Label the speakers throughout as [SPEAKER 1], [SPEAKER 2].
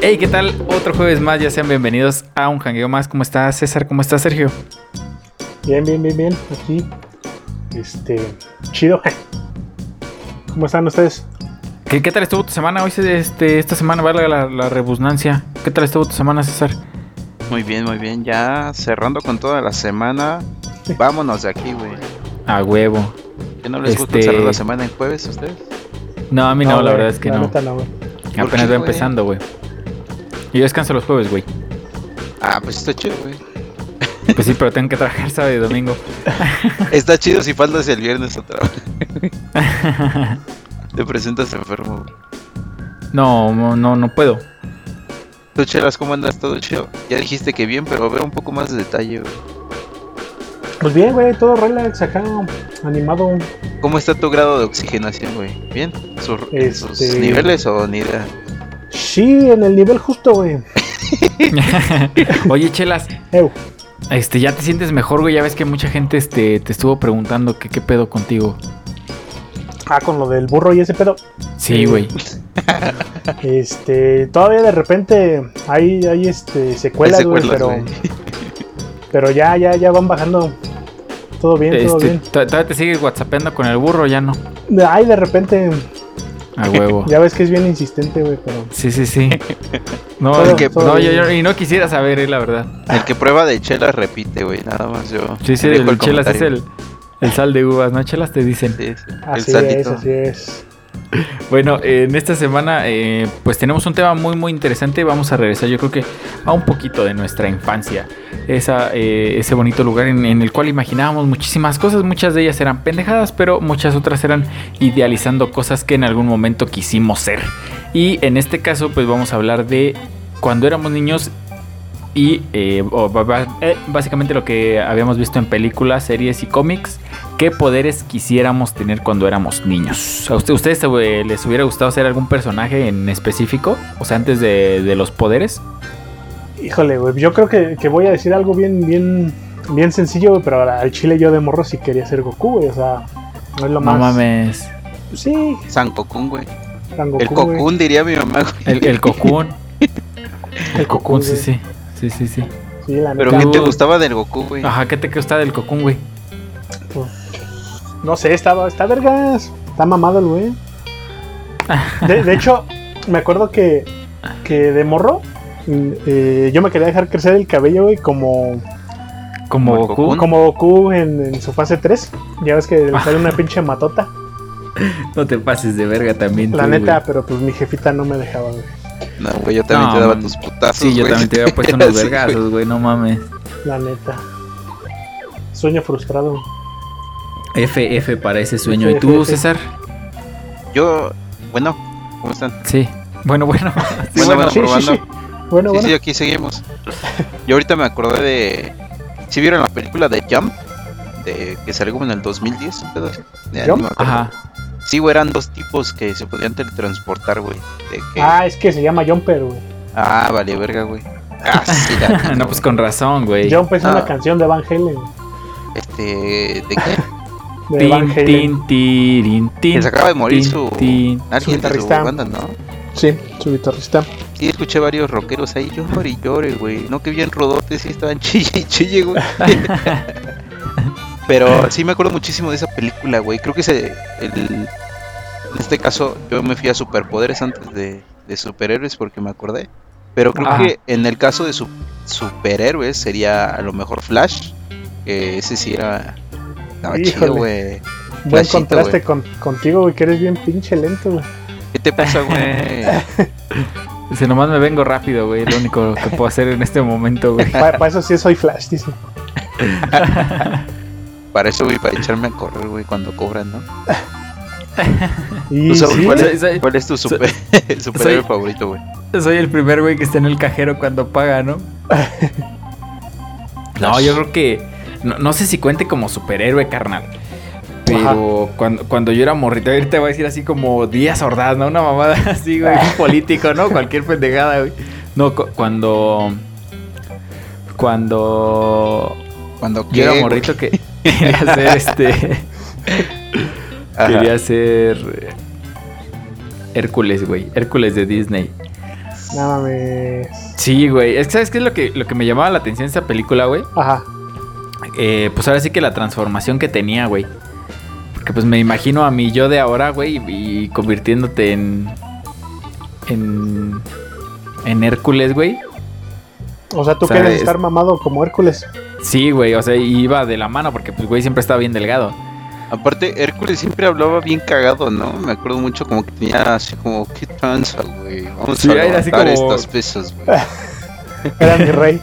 [SPEAKER 1] Hey, ¿qué tal? Otro jueves más, ya sean bienvenidos a un jangueo más. ¿Cómo estás, César? ¿Cómo estás, Sergio?
[SPEAKER 2] Bien, bien, bien, bien. Aquí. Este. Chido. ¿Cómo están ustedes?
[SPEAKER 1] ¿Qué, qué tal estuvo tu semana? Hoy, se- este, esta semana, valga la, la rebusnancia. ¿Qué tal estuvo tu semana, César?
[SPEAKER 3] Muy bien, muy bien. Ya cerrando con toda la semana. Vámonos de aquí, güey.
[SPEAKER 1] A huevo.
[SPEAKER 3] ¿Qué no les gusta
[SPEAKER 1] Este-
[SPEAKER 3] cerrar la semana en jueves a ustedes?
[SPEAKER 1] No, a mí no, la
[SPEAKER 2] güey,
[SPEAKER 1] verdad es que no.
[SPEAKER 2] neta güey.
[SPEAKER 3] ¿Por
[SPEAKER 1] Apenas
[SPEAKER 3] qué,
[SPEAKER 1] va
[SPEAKER 3] güey?
[SPEAKER 1] empezando, güey. Y yo descanso los jueves, güey.
[SPEAKER 3] Ah, pues está chido, güey.
[SPEAKER 1] Pues sí, pero tengo que trabajar sábado y domingo.
[SPEAKER 3] Está chido si faltas el viernes a trabajar. Te presentas enfermo. güey.
[SPEAKER 1] no, no, no, no puedo.
[SPEAKER 3] Tú, chelas, ¿cómo andas? Todo chido. Ya dijiste que bien, pero a ver un poco más de detalle, güey.
[SPEAKER 2] Pues bien, güey, todo relax acá, animado.
[SPEAKER 3] ¿Cómo está tu grado de oxigenación, güey? ¿Bien? ¿Sus, sus
[SPEAKER 2] Este-
[SPEAKER 3] niveles o ni idea?
[SPEAKER 2] Sí, en el nivel justo, güey.
[SPEAKER 1] Oye, Chelas,
[SPEAKER 2] Ew.
[SPEAKER 1] este, ya te sientes mejor, güey. Ya ves que mucha gente este, te estuvo preguntando que, qué pedo contigo.
[SPEAKER 2] Ah, con lo del burro y ese pedo.
[SPEAKER 1] Sí, güey.
[SPEAKER 2] Este, todavía de repente hay, hay este,
[SPEAKER 3] Hay
[SPEAKER 2] secuelas, güey,
[SPEAKER 3] secuelas,
[SPEAKER 2] pero,
[SPEAKER 3] güey.
[SPEAKER 2] pero ya, ya, ya van bajando. Todo bien, todo
[SPEAKER 1] Este,
[SPEAKER 2] bien.
[SPEAKER 1] to- todavía te sigues whatsappando con el burro, ya no.
[SPEAKER 2] Ay, de repente,
[SPEAKER 1] A huevo.
[SPEAKER 2] ya ves que es bien insistente, güey, pero.
[SPEAKER 1] Sí, sí, sí. No,
[SPEAKER 2] Todo-
[SPEAKER 3] que-
[SPEAKER 2] todo
[SPEAKER 1] no, yo,
[SPEAKER 2] bien.
[SPEAKER 1] yo- y no quisiera saber, eh, la verdad.
[SPEAKER 3] El que prueba de chelas repite, güey. Nada más yo.
[SPEAKER 1] Sí, sí,
[SPEAKER 3] dejo
[SPEAKER 1] el, chelas es
[SPEAKER 3] comentario.
[SPEAKER 1] el, el sal de uvas, ¿no? Chelas te dicen.
[SPEAKER 3] Sí, sí. El
[SPEAKER 2] Así es,
[SPEAKER 3] saldito.
[SPEAKER 2] así es.
[SPEAKER 1] Bueno, eh, en esta semana eh, pues tenemos un tema muy muy interesante. Vamos a regresar yo creo que a un poquito de nuestra infancia. Esa, eh, ese bonito lugar en, en el cual imaginábamos muchísimas cosas. Muchas de ellas eran pendejadas, pero muchas otras eran idealizando cosas que en algún momento quisimos ser. Y en este caso pues vamos a hablar de cuando éramos niños y eh, o ba- ba- eh, básicamente lo que habíamos visto en películas, series y cómics. ¿Qué poderes quisiéramos tener cuando éramos niños? ¿A usted- ustedes eh, les hubiera gustado ser algún personaje en específico? O sea, antes de, de los poderes.
[SPEAKER 2] Híjole, güey, yo creo que, que voy a decir algo bien, bien, bien sencillo, güey, pero al chile yo de morro sí quería ser Goku, güey, o sea, no es lo
[SPEAKER 1] No
[SPEAKER 2] más.
[SPEAKER 1] mames.
[SPEAKER 2] Sí,
[SPEAKER 3] San Cocún, güey.
[SPEAKER 2] tan Goku.
[SPEAKER 3] El
[SPEAKER 2] güey.
[SPEAKER 3] Cocún diría mi mamá, güey.
[SPEAKER 1] El, el cocún. El cocún,
[SPEAKER 2] Cocoon,
[SPEAKER 1] sí,
[SPEAKER 2] güey.
[SPEAKER 1] sí. Sí, sí, sí.
[SPEAKER 2] Sí, la
[SPEAKER 3] Pero
[SPEAKER 2] neta.
[SPEAKER 3] ¿qué
[SPEAKER 1] Tú-
[SPEAKER 3] te gustaba del Goku, güey?
[SPEAKER 1] Ajá, ¿qué te gusta del cocún, güey?
[SPEAKER 2] No sé, está, está vergas. Está mamado el güey. De, de hecho, me acuerdo que, que de morro. mm, eh, yo me quería dejar crecer el cabello, güey, como,
[SPEAKER 1] Como
[SPEAKER 3] Como el
[SPEAKER 1] Goku.
[SPEAKER 3] Cocoon.
[SPEAKER 2] como Goku en, en su fase 3. Ya ves que le sale una pinche matota.
[SPEAKER 1] No te pases de verga también.
[SPEAKER 2] La
[SPEAKER 1] tú,
[SPEAKER 2] neta,
[SPEAKER 1] güey.
[SPEAKER 2] pero pues mi jefita no me dejaba, güey.
[SPEAKER 3] No, güey, yo también
[SPEAKER 1] No,
[SPEAKER 3] te daba
[SPEAKER 1] man.
[SPEAKER 3] tus putazos,
[SPEAKER 1] Sí, yo
[SPEAKER 2] pues,
[SPEAKER 3] güey.
[SPEAKER 1] también te había puesto unos
[SPEAKER 3] Sí,
[SPEAKER 1] vergazos, güey. No mames.
[SPEAKER 2] La neta. Sueño frustrado.
[SPEAKER 1] F, F para ese sueño. ¿Y
[SPEAKER 2] F,
[SPEAKER 1] tú,
[SPEAKER 2] F.
[SPEAKER 1] César?
[SPEAKER 3] Yo, bueno, ¿cómo están?
[SPEAKER 1] Sí. Bueno, bueno.
[SPEAKER 2] Sí, bueno,
[SPEAKER 3] bueno, bueno,
[SPEAKER 2] sí, sí,
[SPEAKER 3] probando.
[SPEAKER 2] sí. Bueno,
[SPEAKER 3] Sí,
[SPEAKER 2] bueno.
[SPEAKER 3] sí, aquí seguimos. Yo ahorita me acordé de... ¿Sí vieron la película de Jump? De, que salió como en el 2010, un pedo así. Ya, ni
[SPEAKER 2] ¿Jump?
[SPEAKER 3] me acuerdo.
[SPEAKER 1] Ajá.
[SPEAKER 3] Sí, güey, eran dos tipos que se podían teletransportar, güey. De que... Ah,
[SPEAKER 2] Ah, es que se llama Jumper, güey.
[SPEAKER 3] vale, verga, güey. Ah, sí, la-
[SPEAKER 1] No, pues con razón, güey.
[SPEAKER 2] Jumper es una
[SPEAKER 3] Ah.
[SPEAKER 2] canción de Van Halen.
[SPEAKER 3] Este, ¿de qué?
[SPEAKER 2] De Van
[SPEAKER 1] Tin,
[SPEAKER 2] Halen.
[SPEAKER 1] tin, tirin, tin,
[SPEAKER 3] Que se acaba de morir su-
[SPEAKER 1] tin.
[SPEAKER 3] Alguien de su
[SPEAKER 2] guitarrista.
[SPEAKER 3] banda, ¿no?
[SPEAKER 2] Sí, su guitarrista.
[SPEAKER 3] Sí, escuché varios rockeros ahí, llore y llore, güey. No, que bien rodotes, sí estaban chille y chille, güey. Pero sí me acuerdo muchísimo de esa película, güey. Creo que se, el- en este caso yo me fui a superpoderes antes de, de superhéroes porque me acordé. Pero creo
[SPEAKER 1] Ajá.
[SPEAKER 3] que en el caso de su- superhéroes sería a lo mejor Flash. Que ese sí era... Estaba
[SPEAKER 2] Híjole.
[SPEAKER 3] chido, güey.
[SPEAKER 2] Buen
[SPEAKER 3] Flashito,
[SPEAKER 2] contraste con, contigo, güey, que eres bien pinche lento, güey.
[SPEAKER 3] ¿Qué te pasa, güey?
[SPEAKER 1] Dice, nomás me vengo rápido, güey. Lo único que puedo hacer en este momento, güey.
[SPEAKER 2] Para, eso sí soy Flash, dice.
[SPEAKER 3] Para eso, güey, para echarme a correr, güey, cuando cobran, ¿no?
[SPEAKER 2] Y
[SPEAKER 3] ¿Tú sabes
[SPEAKER 2] sí,
[SPEAKER 3] cuál,
[SPEAKER 1] Soy-
[SPEAKER 3] es,
[SPEAKER 1] soy-
[SPEAKER 3] cuál es tu super, superhéroe favorito, güey?
[SPEAKER 1] Soy el primer güey que está en el cajero cuando paga, ¿no? No, yo creo que. No, no sé si cuente como superhéroe, carnal. Pero cuando, cuando yo era morrito, ahorita voy a decir así como Díaz Ordaz, ¿no? Una mamada así, güey. Un político, ¿no? Cualquier pendejada, güey. No, cu- cuando. Cuando.
[SPEAKER 3] Cuando
[SPEAKER 1] Yo era
[SPEAKER 3] qué,
[SPEAKER 1] morrito que quería ser este.
[SPEAKER 3] güey? Ajá.
[SPEAKER 1] Quería ser. eh, Hércules, güey. Hércules de Disney.
[SPEAKER 2] No mames.
[SPEAKER 1] Sí, güey. Es que, ¿sabes qué es lo que, lo que me llamaba la atención de esta película, güey?
[SPEAKER 2] Ajá.
[SPEAKER 1] Eh, pues ahora sí que la transformación que tenía, güey. Porque pues me imagino a mi yo de ahora, güey, y y convirtiéndote en. en. en Hércules, güey.
[SPEAKER 2] O sea, tú
[SPEAKER 1] O sea,
[SPEAKER 2] quieres
[SPEAKER 1] es-
[SPEAKER 2] estar mamado como Hércules.
[SPEAKER 1] Sí, güey, o sea, iba de la mano porque, pues, güey, siempre estaba bien delgado.
[SPEAKER 3] Aparte, Hércules siempre hablaba bien cagado, ¿no? Me acuerdo mucho como que tenía así como, qué tranza, güey. Vamos
[SPEAKER 1] Sí,
[SPEAKER 3] a
[SPEAKER 1] era así
[SPEAKER 3] levantar
[SPEAKER 1] como-
[SPEAKER 3] estas pesas, güey.
[SPEAKER 2] Era mi rey.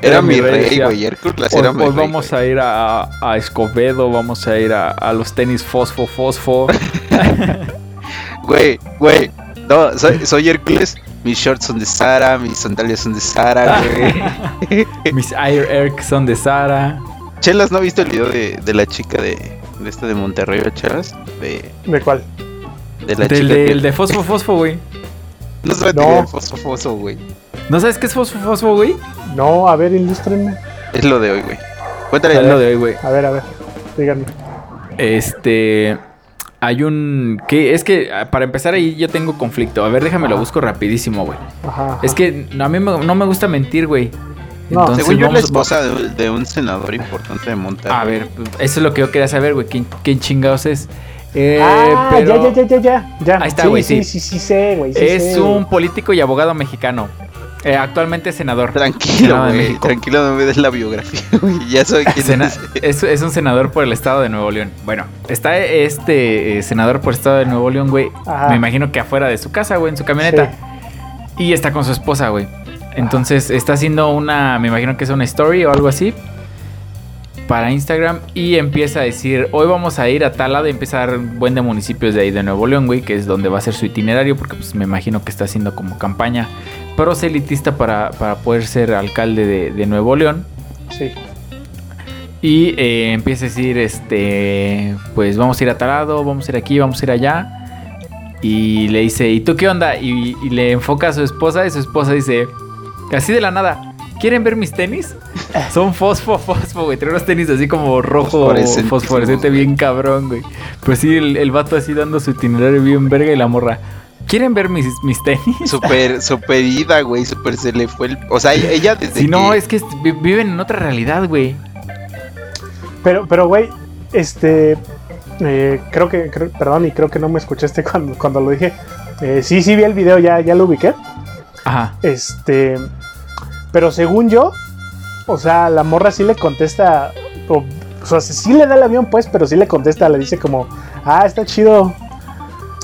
[SPEAKER 3] Era mi rey,
[SPEAKER 1] decía.
[SPEAKER 3] güey. Hércules
[SPEAKER 1] Hoy,
[SPEAKER 3] era mi
[SPEAKER 1] hoy
[SPEAKER 3] rey.
[SPEAKER 1] vamos a ir a, a- a Escobedo, vamos a ir a, a los tenis fosfo, fosfo.
[SPEAKER 3] Güey, güey. No, soy, soy Hércules. Mis shorts son de Sara, mis sandalias son de Sara, güey.
[SPEAKER 1] Mis Air Air son de Sara.
[SPEAKER 3] Chelas, ¿no viste el video de, de la chica de, de esta de Monterrey, Chelas? De,
[SPEAKER 2] ¿De cuál?
[SPEAKER 3] de la
[SPEAKER 1] Del
[SPEAKER 3] chica
[SPEAKER 1] de,
[SPEAKER 3] que-
[SPEAKER 1] el de fosfo, fosfo, güey.
[SPEAKER 3] No se
[SPEAKER 2] No.
[SPEAKER 3] no. foso, foso, güey.
[SPEAKER 1] ¿No sabes qué es fosfo, fosfo, güey?
[SPEAKER 2] No, a ver, ilústrenme.
[SPEAKER 3] Es lo de hoy, güey. Cuéntale.
[SPEAKER 1] Es lo de hoy, güey.
[SPEAKER 2] A ver, a ver. Díganme.
[SPEAKER 1] Este. Hay un. que Es que ah, para empezar ahí yo tengo conflicto. A ver, déjame lo
[SPEAKER 2] Ajá.
[SPEAKER 1] busco rapidísimo, güey.
[SPEAKER 2] Ajá. ajá.
[SPEAKER 1] Es que no, a mí me- no me gusta mentir, güey.
[SPEAKER 2] No,
[SPEAKER 1] Entonces,
[SPEAKER 3] Según yo, es la
[SPEAKER 1] vamos-
[SPEAKER 3] esposa de, de un senador importante de Monterrey.
[SPEAKER 1] A ver, eso es lo que yo quería saber, güey. ¿Quién, quién chingados es? Eh,
[SPEAKER 2] ah,
[SPEAKER 1] pero
[SPEAKER 2] ya, ya, ya, ya, ya, ya.
[SPEAKER 1] Ahí está,
[SPEAKER 2] Sí,
[SPEAKER 1] güey,
[SPEAKER 2] Sí,
[SPEAKER 1] sí.
[SPEAKER 2] sí, sí, sé, güey. sí
[SPEAKER 1] Es
[SPEAKER 2] sé.
[SPEAKER 1] un político y abogado mexicano. Eh, actualmente senador.
[SPEAKER 3] Tranquilo,
[SPEAKER 1] Senado de
[SPEAKER 3] güey.
[SPEAKER 1] México.
[SPEAKER 3] Tranquilo, no me des la biografía, güey. Ya soy quien
[SPEAKER 1] Sena-
[SPEAKER 3] es.
[SPEAKER 1] es, es un senador por el estado de Nuevo León. Bueno, está este eh, senador por el estado de Nuevo León, güey.
[SPEAKER 2] Ajá.
[SPEAKER 1] Me imagino que afuera de su casa, güey, en su camioneta. Y está con su esposa, güey. Entonces está haciendo una, me imagino que es una story o algo así. Para Instagram y empieza a decir, hoy vamos a ir a tal lado, y empieza a dar un buen de municipios de ahí de Nuevo León, güey, que es donde va a ser su itinerario, porque pues me imagino que está haciendo como campaña proselitista para, para poder ser alcalde de, de Nuevo León.
[SPEAKER 2] Sí, sí.
[SPEAKER 1] Y eh, empieza a decir, este, pues vamos a ir a tal lado, vamos a ir aquí, vamos a ir allá. Y le dice, ¿y tú qué onda? Y, y le enfoca a su esposa y su esposa dice, así de la nada, ¿quieren ver mis tenis? Son fosfo, fosfo, güey. Trae unos tenis así como rojo,
[SPEAKER 3] Fosforescentísimos,
[SPEAKER 1] fosforescente,
[SPEAKER 3] güey.
[SPEAKER 1] bien cabrón, güey. Pues sí, el, el vato así dando su itinerario bien verga y la morra. ¿Quieren ver mis, mis tenis?
[SPEAKER 3] Super, super ida, güey. Super se le fue el. O sea, ella desde.
[SPEAKER 1] Si no,
[SPEAKER 3] que-
[SPEAKER 1] es que es- vi- viven en otra realidad, güey.
[SPEAKER 2] Pero, pero, güey, este. eh, creo que. creo- perdón, y creo que no me escuchaste cuando, cuando lo dije. Eh, sí, sí, vi el video, ya, ya lo ubiqué.
[SPEAKER 1] Ajá.
[SPEAKER 2] Este. Pero según yo, o sea, la morra sí le contesta. O, o sea, sí le da el avión, pues, pero sí le contesta, le dice como, ah, está chido.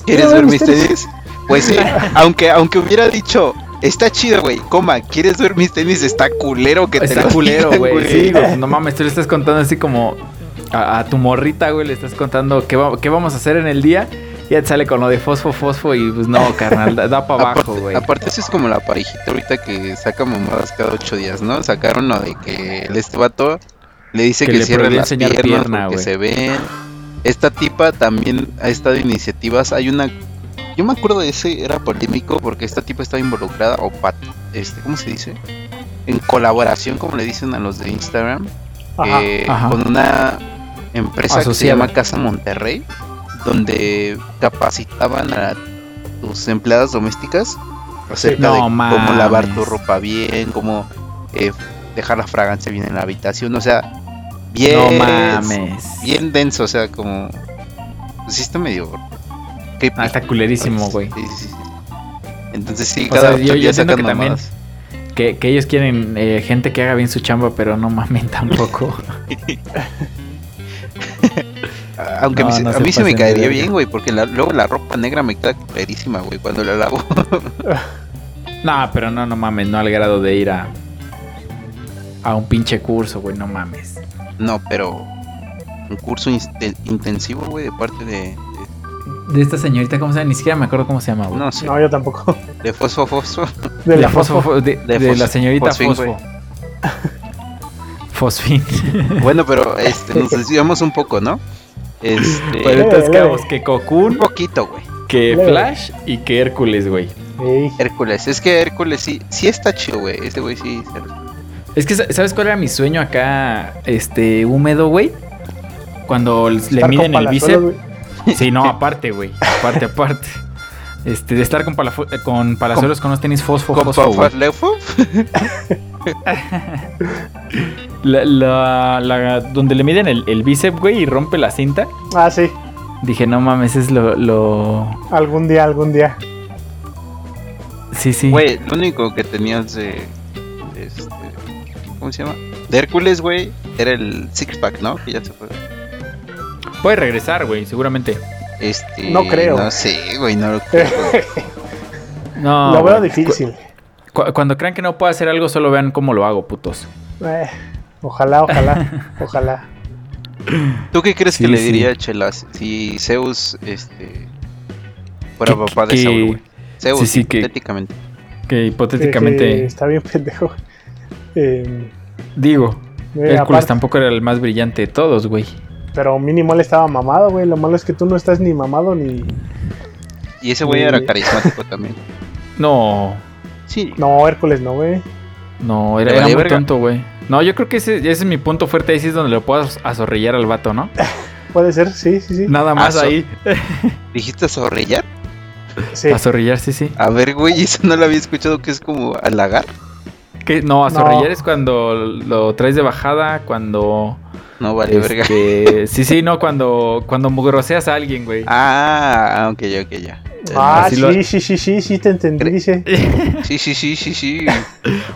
[SPEAKER 3] ¿Quieres
[SPEAKER 2] No,
[SPEAKER 3] ver mis
[SPEAKER 2] ustedes-
[SPEAKER 3] tenis? Pues sí, aunque, aunque hubiera dicho, está chido, güey, coma, ¿quieres ver mis tenis? Está culero que te
[SPEAKER 1] Está
[SPEAKER 3] lo
[SPEAKER 1] culero,
[SPEAKER 3] digan,
[SPEAKER 1] güey. Sí, güey. No mames, tú le estás contando así como a, a tu morrita, güey. Le estás contando qué, va- qué vamos a hacer en el día. Y ya te sale con lo de fosfo, fosfo. Y pues no, carnal, da, para abajo,
[SPEAKER 3] Aparte-
[SPEAKER 1] güey.
[SPEAKER 3] Aparte, eso es como la parejita ahorita que saca mamadas cada ocho días, ¿no? Sacaron lo de que el este vato le dice
[SPEAKER 1] Que
[SPEAKER 3] que,
[SPEAKER 1] le
[SPEAKER 3] cierre
[SPEAKER 1] prohibió
[SPEAKER 3] las
[SPEAKER 1] enseñar
[SPEAKER 3] piernas
[SPEAKER 1] pierna,
[SPEAKER 3] porque
[SPEAKER 1] güey.
[SPEAKER 3] se ven. Esta tipa también ha estado en iniciativas. Hay una. Yo me acuerdo de ese, era polémico porque esta tipa estaba involucrada, o pat, este, ¿cómo se dice? En colaboración, como le dicen a los de Instagram,
[SPEAKER 2] Ajá.
[SPEAKER 3] eh,
[SPEAKER 1] ajá.
[SPEAKER 3] con una empresa que se
[SPEAKER 1] Asociada.
[SPEAKER 3] llama Casa Monterrey, donde capacitaban a tus empleadas domésticas acerca
[SPEAKER 1] No
[SPEAKER 3] de cómo
[SPEAKER 1] mames.
[SPEAKER 3] lavar tu ropa bien, cómo eh, dejar la fragancia bien en la habitación, o sea, bien,
[SPEAKER 1] no mames.
[SPEAKER 3] bien denso, o sea, como pues, sí está medio creepy.
[SPEAKER 1] Ah, está culerísimo, güey.
[SPEAKER 3] Sí, sí, sí. Entonces sí,
[SPEAKER 1] O
[SPEAKER 3] cada
[SPEAKER 1] sea,
[SPEAKER 3] ocho
[SPEAKER 1] yo- yo
[SPEAKER 3] días
[SPEAKER 1] entiendo
[SPEAKER 3] sacan
[SPEAKER 1] que también-
[SPEAKER 3] mamadas.
[SPEAKER 1] Que, que ellos quieren eh, gente que haga bien su chamba, pero no mamen tampoco.
[SPEAKER 3] Ah, Aunque a
[SPEAKER 1] No,
[SPEAKER 3] mí, se-
[SPEAKER 1] no
[SPEAKER 3] a
[SPEAKER 1] se
[SPEAKER 3] mí se me
[SPEAKER 1] pasen de
[SPEAKER 3] caería
[SPEAKER 1] verga.
[SPEAKER 3] bien, güey, porque la- luego la ropa negra me queda clarísima, güey, cuando la lavo.
[SPEAKER 1] no, pero no, no mames. No al grado de ir a. A un pinche curso, güey, no mames.
[SPEAKER 3] No, pero un curso ins- de- intensivo, güey, de parte de, de-
[SPEAKER 1] De esta señorita, ¿cómo se llama? Ni siquiera me acuerdo cómo se llama, güey.
[SPEAKER 3] no sé,
[SPEAKER 2] No, yo tampoco.
[SPEAKER 3] de fosfo fosfo.
[SPEAKER 2] De la
[SPEAKER 1] fosfo-
[SPEAKER 2] fosfo.
[SPEAKER 1] de,
[SPEAKER 3] de
[SPEAKER 1] de
[SPEAKER 3] fos-
[SPEAKER 1] la señorita
[SPEAKER 3] fosfín,
[SPEAKER 1] Fosfo. Fosfín.
[SPEAKER 3] bueno, pero este, nos desviamos un poco, ¿no? Este,
[SPEAKER 1] Pero
[SPEAKER 2] Leve,
[SPEAKER 1] Pues entonces
[SPEAKER 2] leve.
[SPEAKER 1] quedamos que
[SPEAKER 3] un
[SPEAKER 1] Cocoon,
[SPEAKER 3] poquito, güey.
[SPEAKER 1] que
[SPEAKER 2] Leve.
[SPEAKER 1] Flash y que Hércules, güey.
[SPEAKER 2] Ey,
[SPEAKER 3] Hércules, es que Hércules sí, sí está chido, güey. Este güey sí. se-
[SPEAKER 1] Es que, sa- ¿sabes cuál era mi sueño acá, este, húmedo, güey? Cuando l- le
[SPEAKER 2] estar con
[SPEAKER 1] miden el
[SPEAKER 2] Palazuelos,
[SPEAKER 1] bíceps.
[SPEAKER 2] güey.
[SPEAKER 1] Sí, no, aparte, güey. Aparte, aparte. Este, de estar con, palafo- eh, con palazuelos con, los tenis fosfo,
[SPEAKER 3] ¿Con
[SPEAKER 1] fosfo, güey.
[SPEAKER 3] Papalefo?
[SPEAKER 1] La- la- la- donde le miden el, el bíceps, güey, y rompe la cinta.
[SPEAKER 2] Ah, sí.
[SPEAKER 1] Dije, no mames, es lo. lo...
[SPEAKER 2] Algún día, algún día.
[SPEAKER 1] Sí, sí.
[SPEAKER 3] Güey, lo único que tenías de. Este, ¿Cómo se llama? De Hércules, güey, era el six pack, ¿no? Que ya se fue.
[SPEAKER 1] Puede regresar, güey, seguramente.
[SPEAKER 3] Este,
[SPEAKER 2] No creo.
[SPEAKER 3] No sé, güey, no lo creo.
[SPEAKER 1] No.
[SPEAKER 2] lo Eh, veo
[SPEAKER 1] güey.
[SPEAKER 2] difícil.
[SPEAKER 1] Cu- cuando crean que no puedo hacer algo, solo vean cómo lo hago, putos.
[SPEAKER 2] Eh, ojalá, ojalá, ojalá.
[SPEAKER 3] ¿Tú qué crees
[SPEAKER 1] Sí,
[SPEAKER 3] que le
[SPEAKER 1] sí.
[SPEAKER 3] diría a Chelas si Zeus este, fuera
[SPEAKER 1] Que-
[SPEAKER 3] papá de
[SPEAKER 1] que-
[SPEAKER 3] Saúl, güey? Zeus,
[SPEAKER 1] sí, sí, que-
[SPEAKER 3] hipotéticamente.
[SPEAKER 1] Que
[SPEAKER 2] Que- que
[SPEAKER 1] hipotéticamente,
[SPEAKER 2] está bien pendejo. Eh,
[SPEAKER 1] digo,
[SPEAKER 2] eh,
[SPEAKER 1] Hércules
[SPEAKER 2] aparte-
[SPEAKER 1] tampoco era el más brillante de todos, güey.
[SPEAKER 2] pero mínimo él estaba mamado, güey. Lo malo es que tú no estás ni mamado ni.
[SPEAKER 3] Y ese güey
[SPEAKER 2] Sí.
[SPEAKER 1] Eh.
[SPEAKER 3] era carismático también.
[SPEAKER 1] No,
[SPEAKER 3] Sí.
[SPEAKER 2] No, Hércules no, güey.
[SPEAKER 1] no, era,
[SPEAKER 3] Le
[SPEAKER 1] era
[SPEAKER 3] valía
[SPEAKER 1] muy
[SPEAKER 3] verga.
[SPEAKER 1] tonto, güey. No, yo creo que ese, ese es mi punto fuerte, ahí sí es donde lo puedas azorrillar al vato, ¿no?
[SPEAKER 2] Puede ser, sí, sí, sí.
[SPEAKER 1] Nada más
[SPEAKER 3] Azo-
[SPEAKER 1] ahí.
[SPEAKER 3] ¿Dijiste zorrillar?
[SPEAKER 2] sí.
[SPEAKER 1] Azorrillar, sí, sí.
[SPEAKER 3] A ver, güey, eso no lo había escuchado que es como halagar.
[SPEAKER 1] ¿Qué? No, azorrillar
[SPEAKER 2] No.
[SPEAKER 1] es cuando lo traes de bajada, cuando...
[SPEAKER 3] No, vale, verga.
[SPEAKER 1] este, sí, sí, no, cuando, cuando mugroseas a alguien, güey.
[SPEAKER 3] Ah, ok, ok, ya.
[SPEAKER 2] Ah,
[SPEAKER 1] Así
[SPEAKER 2] sí,
[SPEAKER 1] lo-
[SPEAKER 2] sí, sí, sí, sí, te entendí, dice.
[SPEAKER 3] Sí, sí, sí, sí, sí.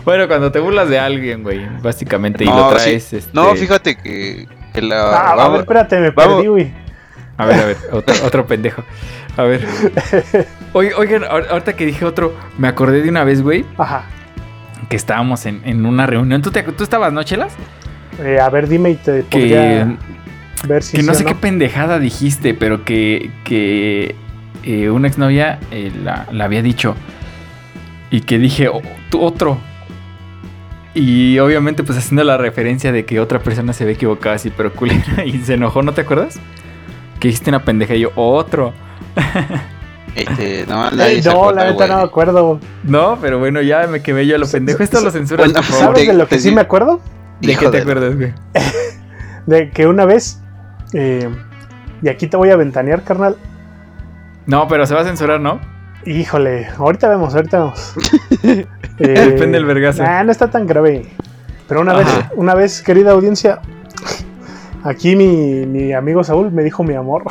[SPEAKER 1] Bueno, cuando te burlas de alguien, güey, básicamente, y
[SPEAKER 3] No,
[SPEAKER 1] lo
[SPEAKER 3] sí.
[SPEAKER 1] traes, este...
[SPEAKER 3] No, fíjate que, que la.
[SPEAKER 2] Ah, a ver,
[SPEAKER 3] vamos-
[SPEAKER 2] espérate, me
[SPEAKER 3] vamos.
[SPEAKER 2] perdí, güey.
[SPEAKER 1] A ver, a ver, otro, otro pendejo. A ver. Oi- Oigan, ahor- ahorita que dije otro, me acordé de una vez, güey,
[SPEAKER 2] Ajá.
[SPEAKER 1] que estábamos en, en una reunión. ¿Tú, te, ac- tú estabas, no, Chelas?
[SPEAKER 2] Eh, a ver, dime y te
[SPEAKER 1] Que,
[SPEAKER 2] podría ver si
[SPEAKER 1] que no
[SPEAKER 2] sí o
[SPEAKER 1] sé qué pendejada dijiste, pero que, que eh, una exnovia eh, la, la había dicho. Y que dije, "Oh, tú otro. Y obviamente, pues haciendo la referencia de que otra persona se ve equivocada así, pero culera, y se enojó, ¿no te acuerdas? Que dijiste una pendeja y yo, otro.
[SPEAKER 3] Este, no,
[SPEAKER 2] Eh,
[SPEAKER 3] nadie se
[SPEAKER 2] no,
[SPEAKER 3] acuerda,
[SPEAKER 2] la neta
[SPEAKER 3] güey.
[SPEAKER 2] no me acuerdo.
[SPEAKER 1] No, pero bueno, ya me quemé yo a lo pendejo. Esto lo censuras,
[SPEAKER 3] Bueno,
[SPEAKER 1] por favor.
[SPEAKER 2] ¿Sabes
[SPEAKER 3] te-
[SPEAKER 2] de lo que
[SPEAKER 3] te
[SPEAKER 2] sí
[SPEAKER 3] di-
[SPEAKER 2] me acuerdo?
[SPEAKER 1] ¿De
[SPEAKER 3] Hijo
[SPEAKER 1] qué te
[SPEAKER 3] de-
[SPEAKER 1] acuerdas, güey?
[SPEAKER 2] De que una vez. eh, y aquí te voy a ventanear, carnal.
[SPEAKER 1] No, pero se va a censurar, ¿no?
[SPEAKER 2] Híjole, ahorita vemos, ahorita vemos.
[SPEAKER 1] Depende del vergazo.
[SPEAKER 2] Ah, no está tan grave. Pero una vez,
[SPEAKER 1] Ajá.
[SPEAKER 2] una vez, querida audiencia, aquí mi, mi amigo Saúl me dijo mi amor.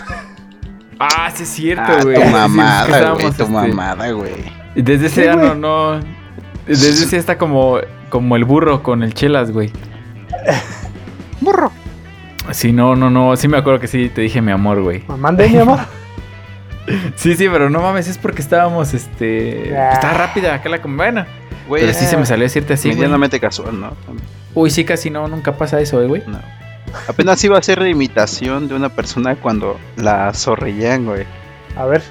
[SPEAKER 1] Ah, sí es cierto,
[SPEAKER 3] Ah,
[SPEAKER 1] güey.
[SPEAKER 3] tu
[SPEAKER 1] Sí, sí, es que
[SPEAKER 3] mamada,
[SPEAKER 1] estábamos,
[SPEAKER 3] güey, tu
[SPEAKER 1] este,
[SPEAKER 3] mamada, güey.
[SPEAKER 1] Desde ese
[SPEAKER 2] Sí,
[SPEAKER 1] día no,
[SPEAKER 2] güey.
[SPEAKER 1] no. Desde ese día está como, como el burro con el chelas, güey.
[SPEAKER 3] Burro.
[SPEAKER 1] Sí, no, no, no. Sí me acuerdo que sí te dije mi amor, güey.
[SPEAKER 2] Mandé mi amor.
[SPEAKER 1] Sí, sí, pero no mames, es porque estábamos, este.
[SPEAKER 2] Ah.
[SPEAKER 1] Estaba rápida acá la comida.
[SPEAKER 3] Güey, ah,
[SPEAKER 1] Pero sí se me salió decirte así, güey.
[SPEAKER 3] medianamente casual, ¿no?
[SPEAKER 1] Uy, sí, casi no, nunca pasa eso, eh, güey.
[SPEAKER 3] No. Apenas iba a hacer la imitación de una persona cuando la zorrillean, güey.
[SPEAKER 2] A ver,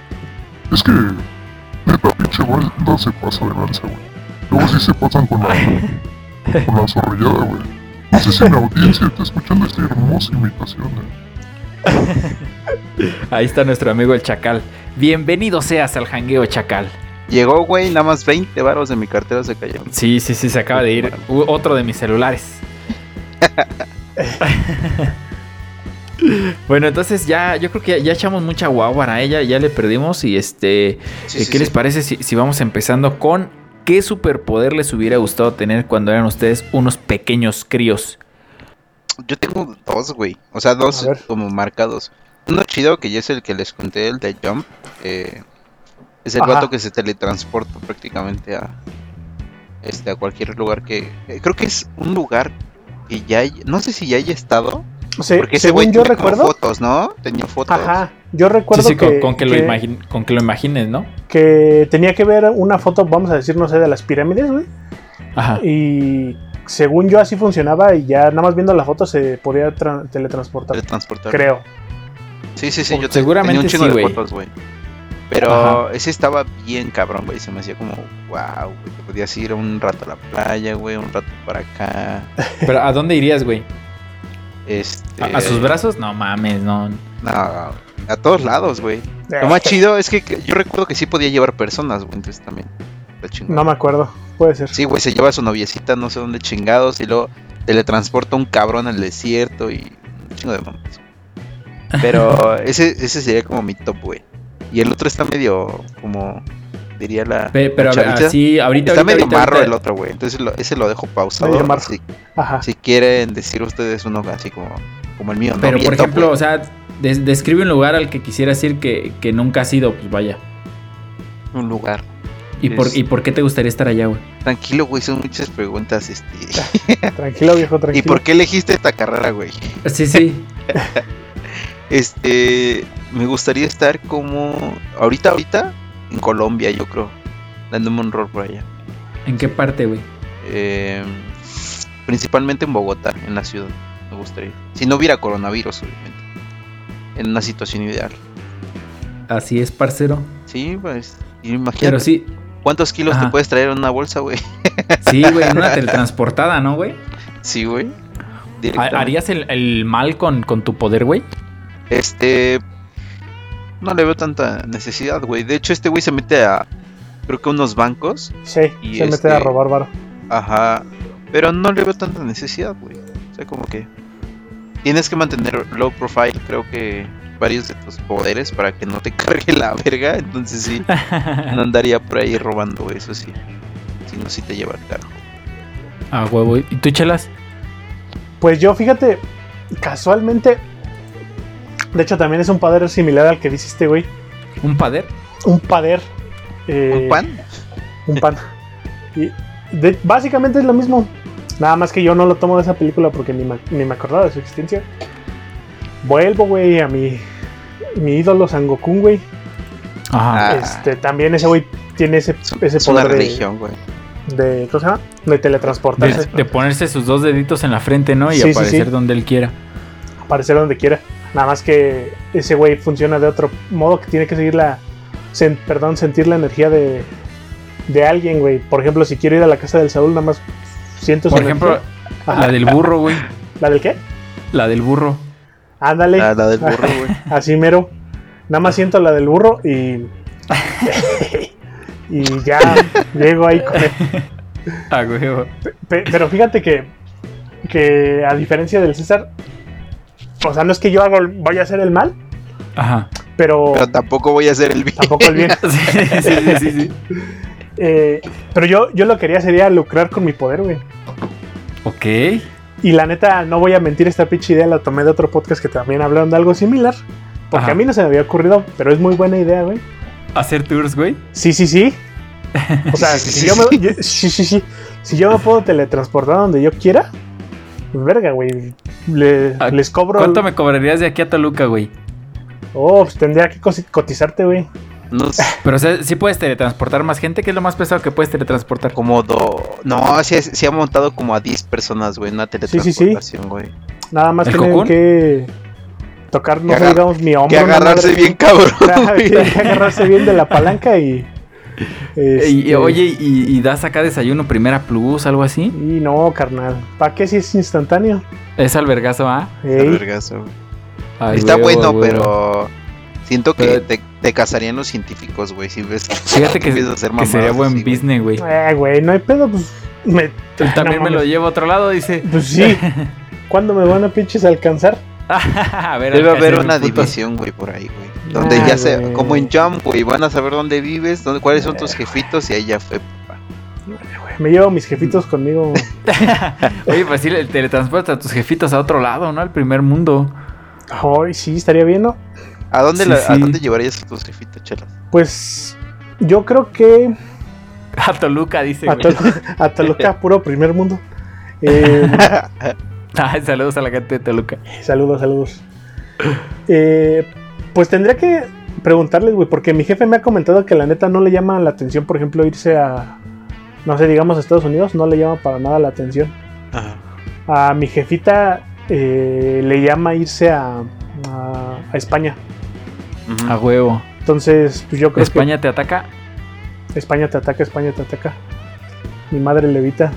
[SPEAKER 4] Es que, neta, pinche banda se pasa de lanza, güey. Luego sí se pasan con la, con la zorrillada, güey. No sé si la audiencia está escuchando esta hermosa imitación, eh. güey.
[SPEAKER 1] Ahí está nuestro amigo el chacal. Bienvenido seas al jangueo, chacal.
[SPEAKER 3] Llegó, güey, nada más 20 varos de mi cartera se cayeron.
[SPEAKER 1] Sí, sí, sí, se acaba de ir u- otro de mis celulares. bueno, entonces ya, yo creo que ya, ya echamos mucha guaguara a ella, ya le perdimos y este, eh,
[SPEAKER 3] Sí, sí,
[SPEAKER 1] ¿qué les
[SPEAKER 3] sí.
[SPEAKER 1] parece si, si vamos empezando con qué superpoder les hubiera gustado tener cuando eran ustedes unos pequeños críos?
[SPEAKER 3] Yo tengo dos, güey. O sea, dos
[SPEAKER 2] A ver.
[SPEAKER 3] como marcados. Uno chido, que ya es el que les conté, el de Jump. eh, es el
[SPEAKER 2] Ajá.
[SPEAKER 3] vato que se teletransporta prácticamente a, este, a cualquier lugar que... eh, creo que es un lugar que ya... hay- no sé si ya haya estado.
[SPEAKER 2] se-
[SPEAKER 3] porque ese güey
[SPEAKER 2] según yo
[SPEAKER 3] tenía como
[SPEAKER 2] recuerdo.
[SPEAKER 3] fotos, ¿no? Tenía fotos.
[SPEAKER 2] Ajá, yo
[SPEAKER 1] Sí,
[SPEAKER 2] recuerdo
[SPEAKER 1] sí, con,
[SPEAKER 2] que,
[SPEAKER 1] con que lo imagin- con que lo imagines, ¿no?
[SPEAKER 2] que tenía que ver una foto, vamos a decir, no sé, de las pirámides, güey.
[SPEAKER 1] Ajá.
[SPEAKER 2] Y según yo así funcionaba y ya nada más viendo la foto se podía tra- teletransportar.
[SPEAKER 3] Teletransportar.
[SPEAKER 2] Creo.
[SPEAKER 3] Sí, sí, sí, yo te-
[SPEAKER 1] Seguramente
[SPEAKER 3] tenía un chingo
[SPEAKER 1] sí,
[SPEAKER 3] de
[SPEAKER 1] güey.
[SPEAKER 3] fotos, güey. Pero
[SPEAKER 1] Ajá.
[SPEAKER 3] ese estaba bien cabrón, güey. Se me hacía como, wow, güey. Te podías ir un rato a la playa, güey, un rato para acá.
[SPEAKER 1] Pero ¿a dónde irías, güey?
[SPEAKER 3] Este...
[SPEAKER 1] ¿A, a sus brazos? No mames, no.
[SPEAKER 3] No, a todos lados, güey.
[SPEAKER 2] Eh,
[SPEAKER 3] Lo más chido es que que yo recuerdo que sí podía llevar personas, güey. Entonces también. Está chingón.
[SPEAKER 2] No me acuerdo, puede ser.
[SPEAKER 3] Sí, güey, se lleva a su noviecita, no sé dónde chingados, y luego teletransporta a un cabrón al desierto y un chingo de mamas. Pero ese, ese sería como mi top, güey. Y el otro está medio como diría la.
[SPEAKER 1] Pe- pero
[SPEAKER 3] la
[SPEAKER 1] a ver,
[SPEAKER 3] chavita.
[SPEAKER 1] así, ahorita.
[SPEAKER 3] está
[SPEAKER 1] ahorita,
[SPEAKER 3] medio
[SPEAKER 1] ahorita,
[SPEAKER 3] marro
[SPEAKER 1] ahorita-
[SPEAKER 3] el otro, güey. Entonces lo- ese lo dejo pausado.
[SPEAKER 2] Medio marro.
[SPEAKER 3] Si,
[SPEAKER 2] Ajá.
[SPEAKER 3] si quieren decir ustedes uno así como, como el mío. ¿no?
[SPEAKER 1] Pero
[SPEAKER 3] Bien
[SPEAKER 1] por
[SPEAKER 3] top,
[SPEAKER 1] ejemplo,
[SPEAKER 3] güey.
[SPEAKER 1] o sea, des- describe un lugar al que quisieras ir que, que nunca has ido, pues vaya.
[SPEAKER 3] un lugar.
[SPEAKER 1] ¿Y, por,
[SPEAKER 3] Es-
[SPEAKER 1] ¿Y por qué te gustaría estar allá, güey?
[SPEAKER 3] Tranquilo, güey, son muchas preguntas. Este.
[SPEAKER 2] Tranquilo, viejo,
[SPEAKER 3] ¿Y
[SPEAKER 2] tranquilo.
[SPEAKER 3] por qué elegiste esta carrera, güey?
[SPEAKER 1] Sí, sí.
[SPEAKER 3] Este, me gustaría estar como ahorita, ahorita en Colombia, yo creo, dándome un rol por allá.
[SPEAKER 1] ¿En qué parte, güey?
[SPEAKER 3] Eh, principalmente en Bogotá, en la ciudad, me gustaría. Si no hubiera coronavirus, obviamente. En una situación ideal.
[SPEAKER 1] Así es, parcero.
[SPEAKER 3] Sí, pues, imagínate.
[SPEAKER 1] Pero sí,
[SPEAKER 3] ¿Cuántos kilos
[SPEAKER 1] Ajá.
[SPEAKER 3] te puedes traer en una bolsa, güey?
[SPEAKER 1] sí, güey, en una teletransportada, ¿no, güey?
[SPEAKER 3] Sí, güey.
[SPEAKER 1] ¿Ha-
[SPEAKER 3] Directamente.
[SPEAKER 1] ¿Harías el, el mal con, con tu poder, güey?
[SPEAKER 3] Este. No le veo tanta necesidad, güey. De hecho, este güey se mete a. Creo que unos bancos.
[SPEAKER 2] Sí,
[SPEAKER 3] Y
[SPEAKER 2] se
[SPEAKER 3] este-
[SPEAKER 2] mete a robar varo.
[SPEAKER 3] Ajá. Pero no le veo tanta necesidad, güey. O sea, como que. Tienes que mantener low profile, creo que varios de tus poderes para que no te cargue la verga. Entonces sí, no andaría por ahí robando, güey, eso sí. Si no, sí te lleva al cargo.
[SPEAKER 1] Ah, güey, güey. ¿Y tú, chelas?
[SPEAKER 2] Pues yo, fíjate, casualmente. De hecho, también es un pader similar al que dice este güey.
[SPEAKER 1] ¿Un pader?
[SPEAKER 2] Un pader. eh,
[SPEAKER 3] ¿Un pan?
[SPEAKER 2] Un pan. Y de- básicamente es lo mismo. Nada más que yo no lo tomo de esa película porque ni me, ni me acordaba de su existencia. Vuelvo, güey, a mi, mi ídolo Sangokun, güey.
[SPEAKER 1] Ajá.
[SPEAKER 3] Ah.
[SPEAKER 2] Este, también ese güey tiene ese,
[SPEAKER 3] Es,
[SPEAKER 2] ese
[SPEAKER 3] es una
[SPEAKER 2] poder de-
[SPEAKER 3] religión, güey.
[SPEAKER 2] de, ¿cómo se llama? De
[SPEAKER 1] De,
[SPEAKER 2] teletransportarse,
[SPEAKER 1] de ponerse sus dos deditos en la frente, ¿no? Y
[SPEAKER 2] Sí, sí,
[SPEAKER 1] aparecer
[SPEAKER 2] sí.
[SPEAKER 1] donde él quiera.
[SPEAKER 2] aparecer donde quiera. Nada más que ese güey funciona de otro modo que tiene que seguir la, sen- perdón, sentir la energía de, de alguien, güey. Por ejemplo, si quiero ir a la casa del Saúl, nada más siento su
[SPEAKER 1] Por ejemplo,
[SPEAKER 2] energía. Ajá.
[SPEAKER 1] la del burro, güey.
[SPEAKER 2] ¿La del qué?
[SPEAKER 1] La del burro.
[SPEAKER 2] Ándale.
[SPEAKER 3] Ah, La, la del burro, Ah. güey.
[SPEAKER 2] Así mero. Nada más siento la del burro y. y ya llego ahí con él.
[SPEAKER 1] Ah, güey. güey.
[SPEAKER 2] Pe- Pero fíjate que. Que a diferencia del César. O sea, no es que yo hago, vaya a hacer el mal,
[SPEAKER 1] Ajá.
[SPEAKER 2] pero
[SPEAKER 3] Pero tampoco voy a hacer el bien.
[SPEAKER 2] tampoco el bien.
[SPEAKER 1] Sí, sí, sí, sí, sí.
[SPEAKER 2] Eh, pero yo, yo lo que haría sería lucrar con mi poder, güey.
[SPEAKER 1] Ok.
[SPEAKER 2] Y la neta, no voy a mentir, esta pinche idea la tomé de otro podcast que también hablaron de algo similar. Porque
[SPEAKER 1] Ajá.
[SPEAKER 2] a mí no se me había ocurrido, pero es muy buena idea, güey.
[SPEAKER 1] Hacer tours, güey.
[SPEAKER 2] Sí, sí, sí. O sea,
[SPEAKER 3] Sí, sí,
[SPEAKER 2] si
[SPEAKER 3] sí,
[SPEAKER 2] yo me. yo- sí, sí, sí. Si yo me puedo teletransportar donde yo quiera, pues verga, güey. le-
[SPEAKER 1] Ah,
[SPEAKER 2] les cobro.
[SPEAKER 1] ¿Cuánto me cobrarías de aquí a Toluca, güey?
[SPEAKER 2] Oh, pues tendría que cosi- cotizarte, güey.
[SPEAKER 3] No sé,
[SPEAKER 1] Pero o sea, sí puedes teletransportar más gente, que es lo más pesado que puedes teletransportar.
[SPEAKER 3] como do... No, se, se ha montado como a 10 personas, güey, en una
[SPEAKER 2] sí, sí.
[SPEAKER 3] teletransportación, güey.
[SPEAKER 2] Nada más
[SPEAKER 1] ¿El
[SPEAKER 2] tienen
[SPEAKER 1] cocún?
[SPEAKER 2] que tocar, no
[SPEAKER 3] Que
[SPEAKER 2] sé,
[SPEAKER 3] agar-
[SPEAKER 2] digamos, mi hombro.
[SPEAKER 3] Que
[SPEAKER 2] una
[SPEAKER 3] agarrarse
[SPEAKER 2] madre-
[SPEAKER 3] bien, cabrón.
[SPEAKER 2] Ajá,
[SPEAKER 3] güey.
[SPEAKER 2] tienen que agarrarse bien de la palanca y.
[SPEAKER 1] Eh, y-
[SPEAKER 2] este,
[SPEAKER 1] y- oye, y, y das acá desayuno primera plus, algo así?
[SPEAKER 2] Y no, carnal. ¿Para qué si es instantáneo?
[SPEAKER 1] Es albergazo, ¿ah?
[SPEAKER 2] Ey,
[SPEAKER 3] Vergazo, güey.
[SPEAKER 1] Ay,
[SPEAKER 3] Está
[SPEAKER 1] güey,
[SPEAKER 3] bueno,
[SPEAKER 1] güey, güey.
[SPEAKER 3] pero siento que
[SPEAKER 1] Pero-
[SPEAKER 3] te, te casarían los científicos, güey, si ves que
[SPEAKER 1] Fíjate que,
[SPEAKER 3] empiezas a hacer
[SPEAKER 1] que sería
[SPEAKER 3] mamadas
[SPEAKER 1] buen
[SPEAKER 3] así, güey.
[SPEAKER 1] business, güey.
[SPEAKER 2] eh, güey, no hay pedo, pues. Me,
[SPEAKER 1] Él También
[SPEAKER 2] no
[SPEAKER 1] me lo
[SPEAKER 2] mames.
[SPEAKER 1] llevo a otro lado, dice.
[SPEAKER 2] Pues sí. ¿Cuándo me van a pinches alcanzar?
[SPEAKER 1] a ver,
[SPEAKER 3] Debe haber
[SPEAKER 1] alcáncenme,
[SPEAKER 3] una
[SPEAKER 1] putos.
[SPEAKER 3] división, güey, por ahí, güey. Donde
[SPEAKER 2] Ah,
[SPEAKER 3] ya se,
[SPEAKER 2] güey.
[SPEAKER 3] como en Jump, güey, van a saber dónde vives, dónde, cuáles son
[SPEAKER 1] Eh.
[SPEAKER 3] tus jefitos y ahí ya fue, papá.
[SPEAKER 2] Güey, Me llevo mis jefitos conmigo.
[SPEAKER 1] Oye, pues sí, el teletransporta a tus jefitos a otro lado, ¿no? Al primer mundo.
[SPEAKER 2] Ay, sí, estaría bien, ¿no?
[SPEAKER 3] ¿A dónde,
[SPEAKER 1] Sí,
[SPEAKER 3] la- ¿a
[SPEAKER 1] sí.
[SPEAKER 3] dónde llevarías a tus jefitos, chelas?
[SPEAKER 2] Pues yo creo que
[SPEAKER 1] A Toluca, dice,
[SPEAKER 2] a,
[SPEAKER 1] güey.
[SPEAKER 2] Tol- a Toluca, puro primer mundo. Eh,
[SPEAKER 1] Ay, saludos a la gente de Toluca.
[SPEAKER 2] saludos, saludos. Eh, pues tendría que preguntarles, güey, porque mi jefe me ha comentado que la neta no le llama la atención, por ejemplo, irse a, no sé, digamos a Estados Unidos, no le llama para nada la atención. A mi jefita eh, le llama irse a, a- a España.
[SPEAKER 3] Ujú.
[SPEAKER 1] A huevo.
[SPEAKER 2] Entonces, pues yo creo que...
[SPEAKER 1] España te ataca.
[SPEAKER 2] España te ataca, España te ataca. Mi madre levita.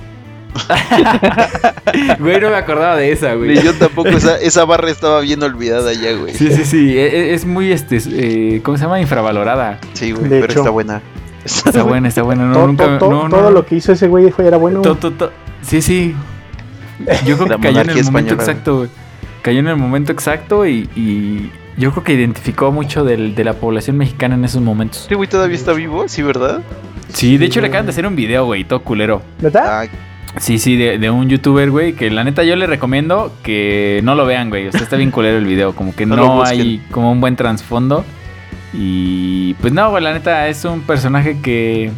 [SPEAKER 1] Güey, no me acordaba de esa, güey.
[SPEAKER 3] Ni yo tampoco, esa, esa barra estaba bien olvidada ya, güey.
[SPEAKER 1] Sí, sí, sí. e- e- Es, muy, este, eh, ¿cómo se llama? Infravalorada.
[SPEAKER 3] Sí, güey,
[SPEAKER 2] De
[SPEAKER 3] pero
[SPEAKER 2] hecho.
[SPEAKER 3] está buena. Está
[SPEAKER 1] Está buena, está buena. No,
[SPEAKER 2] todo,
[SPEAKER 1] nunca,
[SPEAKER 2] todo- todo-
[SPEAKER 1] no, no,
[SPEAKER 2] todo
[SPEAKER 1] no.
[SPEAKER 2] lo que hizo ese güey fue- era bueno.
[SPEAKER 1] To- to- to- Sí, sí. Yo creo
[SPEAKER 3] La
[SPEAKER 1] que cayó en el
[SPEAKER 3] monarquía
[SPEAKER 1] momento
[SPEAKER 3] española,
[SPEAKER 1] exacto, güey. Cayó en el momento exacto y, y, Yo creo que identificó mucho del- de la población mexicana en esos momentos.
[SPEAKER 3] Este güey todavía está vivo, sí, ¿verdad?
[SPEAKER 1] Sí, de hecho le acaban de hacer un video, güey, todo culero.
[SPEAKER 2] ¿Verdad?
[SPEAKER 3] Ah,
[SPEAKER 1] Sí, sí, de, de un youtuber, güey, que la neta yo le recomiendo que no lo vean, güey. O sea, está bien culero el video, como que
[SPEAKER 3] No
[SPEAKER 1] no,
[SPEAKER 3] lo busquen.
[SPEAKER 1] hay como un buen trasfondo. Y pues no, güey, la neta es un personaje que,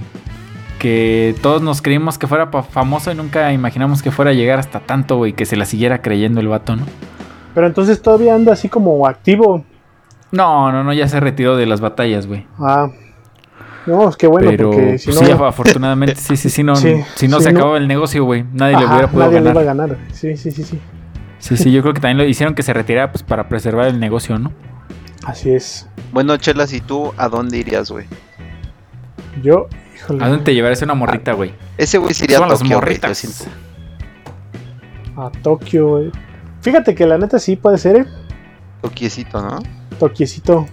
[SPEAKER 1] que todos nos creímos que fuera pa- famoso y nunca imaginamos que fuera a llegar hasta tanto, güey, que se la siguiera creyendo el vato, ¿no?
[SPEAKER 2] Pero entonces todavía anda así como activo.
[SPEAKER 1] No, no, no, ya se retiró de las batallas, güey.
[SPEAKER 2] Ah. No, es que bueno,
[SPEAKER 1] Pero pues,
[SPEAKER 2] porque si no.
[SPEAKER 1] sí, afortunadamente, sí, sí, sí, no,
[SPEAKER 2] Sí,
[SPEAKER 1] si no
[SPEAKER 2] sí,
[SPEAKER 1] se
[SPEAKER 2] no.
[SPEAKER 1] acababa el negocio, güey. Nadie le
[SPEAKER 2] Ajá,
[SPEAKER 1] hubiera podido
[SPEAKER 2] nadie le
[SPEAKER 1] ganar.
[SPEAKER 2] iba a ganar. Sí, sí, sí, sí.
[SPEAKER 1] Sí, sí, yo creo que también lo hicieron que se retirara pues para preservar el negocio, ¿no?
[SPEAKER 2] Así es.
[SPEAKER 3] Bueno, Chelas, ¿y tú a dónde irías, güey?
[SPEAKER 2] Yo, híjole.
[SPEAKER 1] ¿A dónde te llevarías una morrita, güey?
[SPEAKER 3] Ese güey se Ah, iría
[SPEAKER 1] Son
[SPEAKER 3] a
[SPEAKER 1] las
[SPEAKER 3] Tokio, güey, yo
[SPEAKER 1] morritas.
[SPEAKER 3] siento.
[SPEAKER 2] A Tokio, güey. Fíjate que la neta sí puede ser, ¿eh?
[SPEAKER 3] Tokiecito, ¿no?
[SPEAKER 2] Toquiecito.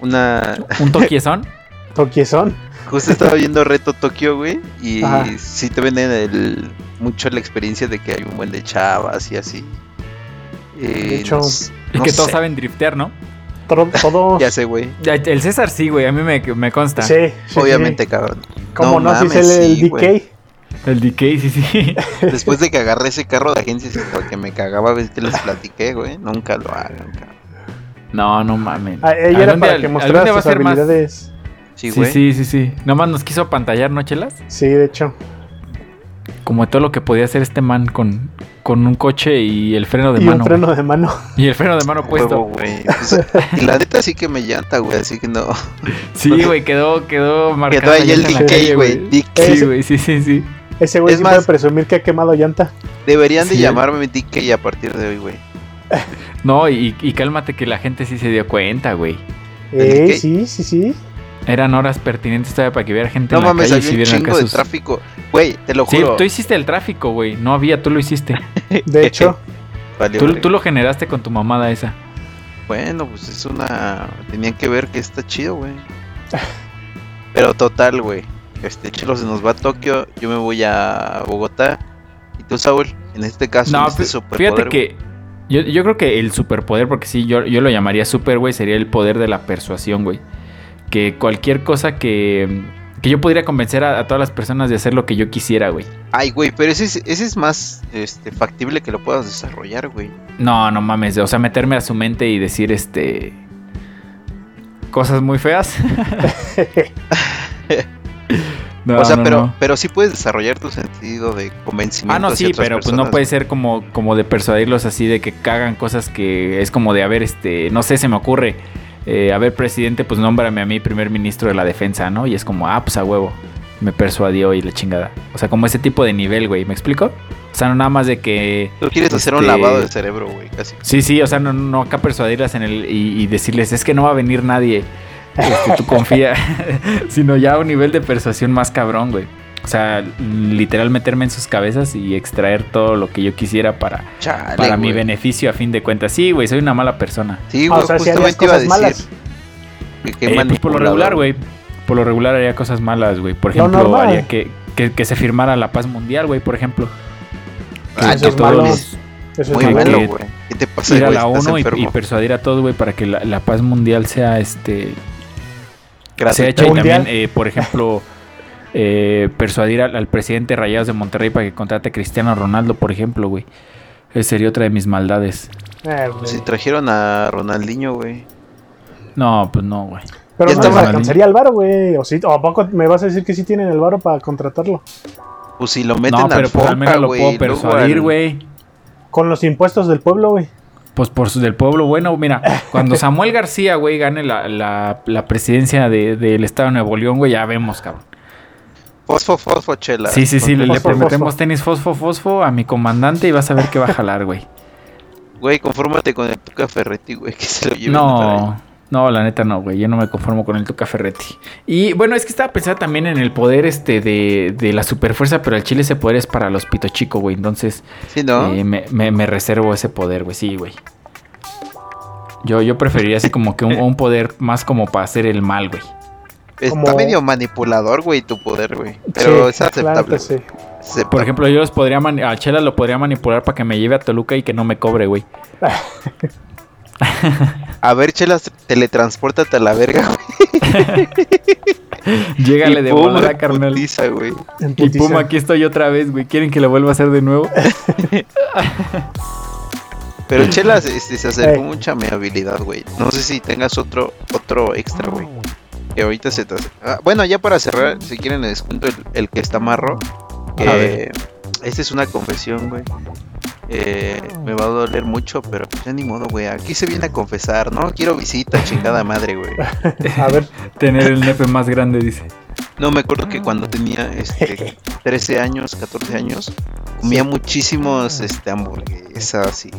[SPEAKER 3] Una...
[SPEAKER 1] ¿Un toquiezón?
[SPEAKER 2] Toquiezón.
[SPEAKER 3] Justo estaba viendo Reto Tokio, güey, y
[SPEAKER 2] Ajá.
[SPEAKER 3] sí te venden el... mucho la experiencia de que hay un buen de chavas y así. Eh,
[SPEAKER 2] De hecho,
[SPEAKER 3] no s-
[SPEAKER 1] Y
[SPEAKER 3] no
[SPEAKER 1] que todos
[SPEAKER 3] sé.
[SPEAKER 1] saben driftear, ¿no?
[SPEAKER 2] Tro- Todo.
[SPEAKER 3] Ya sé, güey.
[SPEAKER 1] Ya, El César sí, güey, a mí me, me consta.
[SPEAKER 2] Sí, sí,
[SPEAKER 3] Obviamente,
[SPEAKER 2] sí.
[SPEAKER 3] cabrón.
[SPEAKER 2] Como no, si
[SPEAKER 3] mames,
[SPEAKER 2] se le el
[SPEAKER 3] sí, güey.
[SPEAKER 2] DK.
[SPEAKER 1] El DK, sí, sí.
[SPEAKER 3] Después de que agarré ese carro de agencia, sí, porque me cagaba, ves que les platiqué, güey. Nunca lo hagan, cabrón.
[SPEAKER 1] No, no mames.
[SPEAKER 2] Ah, Ella era
[SPEAKER 1] Algún
[SPEAKER 2] para
[SPEAKER 1] día-
[SPEAKER 2] que
[SPEAKER 1] algún día
[SPEAKER 2] mostrara
[SPEAKER 1] va a
[SPEAKER 2] sus
[SPEAKER 1] ser más.
[SPEAKER 2] habilidades.
[SPEAKER 1] Sí,
[SPEAKER 3] Sí, güey.
[SPEAKER 1] sí, sí, sí. Nomás nos quiso apantallar, ¿no, chelas?
[SPEAKER 2] Sí, de hecho.
[SPEAKER 1] Como todo lo que podía hacer este man con, con un coche y el freno de
[SPEAKER 2] Y
[SPEAKER 1] mano.
[SPEAKER 2] un
[SPEAKER 1] güey.
[SPEAKER 2] freno de mano.
[SPEAKER 1] Y el freno de mano
[SPEAKER 3] Huevo,
[SPEAKER 1] puesto.
[SPEAKER 3] güey. Pues, y la neta sí que me llanta, güey, así que no.
[SPEAKER 1] Sí, güey, quedó, quedó marcado.
[SPEAKER 3] Quedó ahí el
[SPEAKER 2] en la
[SPEAKER 3] DK, güey.
[SPEAKER 1] Sí,
[SPEAKER 3] DK.
[SPEAKER 1] güey, sí, sí, sí.
[SPEAKER 2] Ese güey
[SPEAKER 3] Es
[SPEAKER 2] sí
[SPEAKER 3] más-
[SPEAKER 2] puede presumir que ha quemado llanta.
[SPEAKER 3] Deberían de
[SPEAKER 1] Sí.
[SPEAKER 3] llamarme DK a partir de hoy, güey.
[SPEAKER 1] No, y, y cálmate que la gente sí se dio cuenta, güey.
[SPEAKER 2] Eh,
[SPEAKER 3] DK.
[SPEAKER 2] sí, sí, sí.
[SPEAKER 1] Eran horas pertinentes todavía para que hubiera gente
[SPEAKER 3] No
[SPEAKER 1] en la
[SPEAKER 3] mames,
[SPEAKER 1] calle y
[SPEAKER 3] había
[SPEAKER 1] si
[SPEAKER 3] un
[SPEAKER 1] vieron acá
[SPEAKER 3] chingo de
[SPEAKER 1] sus...
[SPEAKER 3] tráfico. Güey, te lo
[SPEAKER 1] Sí,
[SPEAKER 3] juro.
[SPEAKER 1] tú hiciste el tráfico, güey. No había, tú lo hiciste.
[SPEAKER 2] De hecho,
[SPEAKER 3] Vale,
[SPEAKER 1] Tú,
[SPEAKER 3] vale.
[SPEAKER 1] tú lo generaste con tu mamada esa.
[SPEAKER 3] Bueno, pues es una. Tenían que ver que está chido, güey. Pero total, güey. Este chelo se nos va a Tokio, yo me voy a Bogotá. Y tú, Saúl, en este caso,
[SPEAKER 1] No,
[SPEAKER 3] en este
[SPEAKER 1] fí-
[SPEAKER 3] superpoder,
[SPEAKER 1] fíjate
[SPEAKER 3] güey.
[SPEAKER 1] que yo, yo creo que el superpoder, porque sí, yo, yo lo llamaría super, güey, sería el poder de la persuasión, güey. Que cualquier cosa que, que yo pudiera convencer a, a todas las personas de hacer lo que yo quisiera, güey.
[SPEAKER 3] Ay, güey, pero ese es, ese es más este, factible que lo puedas desarrollar, güey.
[SPEAKER 1] No, no mames, o sea, meterme a su mente y decir, este... Cosas muy feas. No,
[SPEAKER 3] o sea,
[SPEAKER 1] no,
[SPEAKER 3] pero,
[SPEAKER 1] no.
[SPEAKER 3] pero sí puedes desarrollar tu sentido de convencimiento.
[SPEAKER 1] Ah, no, sí,
[SPEAKER 3] hacia otras
[SPEAKER 1] pero pues
[SPEAKER 3] personas.
[SPEAKER 1] no puede ser como, como de persuadirlos así de que cagan cosas que es como de, a ver, este, no sé, se me ocurre, eh, a ver, presidente, pues nómbrame a mí primer ministro de la defensa, ¿no? Y es como, ah, pues a huevo, me persuadió y la chingada. O sea, como ese tipo de nivel, güey, ¿me explico? O sea, no nada más de que...
[SPEAKER 3] Tú quieres hacer un
[SPEAKER 1] Este-
[SPEAKER 3] lavado de cerebro, güey, casi.
[SPEAKER 1] Sí, sí, o sea, no, no acá persuadirlas en el, y, y decirles, es que no va a venir nadie, este, tú confía, sino ya a un nivel de persuasión más cabrón, güey. O sea, literal meterme en sus cabezas y extraer todo lo que yo quisiera para,
[SPEAKER 3] Chale,
[SPEAKER 1] para mi
[SPEAKER 3] güey.
[SPEAKER 1] beneficio a fin de cuentas. Sí, güey, soy una mala persona.
[SPEAKER 3] Sí,
[SPEAKER 2] ah,
[SPEAKER 3] güey,
[SPEAKER 2] o sea, si harías
[SPEAKER 3] justamente iba a
[SPEAKER 2] cosas
[SPEAKER 3] decir
[SPEAKER 2] malas.
[SPEAKER 3] que qué
[SPEAKER 1] Eh, pues por lo regular,
[SPEAKER 3] manipulador.
[SPEAKER 1] güey. Por lo regular haría cosas malas, güey. Por
[SPEAKER 2] Lo
[SPEAKER 1] ejemplo,
[SPEAKER 2] normal.
[SPEAKER 1] haría que, que- que se firmara la paz mundial, güey, por ejemplo.
[SPEAKER 3] Ah,
[SPEAKER 1] Que-
[SPEAKER 2] eso
[SPEAKER 1] que
[SPEAKER 2] es
[SPEAKER 1] todos
[SPEAKER 2] malo.
[SPEAKER 1] los-
[SPEAKER 2] Eso
[SPEAKER 3] Muy
[SPEAKER 1] malo.
[SPEAKER 2] es
[SPEAKER 3] malo,
[SPEAKER 1] que
[SPEAKER 3] güey. ¿Qué te pasa,
[SPEAKER 1] ir a
[SPEAKER 3] güey?
[SPEAKER 1] la
[SPEAKER 3] Estás
[SPEAKER 1] ONU y, y
[SPEAKER 3] enfermo.
[SPEAKER 1] persuadir a todos, güey, para que la, la paz mundial sea este sea
[SPEAKER 3] Gratuita.
[SPEAKER 1] hecha. Y
[SPEAKER 2] Mundial.
[SPEAKER 1] también, eh, por ejemplo, eh, persuadir al, al presidente Rayados de Monterrey para que contrate a Cristiano Ronaldo, por ejemplo, güey. Esa sería otra de mis maldades.
[SPEAKER 2] Eh, güey.
[SPEAKER 3] Si trajeron a Ronaldinho, güey.
[SPEAKER 1] No, pues no, güey.
[SPEAKER 2] Pero
[SPEAKER 3] Ya
[SPEAKER 2] no
[SPEAKER 3] está
[SPEAKER 2] me
[SPEAKER 3] mal.
[SPEAKER 2] alcanzaría el varo, güey. O, sí, o a poco me vas a decir que sí tienen el varo para contratarlo.
[SPEAKER 3] Pues si lo meten
[SPEAKER 1] No,
[SPEAKER 3] al
[SPEAKER 1] pero pues, al menos
[SPEAKER 3] Foca,
[SPEAKER 1] lo
[SPEAKER 3] güey.
[SPEAKER 1] puedo
[SPEAKER 3] luego
[SPEAKER 1] persuadir,
[SPEAKER 3] al-
[SPEAKER 1] güey.
[SPEAKER 2] Con los impuestos del pueblo, güey.
[SPEAKER 1] Pues por su, del pueblo bueno, mira, cuando Samuel García, güey, gane la, la- la presidencia de- del estado de Nuevo León, güey, ya vemos, cabrón.
[SPEAKER 3] Fosfo, fosfo, chela.
[SPEAKER 1] Sí, sí, sí, le, le
[SPEAKER 2] Fosfo,
[SPEAKER 1] prometemos
[SPEAKER 2] fosfo.
[SPEAKER 1] tenis fosfo, fosfo a mi comandante y vas a ver que va a jalar, güey.
[SPEAKER 3] Güey, confórmate con el Tuca Ferretti, güey, que se lo lleven para allá.
[SPEAKER 1] No, no, la neta no, güey, yo no me conformo con el Tuca Ferretti. Y bueno, es que estaba pensando también en el poder este de, de la superfuerza, pero el chile ese poder es para los pito chico, güey, entonces
[SPEAKER 3] Sí, ¿no?
[SPEAKER 1] eh, me, me- me reservo ese poder, güey, sí, güey. Yo, yo preferiría así como que un, un poder más como para hacer el mal, güey.
[SPEAKER 3] Está
[SPEAKER 2] como-
[SPEAKER 3] medio manipulador, güey, tu poder, güey.
[SPEAKER 2] Sí,
[SPEAKER 3] Pero es
[SPEAKER 2] claro
[SPEAKER 3] aceptable.
[SPEAKER 2] que sí.
[SPEAKER 3] aceptable.
[SPEAKER 1] Por ejemplo, yo los podría man- a Chela lo podría manipular para que me lleve a Toluca y que no me cobre, güey.
[SPEAKER 3] A ver, chelas, teletranspórtate a la verga, güey.
[SPEAKER 1] Llégale de
[SPEAKER 3] Y pum,
[SPEAKER 1] volada, carnal.
[SPEAKER 3] putiza, güey.
[SPEAKER 2] En
[SPEAKER 1] Y
[SPEAKER 2] putiza.
[SPEAKER 1] Puma, aquí estoy otra vez, güey. ¿Quieren que lo vuelva a hacer de nuevo?
[SPEAKER 3] Pero chelas este, se
[SPEAKER 1] Eh.
[SPEAKER 3] acercó
[SPEAKER 2] Ey.
[SPEAKER 3] mucha mi habilidad, güey. No sé si tengas otro, otro extra, güey. Que ahorita se te hace- Ah, Bueno, ya para cerrar, si quieren les cuento el, el que está marro.
[SPEAKER 1] A
[SPEAKER 3] Que
[SPEAKER 1] ver.
[SPEAKER 3] esta es una confesión, güey. Eh, me va a doler mucho, pero pues ya ni modo, güey. Aquí se viene a confesar, ¿no? Quiero visita, chingada madre, güey.
[SPEAKER 2] A ver,
[SPEAKER 1] Tener el nepe más grande, dice.
[SPEAKER 3] No, me acuerdo
[SPEAKER 1] Ah.
[SPEAKER 3] que cuando tenía este, 13 años, 14 años, comía muchísimos
[SPEAKER 1] Ah.
[SPEAKER 3] este, hamburguesas y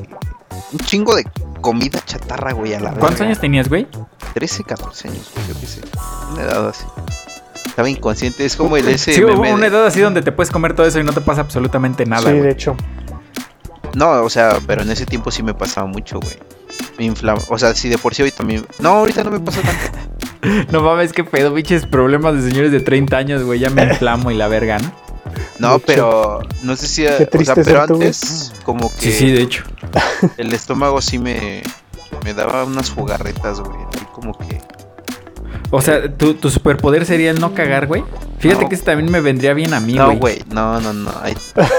[SPEAKER 3] un chingo de comida chatarra, güey, a la vez.
[SPEAKER 1] ¿Cuántos años tenías, güey?
[SPEAKER 3] 13, 14 años, güey, yo qué sé. Una edad así. Estaba inconsciente, es como el ese
[SPEAKER 1] Sí, hubo
[SPEAKER 3] meme de-
[SPEAKER 1] una edad así donde te puedes comer todo eso y no te pasa absolutamente nada,
[SPEAKER 2] sí,
[SPEAKER 1] güey.
[SPEAKER 2] de hecho.
[SPEAKER 3] No, o sea, pero en ese tiempo sí me pasaba mucho, güey. Me inflaba. O sea, sí de por sí ahorita me. No, ahorita no me pasa tanto.
[SPEAKER 1] No mames, qué pedo, biches problemas de señores de 30 años, güey. Ya me inflamo y la verga, ¿no?
[SPEAKER 3] No, pero no sé si.
[SPEAKER 2] Qué
[SPEAKER 3] o sea,
[SPEAKER 2] triste
[SPEAKER 3] pero
[SPEAKER 2] ser tú, güey.
[SPEAKER 3] antes, como que
[SPEAKER 1] Sí, sí, de hecho.
[SPEAKER 3] el estómago sí me. Me daba unas jugarretas, güey. Ahí como que.
[SPEAKER 1] O sea, tu, tu superpoder sería el no cagar, güey. Fíjate
[SPEAKER 3] No.
[SPEAKER 1] que eso también me vendría bien a mí,
[SPEAKER 3] No, güey. No, no, no. ay.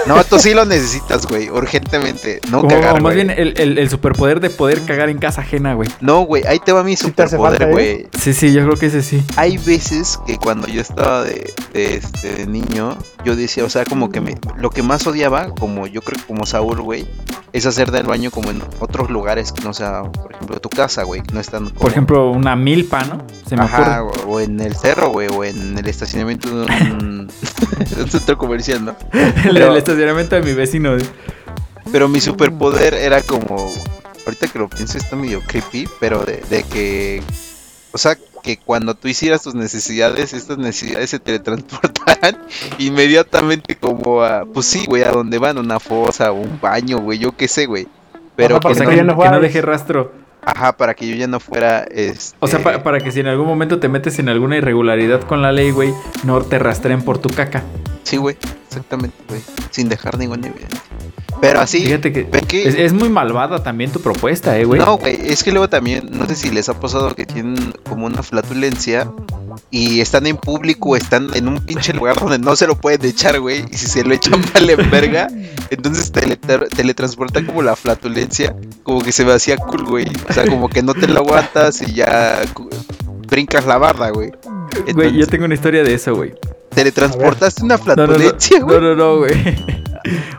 [SPEAKER 3] No, tú sí lo necesitas, güey. Urgentemente. No
[SPEAKER 1] O- o
[SPEAKER 3] cagar,
[SPEAKER 1] más
[SPEAKER 3] güey.
[SPEAKER 1] bien el, el- el superpoder de poder cagar en casa ajena, güey.
[SPEAKER 3] No, güey. Ahí te va mi
[SPEAKER 2] Sí te hace
[SPEAKER 3] superpoder,
[SPEAKER 2] falta,
[SPEAKER 3] güey.
[SPEAKER 2] ¿eh?
[SPEAKER 1] Sí, sí, yo creo que ese sí.
[SPEAKER 3] hay veces que cuando yo estaba de, de, este, de niño, yo decía, o sea, como que me, lo que más odiaba, como yo creo que como Saúl, güey, es hacer del baño como en otros lugares que no sea, por ejemplo, tu casa, güey, que no están como,
[SPEAKER 1] Por ejemplo, una milpa, ¿no? Se me
[SPEAKER 3] ajá,
[SPEAKER 1] ocurre.
[SPEAKER 3] o, o en el cerro, güey, o en el estacionamiento de un, de un centro comercial, ¿no?
[SPEAKER 1] El,
[SPEAKER 3] Pero-
[SPEAKER 1] el estacionamiento de mi vecino. güey.
[SPEAKER 3] Pero mi superpoder era como. Ahorita que lo pienso está medio creepy, pero de, de que. O sea, que cuando tú hicieras tus necesidades, estas necesidades se teletransportaran inmediatamente como a. Pues sí, güey, a donde van, una fosa, un baño, güey, yo qué sé, güey. Pero
[SPEAKER 2] Ajá,
[SPEAKER 1] O
[SPEAKER 3] que
[SPEAKER 1] sea,
[SPEAKER 3] no-
[SPEAKER 1] que,
[SPEAKER 2] ya no
[SPEAKER 1] que no
[SPEAKER 2] juegas.
[SPEAKER 1] deje rastro.
[SPEAKER 3] ajá, para que yo ya no fuera. Este,
[SPEAKER 1] O sea, pa- para que si en algún momento te metes en alguna irregularidad con la ley, güey, no te rastreen por tu caca.
[SPEAKER 3] Sí, güey, exactamente, güey. Sin dejar ninguna evidencia. Pero así,
[SPEAKER 1] Fíjate que
[SPEAKER 3] ¿ven que-
[SPEAKER 1] es, es muy malvada también tu propuesta, eh, güey.
[SPEAKER 3] No, güey, es que luego también, no sé si les ha pasado que tienen como una flatulencia y están en público, están en un pinche lugar donde no se lo pueden echar, güey, y si se lo echan vale verga, entonces teletra- teletransporta como la flatulencia, como que se me hacía cool, güey, o sea, como que no te la aguantas y ya cu- brincas la barra, güey.
[SPEAKER 1] Güey, yo
[SPEAKER 3] Entonces,
[SPEAKER 1] tengo una historia de eso, güey.
[SPEAKER 3] teletransportaste una
[SPEAKER 1] No, no, no,
[SPEAKER 3] flatulencia, güey.
[SPEAKER 1] no, no, no, güey.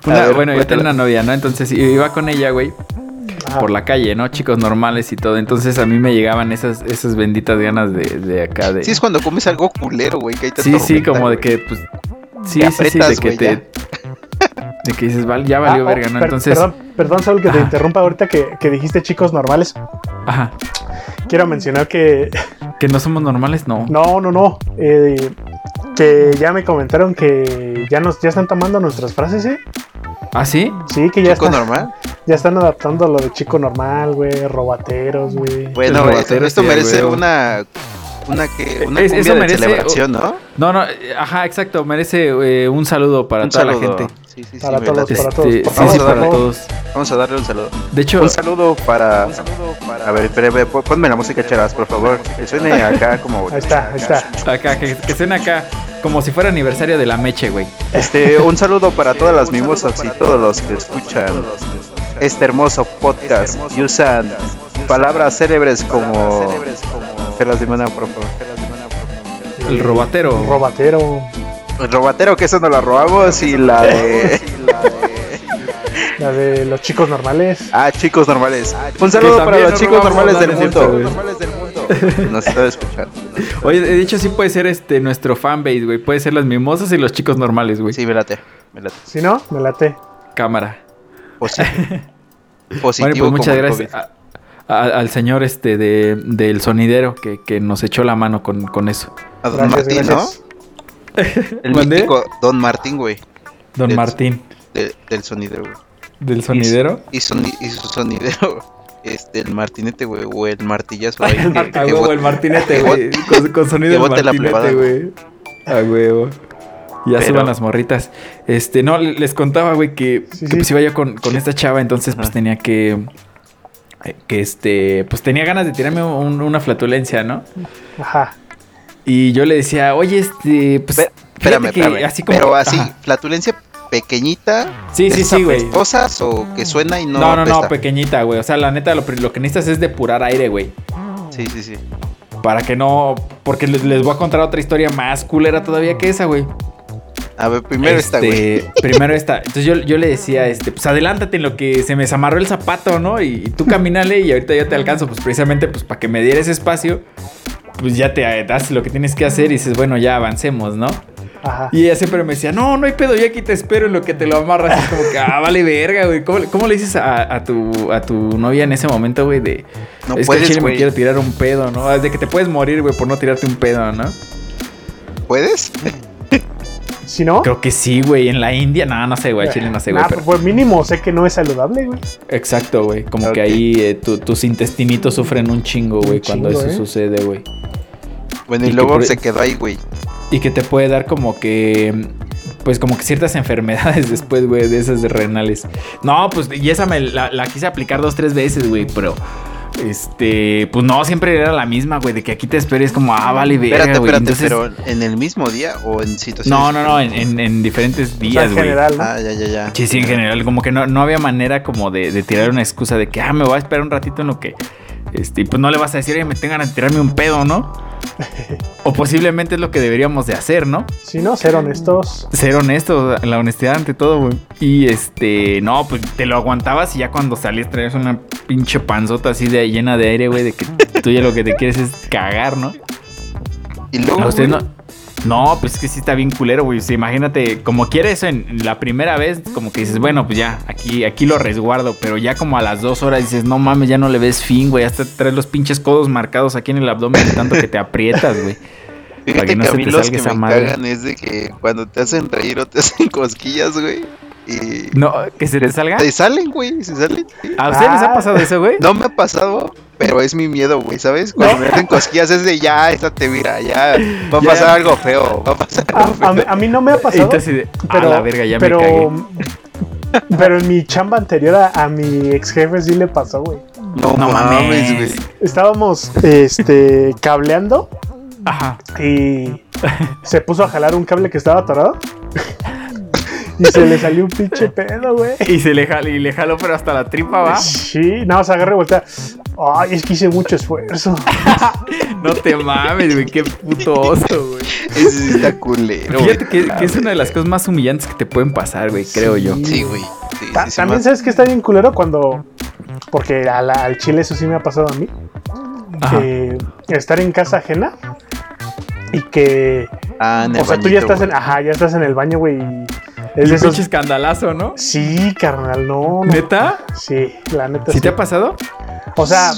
[SPEAKER 1] Una-
[SPEAKER 3] A ver,
[SPEAKER 1] bueno, yo tenía
[SPEAKER 3] cuéntala.
[SPEAKER 1] una novia, ¿no? Entonces iba con ella, güey,
[SPEAKER 2] Ah,
[SPEAKER 1] por la calle, ¿no? Chicos normales y todo. Entonces a mí me llegaban esas, esas benditas ganas de, de acá de.
[SPEAKER 3] Sí, es cuando comes algo culero, güey, que ahí te
[SPEAKER 1] sí, sí,
[SPEAKER 3] atormenta,
[SPEAKER 1] como de
[SPEAKER 3] güey.
[SPEAKER 1] que, pues. Sí, sí, sí,
[SPEAKER 3] Te
[SPEAKER 1] de
[SPEAKER 3] aprietas,
[SPEAKER 1] que
[SPEAKER 3] güey,
[SPEAKER 1] te. De que dices, vale, ya valió
[SPEAKER 2] ah, oh,
[SPEAKER 1] verga, ¿no?
[SPEAKER 2] per-
[SPEAKER 1] Entonces. Ah.
[SPEAKER 2] Perdón, perdón, Saúl, que te
[SPEAKER 1] Ajá.
[SPEAKER 2] interrumpa ahorita que, que dijiste chicos normales.
[SPEAKER 1] Ajá.
[SPEAKER 2] Quiero mencionar que.
[SPEAKER 1] Que no somos normales, no.
[SPEAKER 2] No, no, no. eh, que ya me comentaron que ya nos ya están tomando nuestras frases, ¿eh?
[SPEAKER 1] ¿Ah, sí?
[SPEAKER 2] Sí, que ya
[SPEAKER 3] Chico
[SPEAKER 2] están,
[SPEAKER 3] normal.
[SPEAKER 2] ya están adaptando lo de chico normal, güey, robateros, güey.
[SPEAKER 3] Bueno,
[SPEAKER 1] Los
[SPEAKER 3] esto,
[SPEAKER 1] rateros
[SPEAKER 3] esto
[SPEAKER 1] y el
[SPEAKER 3] merece
[SPEAKER 1] huevo.
[SPEAKER 3] una una que una
[SPEAKER 1] Es-
[SPEAKER 3] cumbia
[SPEAKER 1] eso
[SPEAKER 3] de
[SPEAKER 1] merece-
[SPEAKER 3] celebración, ¿no?
[SPEAKER 1] No, no, eh, ajá, exacto. Merece eh, un saludo para
[SPEAKER 3] un
[SPEAKER 1] toda
[SPEAKER 3] saludo.
[SPEAKER 1] la gente.
[SPEAKER 3] Sí, sí, sí,
[SPEAKER 2] Para
[SPEAKER 3] me
[SPEAKER 2] todos,
[SPEAKER 3] late.
[SPEAKER 2] para- todos.
[SPEAKER 1] Este,
[SPEAKER 2] Por
[SPEAKER 1] sí, sí,
[SPEAKER 3] favor,
[SPEAKER 1] para
[SPEAKER 2] por favor.
[SPEAKER 1] todos.
[SPEAKER 3] Vamos a darle un saludo.
[SPEAKER 1] De hecho,
[SPEAKER 3] Un saludo para un saludo para A ver, espera, espera, pon- ponme la música cheras, por favor. Que suene acá como
[SPEAKER 2] Ahí está, ahí está.
[SPEAKER 1] acá, que, que suena acá como si fuera aniversario de la meche, güey.
[SPEAKER 3] Este, un saludo para todas las mimosas y todos los que escuchan este hermoso podcast y usan palabras célebres como se las demandan, por favor.
[SPEAKER 1] El robatero.
[SPEAKER 2] Robatero.
[SPEAKER 3] El Pues, robatero que eso no la robamos y la de
[SPEAKER 2] La de los chicos normales.
[SPEAKER 3] Ah, chicos normales. Un
[SPEAKER 1] Que
[SPEAKER 3] saludo
[SPEAKER 1] también
[SPEAKER 3] para
[SPEAKER 1] no
[SPEAKER 3] los chicos
[SPEAKER 1] robamos
[SPEAKER 3] normales del
[SPEAKER 1] nada, es cierto,
[SPEAKER 3] mundo. Nos está escuchando.
[SPEAKER 1] Oye, de hecho sí puede ser este nuestro fanbase, güey. Puede ser las mimosas y los chicos normales, güey.
[SPEAKER 3] Sí, me late, me late.
[SPEAKER 2] Si no, me late.
[SPEAKER 1] Cámara.
[SPEAKER 3] Positivo.
[SPEAKER 1] Bueno,
[SPEAKER 3] Positivo
[SPEAKER 1] pues muchas
[SPEAKER 3] como el
[SPEAKER 1] gracias a- a- al señor este de, del sonidero que, que nos echó la mano con, con eso.
[SPEAKER 3] COVID. A Don
[SPEAKER 2] Gracias,
[SPEAKER 3] Martín,
[SPEAKER 2] gracias.
[SPEAKER 3] ¿no? El
[SPEAKER 1] ¿Mandé?
[SPEAKER 3] mítico Don Martín, güey,
[SPEAKER 1] Don
[SPEAKER 3] Del-
[SPEAKER 1] Martín.
[SPEAKER 3] de- del sonidero, güey.
[SPEAKER 1] ¿Del sonidero?
[SPEAKER 3] Y, soni- y su sonidero, este, el martinete, güey, o el martillazo. güey, que-
[SPEAKER 1] A
[SPEAKER 3] que
[SPEAKER 1] huevo,
[SPEAKER 3] bot-
[SPEAKER 1] Ah, el martinete,
[SPEAKER 3] que
[SPEAKER 1] güey. Con, con
[SPEAKER 3] que
[SPEAKER 1] sonido
[SPEAKER 3] bote
[SPEAKER 1] del
[SPEAKER 3] la plebada.
[SPEAKER 1] martinete, güey. A huevo. Ya
[SPEAKER 3] Pero-
[SPEAKER 1] suban las morritas. Este, no, le- les contaba, güey, que,
[SPEAKER 2] Sí,
[SPEAKER 1] que,
[SPEAKER 2] sí.
[SPEAKER 5] Ah.
[SPEAKER 1] pues iba yo con, con esta chava, entonces pues
[SPEAKER 3] Ajá.
[SPEAKER 1] tenía que. que este, pues tenía ganas de tirarme un- una flatulencia, ¿no?
[SPEAKER 2] Ajá.
[SPEAKER 1] Y yo le decía, oye, este, pues.
[SPEAKER 5] Espera- Espérame,
[SPEAKER 1] fíjate que
[SPEAKER 5] espérame.
[SPEAKER 1] así como-
[SPEAKER 5] Pero así,
[SPEAKER 1] Ajá.
[SPEAKER 5] flatulencia pequeñita.
[SPEAKER 1] Sí, sí,
[SPEAKER 5] esas
[SPEAKER 1] sí, güey.
[SPEAKER 5] apestosas o que suena y pues, no.
[SPEAKER 1] No, no, no,
[SPEAKER 5] apesta.
[SPEAKER 1] pequeñita, güey. O sea, la neta, lo, pri- lo que necesitas es depurar aire, güey.
[SPEAKER 5] Sí, sí, sí.
[SPEAKER 1] Para que no. Porque les, les voy a contar otra historia más culera todavía que esa, güey.
[SPEAKER 5] A ver, primero esta, güey.
[SPEAKER 1] Este, Primero esta. Entonces yo, yo le decía, este, pues adelántate en lo que se me desamarró el zapato, ¿no? Y, y tú caminale y ahorita yo te alcanzo, pues precisamente, pues para que me dieras espacio, pues ya te eh, das lo que tienes que hacer y dices, bueno, ya avancemos, ¿no?
[SPEAKER 2] Ajá.
[SPEAKER 1] Y ella siempre me decía, no, no hay pedo, yo aquí te espero en lo que te lo amarras. Es como que, ah, vale verga, güey. ¿Cómo, le- cómo le dices a, a tu, a tu novia en ese momento, güey, de, es
[SPEAKER 5] No
[SPEAKER 1] que al
[SPEAKER 5] puedes,
[SPEAKER 1] chile me
[SPEAKER 5] güey.
[SPEAKER 1] quiero tirar un pedo, ¿no? De que te puedes morir, güey, por no tirarte un pedo, ¿no? pues.
[SPEAKER 5] ¿Puedes?
[SPEAKER 2] Si
[SPEAKER 5] ¿Oh?
[SPEAKER 2] no,
[SPEAKER 1] Creo que sí, güey, en la India, no, no sé, güey,
[SPEAKER 5] Eh,
[SPEAKER 1] al chile no sé, güey.
[SPEAKER 2] nah,
[SPEAKER 1] pero-
[SPEAKER 2] pues mínimo sé que no es saludable, güey.
[SPEAKER 1] Exacto, güey. Como
[SPEAKER 5] Ok.
[SPEAKER 1] que ahí eh, tu- tus intestinitos sufren un chingo, güey,
[SPEAKER 2] Un
[SPEAKER 1] cuando
[SPEAKER 2] chingo,
[SPEAKER 1] eso
[SPEAKER 2] ¿eh?
[SPEAKER 1] sucede, güey.
[SPEAKER 5] Bueno, y
[SPEAKER 1] Y que
[SPEAKER 5] luego
[SPEAKER 1] por-
[SPEAKER 5] se quedó ahí, güey.
[SPEAKER 1] Y que te puede dar como que. mm, Pues como que ciertas enfermedades después, güey, de esas de renales. No, pues y esa me la, la quise aplicar dos, tres veces, güey, pero. Este, pues no, siempre era la misma, güey, de que aquí te esperes como, ah, vale, verga,
[SPEAKER 5] Espérate,
[SPEAKER 1] güey.
[SPEAKER 5] espérate,
[SPEAKER 1] Entonces-
[SPEAKER 5] pero ¿en el mismo día o en situaciones?
[SPEAKER 1] No, no, no, en, en- en diferentes
[SPEAKER 2] O sea,
[SPEAKER 1] días,
[SPEAKER 2] en
[SPEAKER 1] güey.
[SPEAKER 2] general, ¿no?
[SPEAKER 5] Ah, ya, ya, ya.
[SPEAKER 1] Sí, sí, en general, como que no, no había manera como de, de tirar una excusa de que, ah, me voy a esperar un ratito en lo que, este, y pues no le vas a decir, oye, me tengan a tirarme un pedo, ¿no? O posiblemente es lo que deberíamos de hacer, ¿no?
[SPEAKER 2] Si no, ser honestos.
[SPEAKER 1] Ser honestos, la honestidad ante todo, güey. Y este, no, pues te lo aguantabas y ya cuando salías traías una pinche panzota así de llena de aire, güey, de que tú ya lo que te quieres es cagar, ¿no?
[SPEAKER 5] Y luego.
[SPEAKER 1] A usted
[SPEAKER 5] güey,
[SPEAKER 1] no. No, pues es que sí está bien culero, güey. O sea, imagínate, como quieres en la primera vez, como que dices, bueno, pues ya, aquí, aquí lo resguardo. Pero ya como a las dos horas dices, no mames, ya no le ves fin, güey. Hasta traes los pinches codos marcados aquí en el abdomen de tanto que te aprietas, güey.
[SPEAKER 5] Fíjate
[SPEAKER 1] para que no
[SPEAKER 5] que a
[SPEAKER 1] se
[SPEAKER 5] mí
[SPEAKER 1] te
[SPEAKER 5] los
[SPEAKER 1] salga
[SPEAKER 5] que
[SPEAKER 1] esa
[SPEAKER 5] me
[SPEAKER 1] madre.
[SPEAKER 5] cagan es de que cuando te hacen reír o te hacen
[SPEAKER 1] Eh.
[SPEAKER 5] cosquillas, güey. Y
[SPEAKER 1] No, que se te salga.
[SPEAKER 5] te salen, güey, se salen.
[SPEAKER 1] ¿A ustedes les ha
[SPEAKER 2] Ah.
[SPEAKER 1] pasado eso, güey?
[SPEAKER 5] No me ha pasado, pero es mi miedo, güey, ¿sabes? Cuando me hacen cosquillas es de ya, esta te mira, ya. Va a
[SPEAKER 1] Ya.
[SPEAKER 5] pasar algo feo, va a pasar algo
[SPEAKER 2] Ah, A, a mí,
[SPEAKER 5] feo.
[SPEAKER 2] a mí no me ha pasado.
[SPEAKER 1] Entonces,
[SPEAKER 2] pero,
[SPEAKER 1] a la verga, ya
[SPEAKER 2] pero,
[SPEAKER 1] me cagué.
[SPEAKER 2] Pero en mi chamba anterior a, a mi ex jefe sí le pasó, güey.
[SPEAKER 5] No,
[SPEAKER 1] No
[SPEAKER 5] mames,
[SPEAKER 1] mames.
[SPEAKER 5] güey.
[SPEAKER 2] Estábamos este, cableando
[SPEAKER 1] Ajá.
[SPEAKER 2] y se puso a jalar un cable que estaba atorado. y se le salió un pinche pedo, güey.
[SPEAKER 1] Y se le jaló, y le jaló, pero hasta la tripa va.
[SPEAKER 2] Sí, no, se agarra y voltea. Ay, es que hice mucho esfuerzo.
[SPEAKER 1] No te mames, güey. Qué puto oso, güey.
[SPEAKER 5] Ese sí está culero. güey.
[SPEAKER 1] Fíjate que, que es una de las cosas más humillantes que te pueden pasar, güey, creo yo.
[SPEAKER 5] Sí, güey. Sí,
[SPEAKER 2] Ta-
[SPEAKER 5] sí, sí,
[SPEAKER 2] También
[SPEAKER 5] más-
[SPEAKER 2] sabes que está bien culero cuando. Porque a la- al chile eso sí me ha pasado a mí.
[SPEAKER 1] Ajá.
[SPEAKER 2] eh, estar en casa ajena y que.
[SPEAKER 5] Ah, en el
[SPEAKER 2] O sea, tú
[SPEAKER 5] bañito,
[SPEAKER 2] ya estás en.
[SPEAKER 5] güey.
[SPEAKER 2] Ajá, ya estás en el baño, güey. y
[SPEAKER 1] Es
[SPEAKER 2] Es de
[SPEAKER 1] un
[SPEAKER 2] esos.
[SPEAKER 1] pinche escandalazo, ¿no?
[SPEAKER 2] Sí, carnal, no. no.
[SPEAKER 1] ¿Neta?
[SPEAKER 2] Sí, la neta.
[SPEAKER 1] ¿Sí
[SPEAKER 2] sí.
[SPEAKER 1] te ha pasado?
[SPEAKER 2] O sea,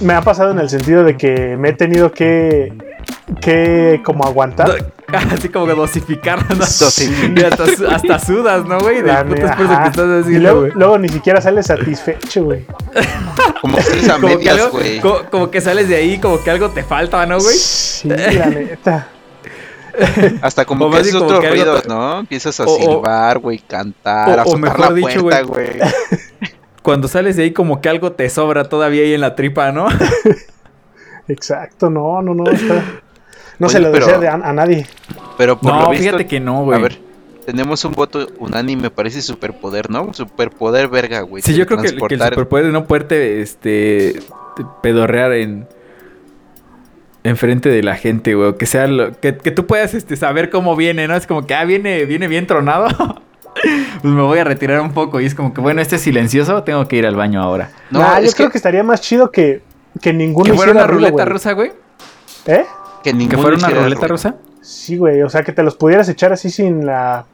[SPEAKER 2] me ha pasado en el sentido de que me he tenido que. que como aguantar.
[SPEAKER 1] Do- Así como que dosificar, ¿no?
[SPEAKER 2] Ah. Sí.
[SPEAKER 1] Y hasta, su- hasta sudas, ¿no, güey?
[SPEAKER 2] La
[SPEAKER 1] Del puto
[SPEAKER 2] neta,
[SPEAKER 1] esfuerzo
[SPEAKER 2] ajá.
[SPEAKER 1] que estás
[SPEAKER 2] Y
[SPEAKER 1] haciendo,
[SPEAKER 2] luego,
[SPEAKER 1] güey.
[SPEAKER 2] luego ni siquiera sales satisfecho, güey.
[SPEAKER 5] Como que estás a
[SPEAKER 1] Como que,
[SPEAKER 5] medias,
[SPEAKER 1] algo-
[SPEAKER 5] güey.
[SPEAKER 1] co- como que sales de ahí, como que algo te falta, ¿no, güey?
[SPEAKER 2] Sí, la neta.
[SPEAKER 5] Hasta
[SPEAKER 1] o
[SPEAKER 5] como que
[SPEAKER 1] más
[SPEAKER 5] haces
[SPEAKER 1] bien como
[SPEAKER 5] otros
[SPEAKER 1] que algo
[SPEAKER 5] ruidos,
[SPEAKER 1] te-
[SPEAKER 5] ¿no? Empiezas a
[SPEAKER 1] o- o-
[SPEAKER 5] silbar, güey,
[SPEAKER 1] o-
[SPEAKER 5] cantar, a
[SPEAKER 1] o
[SPEAKER 5] azotar
[SPEAKER 1] mejor
[SPEAKER 5] la
[SPEAKER 1] dicho,
[SPEAKER 5] puerta, güey.
[SPEAKER 1] Cuando sales de ahí, como que algo te sobra todavía ahí en la tripa, ¿no?
[SPEAKER 2] Exacto, no, no, no. está- No
[SPEAKER 5] Oye,
[SPEAKER 2] se lo
[SPEAKER 5] pero-
[SPEAKER 2] desea de a, a nadie.
[SPEAKER 5] Pero por
[SPEAKER 1] No,
[SPEAKER 5] lo visto,
[SPEAKER 1] fíjate que no,
[SPEAKER 5] a
[SPEAKER 1] güey.
[SPEAKER 5] ver, tenemos un voto unánime para ese superpoder, ¿no? Un superpoder verga, güey.
[SPEAKER 1] Sí, yo creo que, que el
[SPEAKER 5] Teletransportar.
[SPEAKER 1] superpoder de no poderte este, te- pedorrear en enfrente de la gente, güey. o Que sea lo, que, que tú puedas este, saber cómo viene, ¿no? Es como que, ah, viene, viene bien tronado. pues me voy a retirar un poco. Y es como que, bueno, este es silencioso, tengo que ir al baño ahora.
[SPEAKER 5] No,
[SPEAKER 2] Nah, yo
[SPEAKER 5] es
[SPEAKER 2] creo que... estaría más chido que, que ninguno
[SPEAKER 1] que fuera
[SPEAKER 2] hiciera
[SPEAKER 1] una
[SPEAKER 2] ruido,
[SPEAKER 1] ruleta
[SPEAKER 2] güey.
[SPEAKER 1] rusa, güey.
[SPEAKER 2] ¿Eh?
[SPEAKER 5] que, ninguno
[SPEAKER 1] Que fuera una
[SPEAKER 5] hiciera
[SPEAKER 1] ruleta
[SPEAKER 5] ruido.
[SPEAKER 1] rusa.
[SPEAKER 2] Sí, güey. O sea, que te los pudieras echar así sin la.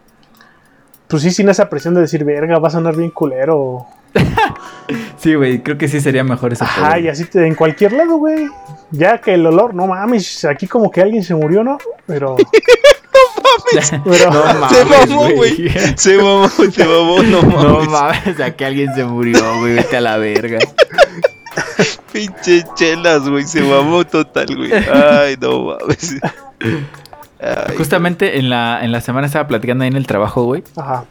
[SPEAKER 2] Pues sí, sin esa presión de decir, verga, va a sonar bien culero. o-
[SPEAKER 1] Sí, güey, creo que sí sería mejor ese
[SPEAKER 2] Ajá,
[SPEAKER 1] poder.
[SPEAKER 2] y así te, en cualquier lado, güey. Ya que el olor, no mames, aquí como que alguien se murió, ¿no? Pero. pero
[SPEAKER 1] No mames,
[SPEAKER 5] Se mamó, güey. Se mamó, se mamó, no
[SPEAKER 1] No
[SPEAKER 5] mames.
[SPEAKER 1] mames, aquí alguien se murió, güey. Vete a la verga.
[SPEAKER 5] Pinche chelas, güey. Se mamó total, güey. Ay, no mames. Ay,
[SPEAKER 1] Justamente en la, en la semana estaba platicando ahí en el trabajo, güey.
[SPEAKER 2] Ajá.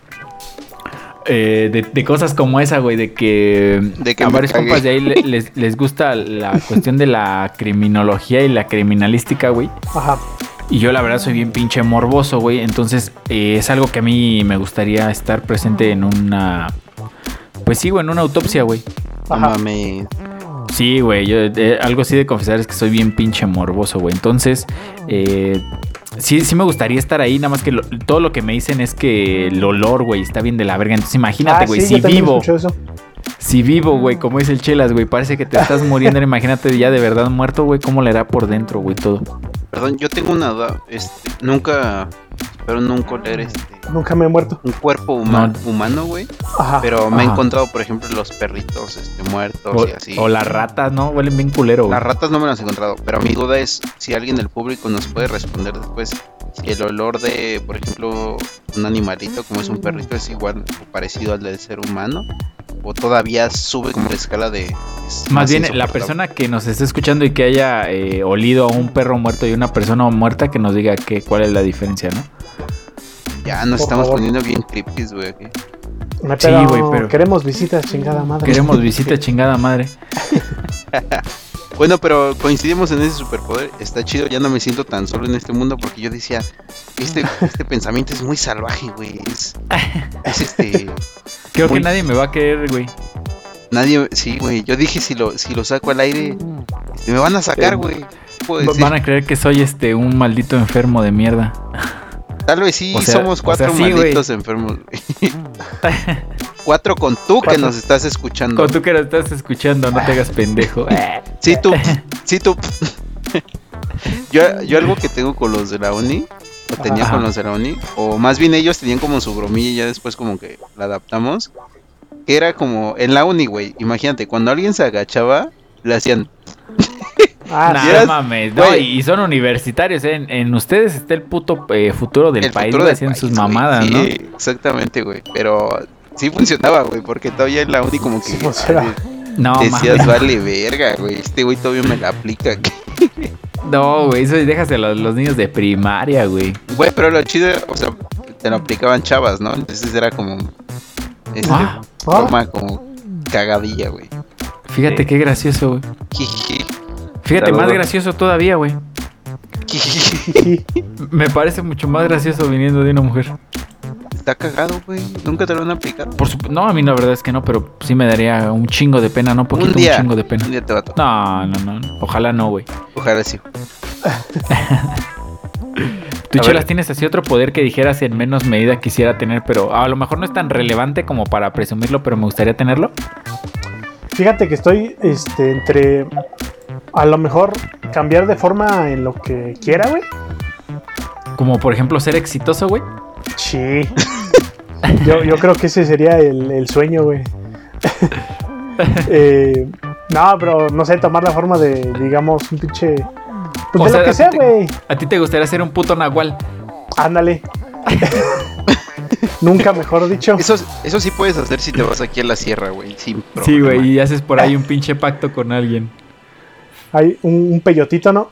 [SPEAKER 1] eh, de, de cosas como esa, güey, de que,
[SPEAKER 5] De que
[SPEAKER 1] a
[SPEAKER 5] me
[SPEAKER 1] varios
[SPEAKER 5] cagué.
[SPEAKER 1] compas de ahí le- les, les gusta la cuestión de la criminología y la criminalística, güey.
[SPEAKER 2] Ajá.
[SPEAKER 1] Y yo la verdad soy bien pinche morboso, güey. Entonces eh, es algo que a mí me gustaría estar presente en una... Pues sí, güey, en una autopsia, güey.
[SPEAKER 5] No
[SPEAKER 2] Ajá.
[SPEAKER 5] mames.
[SPEAKER 1] Sí, güey, yo eh, algo sí de confesar es que soy bien pinche morboso, güey. Entonces, eh, sí, sí me gustaría estar ahí, nada más que lo- todo lo que me dicen es que el olor, güey, está bien de la verga. Entonces imagínate,
[SPEAKER 2] Ah,
[SPEAKER 1] güey,
[SPEAKER 2] sí,
[SPEAKER 1] si
[SPEAKER 2] yo también
[SPEAKER 1] vivo,
[SPEAKER 2] escucho eso.
[SPEAKER 1] si vivo,
[SPEAKER 5] Mm.
[SPEAKER 1] güey, como dice el Chelas, güey, parece que te estás muriendo, ahora imagínate ya de verdad muerto, güey, cómo le hará por dentro, güey, todo.
[SPEAKER 5] Perdón, yo tengo una duda. Este, nunca, espero nunca leer este,
[SPEAKER 2] Nunca me he muerto.
[SPEAKER 5] un cuerpo huma- humano, güey.
[SPEAKER 2] Ajá.
[SPEAKER 5] Pero me he
[SPEAKER 1] Ajá.
[SPEAKER 5] encontrado, por ejemplo, los perritos este, muertos
[SPEAKER 1] O,
[SPEAKER 5] y así.
[SPEAKER 1] o las ratas, ¿no? Huelen bien culero, güey.
[SPEAKER 5] Las ratas no me las he encontrado, pero mi duda es si alguien del público nos puede responder después si el olor de, por ejemplo, un animalito como es un perrito es igual o parecido al del ser humano o todavía sube como la escala de... es
[SPEAKER 1] Más bien, la
[SPEAKER 5] insoportable.
[SPEAKER 1] persona que nos esté escuchando y que haya eh, olido a un perro muerto y una persona muerta, que nos diga que, cuál es la diferencia, ¿no?
[SPEAKER 5] Ya
[SPEAKER 2] Por
[SPEAKER 5] nos estamos
[SPEAKER 2] favor.
[SPEAKER 5] poniendo bien creepy, güey. aquí.
[SPEAKER 2] Me
[SPEAKER 1] Sí,
[SPEAKER 2] pega-
[SPEAKER 1] güey, pero-
[SPEAKER 2] Queremos visitas, chingada madre.
[SPEAKER 1] Queremos visita chingada madre.
[SPEAKER 5] Bueno, pero coincidimos en ese superpoder. Está chido, ya no me siento tan solo en este mundo porque yo decía, este, este pensamiento es muy salvaje, güey. Es, es este...
[SPEAKER 1] Creo
[SPEAKER 5] Muy-
[SPEAKER 1] que nadie me va a querer, güey.
[SPEAKER 5] Nadie, sí, güey. Yo dije si lo, si lo saco al aire, este, me van a
[SPEAKER 1] Eh,
[SPEAKER 5] sacar, güey. Pues,
[SPEAKER 1] Va- Van a creer que soy este un maldito enfermo de mierda.
[SPEAKER 5] Tal vez sí
[SPEAKER 1] o sea-
[SPEAKER 5] somos
[SPEAKER 1] o
[SPEAKER 5] cuatro
[SPEAKER 1] sea, sí,
[SPEAKER 5] malditos enfermos, güey. cuatro con tú que
[SPEAKER 1] Cuatro.
[SPEAKER 5] nos estás escuchando.
[SPEAKER 1] Como tú que lo estás escuchando, no te hagas pendejo. Eh,
[SPEAKER 5] Sí, tú, sí, tú. yo, yo algo que tengo con los de la uni, o tenía
[SPEAKER 1] Ajá.
[SPEAKER 5] con los de la uni, o más bien ellos tenían como su bromilla y ya después como que la adaptamos, que era como en la uni, güey. Imagínate, cuando alguien se agachaba, le hacían...
[SPEAKER 2] Ah,
[SPEAKER 1] Nah,
[SPEAKER 2] sí.
[SPEAKER 5] eras-
[SPEAKER 1] no mames, no,
[SPEAKER 5] güey.
[SPEAKER 1] y son universitarios, ¿eh? en, en ustedes está el puto eh, futuro del
[SPEAKER 5] el
[SPEAKER 1] país,
[SPEAKER 5] futuro
[SPEAKER 1] güey,
[SPEAKER 5] del
[SPEAKER 1] haciendo sus
[SPEAKER 5] país, güey.
[SPEAKER 1] mamadas, ¿no?
[SPEAKER 5] Sí, exactamente, güey. Pero sí funcionaba, güey, porque todavía en la uni como que
[SPEAKER 2] Sí funcionaba.
[SPEAKER 1] No, mames.
[SPEAKER 5] decías, vale, verga, güey. Este güey todavía me la aplica.
[SPEAKER 1] No, güey, eso déjase a los, los niños de primaria, güey.
[SPEAKER 5] Güey, pero lo chido, o sea, te lo aplicaban chavas, ¿no? Entonces era como... Este,
[SPEAKER 1] Ah,
[SPEAKER 2] Ah,
[SPEAKER 5] forma como cagadilla, güey.
[SPEAKER 1] fíjate qué gracioso, güey.
[SPEAKER 5] Jijiji,
[SPEAKER 1] Fíjate,
[SPEAKER 5] Claro,
[SPEAKER 1] más
[SPEAKER 5] güey.
[SPEAKER 1] gracioso todavía, güey.
[SPEAKER 5] jijiji.
[SPEAKER 2] sí.
[SPEAKER 1] Me parece mucho más gracioso viniendo de una mujer.
[SPEAKER 5] Está cagado, güey. Nunca te lo han aplicado.
[SPEAKER 1] Por sup- no, a mí la verdad es que no, pero sí me daría un chingo de pena, no poquito,
[SPEAKER 5] un
[SPEAKER 1] un,
[SPEAKER 5] día,
[SPEAKER 1] chingo de pena.
[SPEAKER 5] un día te va a tocar.
[SPEAKER 1] No, no, no, no. ojalá no, güey.
[SPEAKER 5] Ojalá sí.
[SPEAKER 1] Tú,
[SPEAKER 5] A
[SPEAKER 1] Chelas,
[SPEAKER 5] ver.
[SPEAKER 1] tienes así otro poder que dijeras en menos medida quisiera tener, pero a lo mejor no es tan relevante como para presumirlo, pero me gustaría tenerlo.
[SPEAKER 2] Fíjate que estoy este, entre. A lo mejor cambiar de forma en lo que quiera, güey.
[SPEAKER 1] Como por ejemplo ser exitoso, güey.
[SPEAKER 2] Sí. Yo, yo creo que ese sería el, el sueño, güey. Eh, no, pero no sé, tomar la forma de, digamos, un pinche. Pues
[SPEAKER 1] O
[SPEAKER 2] de
[SPEAKER 1] sea,
[SPEAKER 2] lo que
[SPEAKER 1] a ti
[SPEAKER 2] sea,
[SPEAKER 1] te-
[SPEAKER 2] güey.
[SPEAKER 1] A ti te gustaría ser un puto nahual.
[SPEAKER 2] Ándale. Nunca mejor dicho.
[SPEAKER 5] Eso, eso sí puedes hacer si te vas aquí a la sierra, güey. Sin problema.
[SPEAKER 1] Sí, güey, y haces por ahí un pinche pacto con alguien.
[SPEAKER 2] Hay un, un peyotito, ¿no?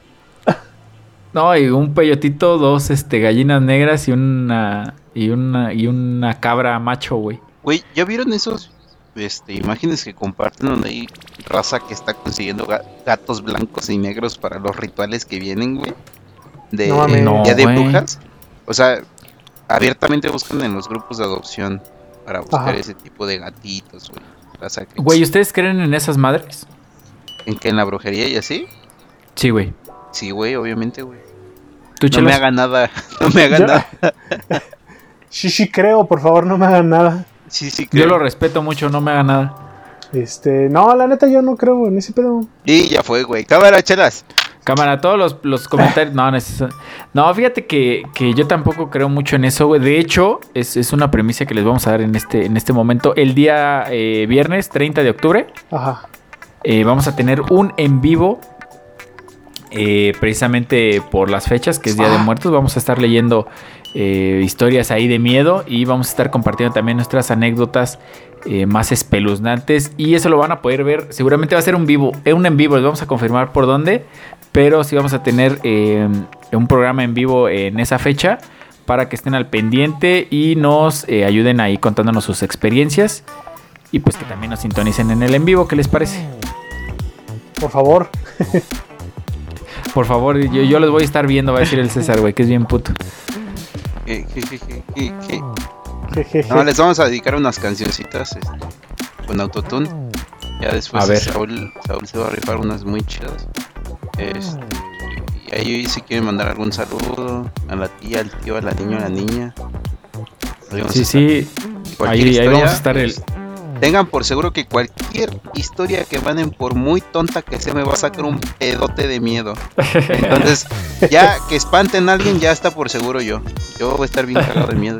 [SPEAKER 1] No, y un peyotito, dos este, gallinas negras y una, y una, y una cabra macho, güey.
[SPEAKER 5] Güey, ¿ya vieron esos este, imágenes que comparten donde hay raza que está consiguiendo ga- gatos blancos y negros para los rituales que vienen, güey? De
[SPEAKER 2] No mames.
[SPEAKER 1] No,
[SPEAKER 5] Día de
[SPEAKER 1] güey.
[SPEAKER 5] Brujas. O sea, abiertamente buscan en los grupos de adopción para buscar
[SPEAKER 2] Ajá.
[SPEAKER 5] ese tipo de gatitos, güey. Raza que-
[SPEAKER 1] Güey, ¿ustedes creen en esas madres?
[SPEAKER 5] ¿En que en la brujería y así?
[SPEAKER 1] Sí, güey.
[SPEAKER 5] Sí, güey, obviamente, güey.
[SPEAKER 1] Tú,
[SPEAKER 5] No me
[SPEAKER 1] Chelas?
[SPEAKER 5] haga nada, no me haga
[SPEAKER 2] Yo-
[SPEAKER 5] nada.
[SPEAKER 2] Sí, sí, creo, por favor, no me hagan nada.
[SPEAKER 5] Sí, sí,
[SPEAKER 1] Yo
[SPEAKER 5] creo.
[SPEAKER 1] lo respeto mucho, no me haga nada.
[SPEAKER 2] Este, no, la neta, yo no creo en ese pedo.
[SPEAKER 5] Y ya fue, güey. Cámara, chelas.
[SPEAKER 1] Cámara, todos los, los comentarios. No, no, es eso. No, fíjate que, que yo tampoco creo mucho en eso, güey. De hecho, es, es una premisa que les vamos a dar en este, en este momento. El día eh, viernes 30 de octubre
[SPEAKER 2] Ajá.
[SPEAKER 1] eh, vamos a tener un en vivo. eh, precisamente por las fechas, que es Día de Muertos, vamos a estar leyendo eh, historias ahí de miedo y vamos a estar compartiendo también nuestras anécdotas eh, más espeluznantes. Y eso lo van a poder ver. Seguramente va a ser un vivo, eh, un en vivo, les vamos a confirmar por dónde. Pero sí vamos a tener eh, un programa en vivo en esa fecha. para que estén al pendiente y nos eh, ayuden ahí contándonos sus experiencias y pues que también nos sintonicen en el en vivo, ¿qué les parece?
[SPEAKER 2] Por favor.
[SPEAKER 1] Por favor, yo, yo los voy a estar viendo, va a decir el César, güey, que es bien puto.
[SPEAKER 5] Eh, Jejejeje. No, les vamos a dedicar unas cancioncitas este, con autotune. Ya después
[SPEAKER 1] A ver.
[SPEAKER 5] Saúl, Saúl se va a rifar unas muy chidas. Este, y ahí si quieren mandar algún saludo a la tía, al tío, a la niña, a la niña. Ahí vamos a
[SPEAKER 1] Sí,
[SPEAKER 5] estar.
[SPEAKER 1] sí,
[SPEAKER 5] Cualquier
[SPEAKER 1] ahí- ahí vamos a estar el-
[SPEAKER 5] pues, Tengan por seguro que cualquier historia que manden, por muy tonta que sea, me va a sacar un pedote de miedo. Entonces, ya que espanten a alguien, ya está por seguro yo. Yo voy a estar bien cagado de miedo.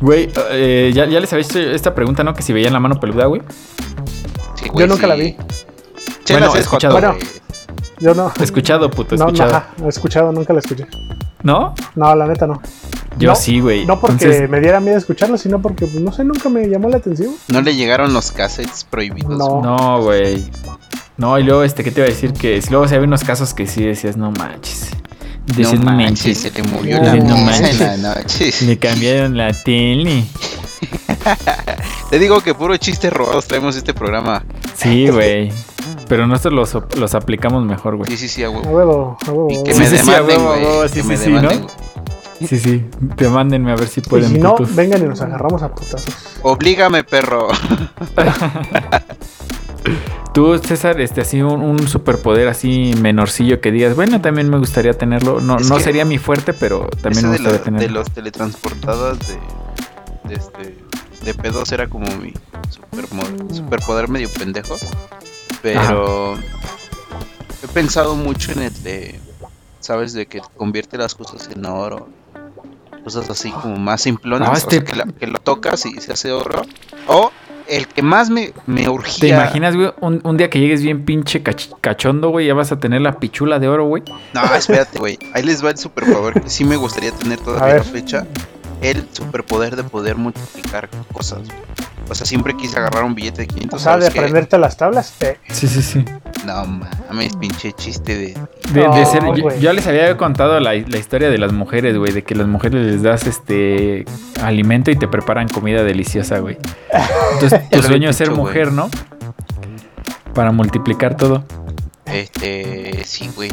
[SPEAKER 1] güey, eh, ya, ya les habéis hecho esta pregunta, ¿no? Que si veían la mano peluda, güey.
[SPEAKER 5] Sí,
[SPEAKER 2] Yo
[SPEAKER 5] güey,
[SPEAKER 2] nunca
[SPEAKER 5] sí.
[SPEAKER 2] la vi.
[SPEAKER 5] Chelas
[SPEAKER 1] Bueno,
[SPEAKER 5] es
[SPEAKER 1] escuchado.
[SPEAKER 5] joto,
[SPEAKER 2] Bueno.
[SPEAKER 5] güey.
[SPEAKER 2] Yo no.
[SPEAKER 1] Escuchado, puto,
[SPEAKER 2] No, no,
[SPEAKER 1] escuchado.
[SPEAKER 2] ajá, no he escuchado, nunca la escuché.
[SPEAKER 1] ¿No?
[SPEAKER 2] No, la neta no.
[SPEAKER 1] Yo
[SPEAKER 2] No,
[SPEAKER 1] sí, güey.
[SPEAKER 2] No porque
[SPEAKER 1] Entonces,
[SPEAKER 2] me diera miedo escucharla, sino porque, pues, no sé, nunca me llamó la atención.
[SPEAKER 5] No le llegaron los cassettes prohibidos.
[SPEAKER 2] No.
[SPEAKER 1] no, güey. No, y luego, este, ¿qué te iba a decir? Que si luego se había unos casos que sí decías, no manches.
[SPEAKER 5] No
[SPEAKER 1] Decías, no
[SPEAKER 5] manches,
[SPEAKER 1] manches.
[SPEAKER 5] se le movió
[SPEAKER 2] No
[SPEAKER 5] la mesa
[SPEAKER 1] manches.
[SPEAKER 5] en la noche.
[SPEAKER 1] Le cambiaron la tele.
[SPEAKER 5] Te digo que puro chiste robados traemos este programa.
[SPEAKER 1] Sí, güey. Pero nosotros los, los aplicamos mejor, güey.
[SPEAKER 5] Sí, sí, sí, a
[SPEAKER 2] A
[SPEAKER 5] huevo.
[SPEAKER 2] huevo, a huevo. a
[SPEAKER 5] Y que
[SPEAKER 2] huevo.
[SPEAKER 1] Sí,
[SPEAKER 5] me
[SPEAKER 1] sí, sí, a
[SPEAKER 5] demanden,
[SPEAKER 1] huevo, a huevo,
[SPEAKER 5] güey.
[SPEAKER 1] sí,
[SPEAKER 5] Que
[SPEAKER 1] sí,
[SPEAKER 5] me
[SPEAKER 1] sí,
[SPEAKER 5] demanden,
[SPEAKER 1] ¿no?
[SPEAKER 5] güey.
[SPEAKER 1] Sí, sí. Te mándenme a ver si
[SPEAKER 2] Y
[SPEAKER 1] pueden.
[SPEAKER 2] si no,
[SPEAKER 1] putos.
[SPEAKER 2] vengan y nos agarramos a putazos.
[SPEAKER 5] Oblígame, perro.
[SPEAKER 1] Tú, César, este, así un, un superpoder así menorcillo que digas, bueno, también me gustaría tenerlo. No,
[SPEAKER 5] Es
[SPEAKER 1] no
[SPEAKER 5] que-
[SPEAKER 1] sería mi fuerte, pero también
[SPEAKER 5] Ese
[SPEAKER 1] me
[SPEAKER 5] de,
[SPEAKER 1] gustaría
[SPEAKER 5] la- de
[SPEAKER 1] tenerlo.
[SPEAKER 5] los teletransportadas de, de este de pedos era como mi supermo- superpoder medio pendejo pero he pensado mucho en el de sabes de que convierte las cosas en oro cosas así como más simplonas
[SPEAKER 1] Ah,
[SPEAKER 5] o
[SPEAKER 1] este-
[SPEAKER 5] sea, que, la- que lo tocas y se hace oro o el que más me, me urgía
[SPEAKER 1] ¿Te imaginas, güey? Un, un día que llegues bien pinche cach- cachondo, güey, ya vas a tener la pichula de oro, güey.
[SPEAKER 5] No, espérate, güey. Ahí les va el superpoder que sí me gustaría tener
[SPEAKER 2] A
[SPEAKER 5] todavía
[SPEAKER 2] ver.
[SPEAKER 5] la fecha. El superpoder de poder multiplicar cosas. güey. O sea, siempre quise agarrar un billete de 500.
[SPEAKER 2] O sea, de
[SPEAKER 5] ¿sabes qué?
[SPEAKER 2] aprenderte las tablas. eh,
[SPEAKER 1] Sí, sí, sí.
[SPEAKER 5] No mames, pinche chiste de.
[SPEAKER 1] De, de
[SPEAKER 2] No,
[SPEAKER 1] ser, yo,
[SPEAKER 2] güey.
[SPEAKER 1] yo les había contado la, la historia de las mujeres, güey, de que las mujeres les das este alimento y te preparan comida deliciosa, güey. Entonces,
[SPEAKER 5] Ya
[SPEAKER 1] tu
[SPEAKER 5] lo
[SPEAKER 1] sueño
[SPEAKER 5] había
[SPEAKER 1] es ser
[SPEAKER 5] dicho, güey.
[SPEAKER 1] mujer, ¿no? Para multiplicar todo.
[SPEAKER 5] Este. Sí, güey.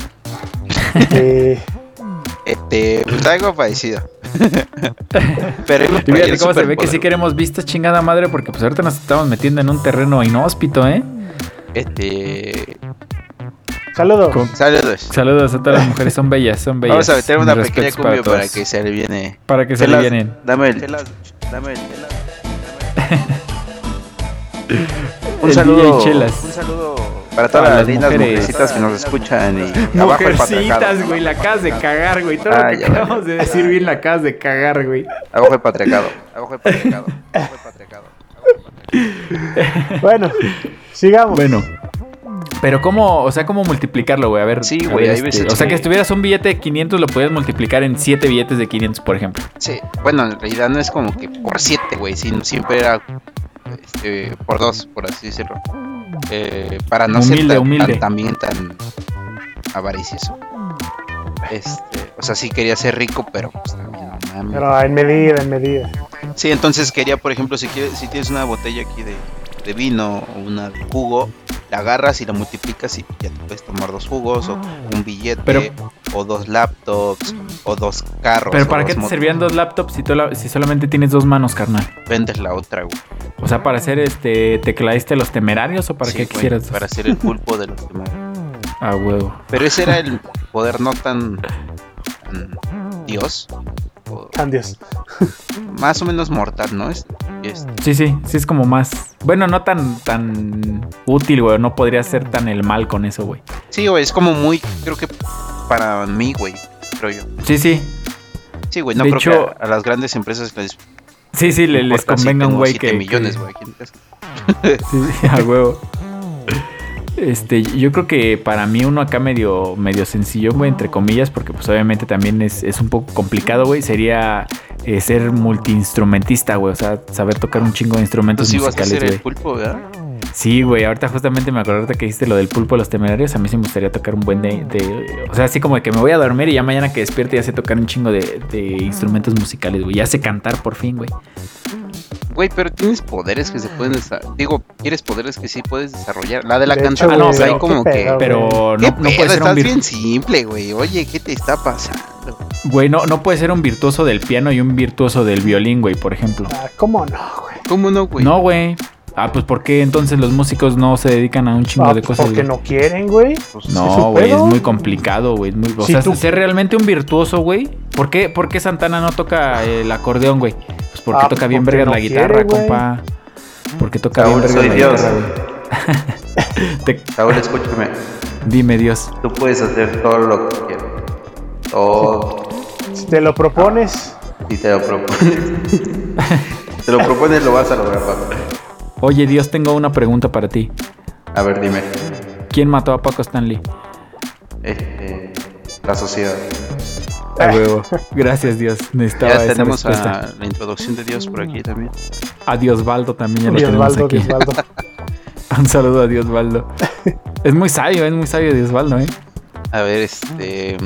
[SPEAKER 2] eh,
[SPEAKER 5] Este. Pues algo parecido. Pero. iba
[SPEAKER 1] Y
[SPEAKER 5] por
[SPEAKER 1] fíjate
[SPEAKER 5] ahí el
[SPEAKER 1] cómo se ve que
[SPEAKER 5] superpoder,
[SPEAKER 1] sí queremos vistas chingada madre, porque pues ahorita nos estamos metiendo en un terreno inhóspito, ¿eh?
[SPEAKER 5] güey. Este.
[SPEAKER 2] saludos.
[SPEAKER 1] Con-
[SPEAKER 5] Saludos.
[SPEAKER 1] Saludos a todas las mujeres, son bellas, son bellas.
[SPEAKER 5] Vamos a meter
[SPEAKER 1] Mis
[SPEAKER 5] una pequeña
[SPEAKER 1] respetos
[SPEAKER 5] cumbia para,
[SPEAKER 1] todas.
[SPEAKER 5] que se le viene.
[SPEAKER 1] Para que se
[SPEAKER 5] Chelas,
[SPEAKER 1] alivianen.
[SPEAKER 5] Dame el. Dame el. Dame
[SPEAKER 1] El
[SPEAKER 5] Un saludo.
[SPEAKER 1] DJ Chelas.
[SPEAKER 5] Un saludo
[SPEAKER 1] Para
[SPEAKER 5] para todas
[SPEAKER 1] Ah, las
[SPEAKER 5] las lindas
[SPEAKER 1] mujeres.
[SPEAKER 5] mujercitas que nos escuchan. Y abajo el
[SPEAKER 1] Mujercitas,
[SPEAKER 5] patriarcado.
[SPEAKER 1] güey, la acabas de cagar, güey. Todo
[SPEAKER 5] Ah,
[SPEAKER 1] lo que
[SPEAKER 5] ya valió.
[SPEAKER 1] acabamos de decir bien la acabas de cagar, güey.
[SPEAKER 5] Abajo el patriarcado. Abajo el patriarcado. Abajo el patriarcado.
[SPEAKER 2] Bueno, sigamos.
[SPEAKER 1] Bueno. Pero cómo, o sea, cómo multiplicarlo, güey. A ver.
[SPEAKER 5] Sí,
[SPEAKER 1] a
[SPEAKER 5] güey,
[SPEAKER 1] ver, este,
[SPEAKER 5] hay veces
[SPEAKER 1] O sea, que
[SPEAKER 5] que-
[SPEAKER 1] si tuvieras un billete de 500 lo podías multiplicar en 7 billetes de 500, por ejemplo.
[SPEAKER 5] Sí, bueno, en realidad no es como que por siete, güey, sino siempre era este, por dos, por así decirlo. Eh, para no ser
[SPEAKER 1] Humilde,
[SPEAKER 5] tan,
[SPEAKER 1] humilde.
[SPEAKER 5] tan- también tan avaricioso. Este, o sea, sí quería ser rico, pero pues también no mames.
[SPEAKER 2] Pero en medida, en medida.
[SPEAKER 5] Sí, entonces quería, por ejemplo, si, quieres, si tienes una botella aquí de, de vino o una de jugo, la agarras y la multiplicas y ya te puedes tomar dos jugos o un billete
[SPEAKER 1] Pero-
[SPEAKER 5] o dos laptops o dos carros.
[SPEAKER 1] Pero
[SPEAKER 5] o
[SPEAKER 1] ¿para
[SPEAKER 5] dos
[SPEAKER 1] qué te
[SPEAKER 5] motos.
[SPEAKER 1] servían dos laptops si, tú la- si solamente tienes dos manos, carnal?
[SPEAKER 5] Vendes la otra, güey.
[SPEAKER 1] O sea, para hacer este tecladiste los temerarios o para
[SPEAKER 5] Ah. Sí,
[SPEAKER 1] qué
[SPEAKER 5] güey,
[SPEAKER 1] quisieras dos?
[SPEAKER 5] Para hacer el pulpo de los demás.
[SPEAKER 1] Ah, huevo.
[SPEAKER 5] Pero ese era el poder no tan... tan Dios. o
[SPEAKER 2] Andios.
[SPEAKER 5] más o menos mortal, ¿no? Es, es-
[SPEAKER 1] Sí, sí, sí es como más. Bueno, no tan tan útil, güey. No podría
[SPEAKER 5] Mm.
[SPEAKER 1] ser tan el mal con eso, güey.
[SPEAKER 5] sí, güey, es como muy... Creo que para mí, güey, creo yo.
[SPEAKER 1] Sí, sí.
[SPEAKER 5] Sí, güey, no
[SPEAKER 1] De
[SPEAKER 5] creo
[SPEAKER 1] hecho-
[SPEAKER 5] que a, a las grandes empresas les
[SPEAKER 1] Sí, sí, le- les
[SPEAKER 5] importa si
[SPEAKER 1] convenga un
[SPEAKER 5] tengo
[SPEAKER 1] güey
[SPEAKER 5] siete
[SPEAKER 1] que. que-
[SPEAKER 5] millones, güey, aquí en casa.
[SPEAKER 1] Sí, sí, a huevo. Este, yo creo que para mí uno acá medio, medio sencillo, güey, entre
[SPEAKER 5] Mm.
[SPEAKER 1] comillas, porque pues obviamente también es, es un poco complicado, güey, sería eh, ser multiinstrumentista, güey, o sea, saber tocar un chingo de
[SPEAKER 5] Tú
[SPEAKER 1] instrumentos
[SPEAKER 5] sí vas a
[SPEAKER 1] musicales,
[SPEAKER 5] hacer el
[SPEAKER 1] güey.
[SPEAKER 5] pulpo, ¿verdad?
[SPEAKER 1] Sí, güey, ahorita justamente me acordaste que hiciste lo del pulpo de los temerarios. A mí sí me gustaría tocar un buen de, de- O sea, así como de que me voy a dormir y ya mañana que despierte ya sé tocar un chingo de, de instrumentos musicales, güey. Ya sé cantar por fin, güey.
[SPEAKER 5] Güey, pero tienes poderes que se pueden desarrollar. Digo, tienes poderes que sí puedes desarrollar. La de la
[SPEAKER 2] De
[SPEAKER 5] canción,
[SPEAKER 1] hecho,
[SPEAKER 5] pues,
[SPEAKER 1] güey,
[SPEAKER 5] ahí como
[SPEAKER 2] qué
[SPEAKER 5] que.
[SPEAKER 2] pedo,
[SPEAKER 1] Pero no,
[SPEAKER 5] ¿Qué
[SPEAKER 1] no puede
[SPEAKER 5] pedo?
[SPEAKER 1] ser un
[SPEAKER 5] Estás
[SPEAKER 1] vir-
[SPEAKER 5] bien simple, güey. Oye, ¿qué te está pasando?
[SPEAKER 1] güey, no, no puede ser un virtuoso del piano y un virtuoso del violín, güey, por ejemplo.
[SPEAKER 2] Ah, ¿Cómo no, güey?
[SPEAKER 5] ¿Cómo no, güey?
[SPEAKER 1] No, güey. Ah, pues ¿por qué entonces los músicos no se dedican a un chingo
[SPEAKER 2] Ah,
[SPEAKER 1] de cosas?
[SPEAKER 2] porque
[SPEAKER 1] güey?
[SPEAKER 2] no quieren, güey.
[SPEAKER 5] Pues,
[SPEAKER 2] ¿Es su
[SPEAKER 1] No, güey, es
[SPEAKER 2] pedo?
[SPEAKER 1] muy complicado, güey. es muy- O
[SPEAKER 2] Si
[SPEAKER 1] sea,
[SPEAKER 2] tú-
[SPEAKER 1] ser realmente un virtuoso, güey. ¿Por qué, por qué Santana no toca el acordeón, güey? Pues porque
[SPEAKER 2] Ah,
[SPEAKER 1] toca bien
[SPEAKER 2] porque
[SPEAKER 1] verga
[SPEAKER 2] no
[SPEAKER 1] la guitarra,
[SPEAKER 2] quiere, güey.
[SPEAKER 1] compa. Porque toca
[SPEAKER 5] Saúl,
[SPEAKER 1] bien verga
[SPEAKER 5] soy
[SPEAKER 1] la
[SPEAKER 5] Dios.
[SPEAKER 1] guitarra, güey. Te-
[SPEAKER 5] Ahora escúchame.
[SPEAKER 1] Dime, Dios.
[SPEAKER 5] Tú puedes hacer todo lo que quieras. Todo.
[SPEAKER 2] Si te lo propones,
[SPEAKER 5] Si te lo propones. te lo propones, lo vas a lograr, papá.
[SPEAKER 1] Oye, Dios, tengo una pregunta para ti.
[SPEAKER 5] A ver, dime.
[SPEAKER 1] ¿Quién mató a Paco Stanley?
[SPEAKER 5] Este, la sociedad.
[SPEAKER 2] Ah,
[SPEAKER 1] A huevo. Gracias, Dios. Necesitaba
[SPEAKER 5] Ah, ya
[SPEAKER 1] esa
[SPEAKER 5] tenemos
[SPEAKER 1] respuesta.
[SPEAKER 5] a la introducción de Dios por aquí también.
[SPEAKER 1] A Diosbaldo también ya lo tenemos
[SPEAKER 2] Diosbaldo,
[SPEAKER 1] aquí.
[SPEAKER 2] Diosbaldo.
[SPEAKER 1] Un saludo a Diosbaldo. es muy sabio, es muy sabio Diosbaldo, ¿eh?
[SPEAKER 5] A ver, este.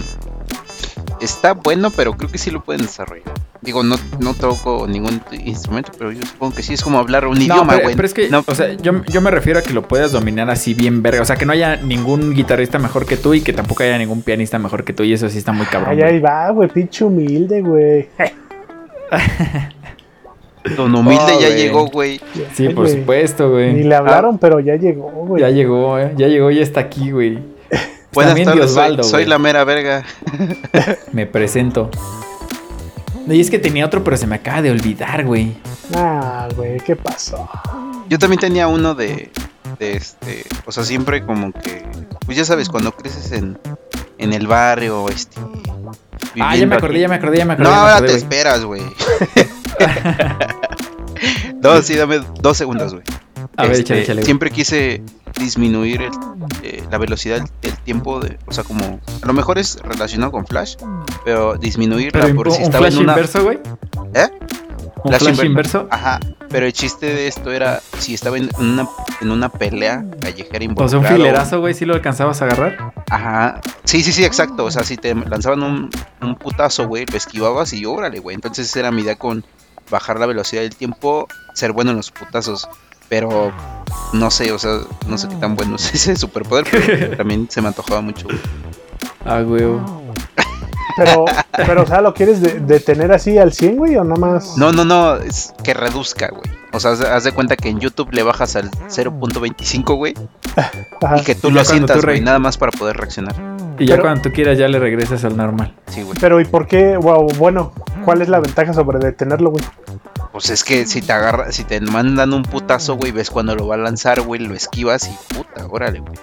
[SPEAKER 5] Está bueno, pero creo que sí lo pueden desarrollar. Digo, no, no toco ningún t- instrumento, pero yo supongo que sí es como hablar un idioma,
[SPEAKER 1] pero,
[SPEAKER 5] güey.
[SPEAKER 1] pero es que,
[SPEAKER 5] No,
[SPEAKER 1] o sea, yo, yo me refiero a que lo puedas dominar así bien verga. O sea, que no haya ningún guitarrista mejor que tú y que tampoco haya ningún pianista mejor que tú. Y eso sí está muy cabrón.
[SPEAKER 2] Ay,
[SPEAKER 1] güey.
[SPEAKER 2] ahí va, güey, pinche humilde, güey.
[SPEAKER 5] Don Humilde
[SPEAKER 1] Oh,
[SPEAKER 5] ya
[SPEAKER 1] güey.
[SPEAKER 5] llegó, güey.
[SPEAKER 1] sí,
[SPEAKER 2] Ay,
[SPEAKER 1] por
[SPEAKER 2] güey.
[SPEAKER 1] supuesto,
[SPEAKER 2] Ni
[SPEAKER 1] güey.
[SPEAKER 2] le hablaron, pero ya llegó, güey.
[SPEAKER 1] Ah. Ya llegó, eh. ya llegó, ya está aquí, güey.
[SPEAKER 5] Buenas
[SPEAKER 1] También
[SPEAKER 5] tardes, soy-
[SPEAKER 1] Diosbaldo,
[SPEAKER 5] soy,
[SPEAKER 1] güey.
[SPEAKER 5] la mera verga.
[SPEAKER 1] Me presento. Y es que tenía otro, pero se me acaba de olvidar, güey.
[SPEAKER 2] Ah, güey, ¿qué pasó?
[SPEAKER 5] Yo también tenía uno de, de este, o sea, siempre como que, pues ya sabes, cuando creces en, en el barrio, este.
[SPEAKER 1] Ah, ya
[SPEAKER 5] viviendo
[SPEAKER 1] me acordé,
[SPEAKER 5] aquí.
[SPEAKER 1] ya me acordé, ya me acordé. ya
[SPEAKER 5] No,
[SPEAKER 1] me
[SPEAKER 5] ahora
[SPEAKER 1] acordé,
[SPEAKER 5] te
[SPEAKER 1] güey.
[SPEAKER 5] esperas, güey. no, sí, dame dos segundos, güey.
[SPEAKER 1] A ver,
[SPEAKER 5] Este,
[SPEAKER 1] échale, échale. güey.
[SPEAKER 5] Siempre quise disminuir el- eh, la velocidad del tiempo, de, o sea, como, a lo mejor es relacionado con Flash, pero disminuirla
[SPEAKER 1] Pero
[SPEAKER 5] por
[SPEAKER 1] un,
[SPEAKER 5] si
[SPEAKER 1] un
[SPEAKER 5] estaba
[SPEAKER 1] flash
[SPEAKER 5] en una...
[SPEAKER 1] inverso, güey.
[SPEAKER 5] ¿Eh?
[SPEAKER 1] Un
[SPEAKER 5] Flash
[SPEAKER 1] flash,
[SPEAKER 5] inver- Ah,
[SPEAKER 1] inverso.
[SPEAKER 5] Ajá, pero el chiste de esto era si estaba en una, en una pelea callejera
[SPEAKER 1] O sea, un
[SPEAKER 5] involucrada.
[SPEAKER 1] filerazo, güey, si lo alcanzabas a agarrar.
[SPEAKER 5] Ajá. Sí, sí, sí, exacto.
[SPEAKER 1] Ah.
[SPEAKER 5] O sea, si te lanzaban un, un putazo, güey, lo esquivabas y órale, güey. Entonces esa era mi idea con bajar la velocidad del tiempo, ser bueno en los putazos. Pero no sé, o sea, no sé qué tan bueno es ese superpoder, pero también se me antojaba mucho. güey.
[SPEAKER 1] Ah, güey.
[SPEAKER 2] Pero, pero, o sea, ¿lo quieres de- detener así al 100, güey, o nada más?
[SPEAKER 5] No, no, no, es que reduzca, güey. O sea, haz- haz de cuenta que en YouTube le bajas al 0.25, güey,
[SPEAKER 2] Ajá.
[SPEAKER 5] y que tú
[SPEAKER 1] Ah. Ya
[SPEAKER 5] lo
[SPEAKER 1] cuando tú
[SPEAKER 5] sientas, güey,
[SPEAKER 1] re-
[SPEAKER 5] nada más para poder reaccionar.
[SPEAKER 1] Y ya
[SPEAKER 2] Pero-
[SPEAKER 1] cuando tú quieras ya le regresas al normal.
[SPEAKER 5] Sí, güey.
[SPEAKER 2] Pero, ¿y por qué? Wow, bueno, ¿cuál es la ventaja sobre detenerlo, güey?
[SPEAKER 5] Pues es que si te agarra, si te mandan un putazo, güey, ves cuando lo va a lanzar, güey, lo esquivas y puta, órale, güey.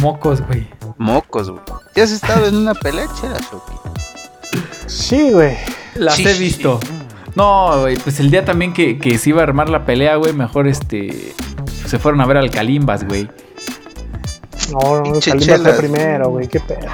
[SPEAKER 1] Mocos, güey.
[SPEAKER 5] Mocos, güey. ¿Ya has estado en una pelea, chelas o qué?
[SPEAKER 2] Sí, güey.
[SPEAKER 1] Las
[SPEAKER 5] Sí,
[SPEAKER 1] he
[SPEAKER 5] sí,
[SPEAKER 1] visto. No, güey, pues el día también que, que se iba a armar la pelea, güey, mejor este. Se fueron a ver al Calimbas, güey.
[SPEAKER 2] No, no,
[SPEAKER 5] Pinche
[SPEAKER 2] Kalimba fue
[SPEAKER 5] chelas.
[SPEAKER 2] primero, güey, qué pedo.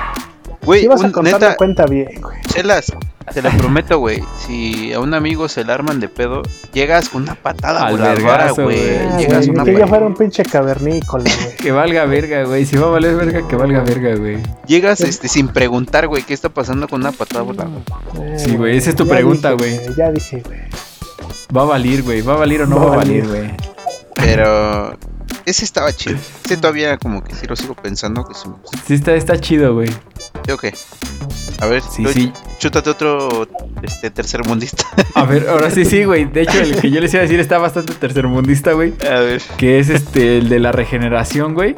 [SPEAKER 5] Güey,
[SPEAKER 2] Si vas a
[SPEAKER 5] un-
[SPEAKER 2] contar
[SPEAKER 5] neta,
[SPEAKER 2] la cuenta bien, güey.
[SPEAKER 5] chelas, te lo prometo, güey. Si a un amigo se le arman de pedo, llegas con una patada
[SPEAKER 1] Al
[SPEAKER 5] voladora,
[SPEAKER 1] vergazo,
[SPEAKER 5] güey.
[SPEAKER 1] güey.
[SPEAKER 2] Ah,
[SPEAKER 5] Llegas
[SPEAKER 2] güey,
[SPEAKER 5] una
[SPEAKER 2] que
[SPEAKER 5] pa-
[SPEAKER 2] yo fuera un pinche cavernícola, güey.
[SPEAKER 1] Que valga verga, güey. Si va a valer verga, que valga verga, güey.
[SPEAKER 5] Llegas este, sin preguntar, güey, ¿qué está pasando con una patada voladora?
[SPEAKER 2] Ay,
[SPEAKER 1] Sí, güey, esa es tu
[SPEAKER 2] Ah, ya
[SPEAKER 1] pregunta,
[SPEAKER 2] dije,
[SPEAKER 1] güey.
[SPEAKER 2] Ya dije, güey.
[SPEAKER 1] Va a valir, güey. Va a valir o no va, a valir, güey.
[SPEAKER 5] Pero ese estaba chido. Ese todavía como que sí lo sigo pensando que se me gusta.
[SPEAKER 1] Sí, está, está chido, güey.
[SPEAKER 5] ¿Yo qué? A ver,
[SPEAKER 1] Sí,
[SPEAKER 5] tú
[SPEAKER 1] sí.
[SPEAKER 5] chútate otro este, tercer mundista.
[SPEAKER 1] A ver, ahora sí, sí, güey. De hecho, el que yo les iba a decir está bastante tercermundista, güey.
[SPEAKER 5] A ver,
[SPEAKER 1] Que es este, el de la regeneración, güey.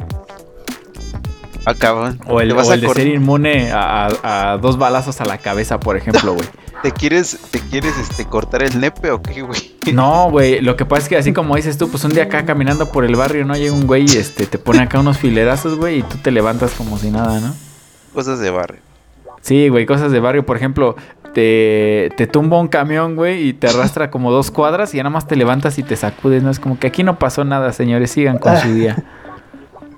[SPEAKER 5] acaban.
[SPEAKER 1] O el,
[SPEAKER 5] Ah, te vas
[SPEAKER 1] o
[SPEAKER 5] a
[SPEAKER 1] el de
[SPEAKER 5] cor-
[SPEAKER 1] ser inmune a, a- a dos balazos a la cabeza, por ejemplo, güey.
[SPEAKER 5] ¿Te quieres, te quieres este, cortar el nepe o qué, güey?
[SPEAKER 1] No, güey, lo que pasa es que así como dices tú, pues un día acá caminando por el barrio, ¿no? Llega un güey y este, te pone acá unos filerazos, güey, y tú te levantas como si nada, ¿no?
[SPEAKER 5] Cosas de barrio.
[SPEAKER 1] Sí, güey, cosas de barrio, por ejemplo, te, te tumba un camión, güey, y te arrastra como dos cuadras y ya nada más te levantas y te sacudes, ¿no? Es como que aquí no pasó nada, señores, sigan con su día.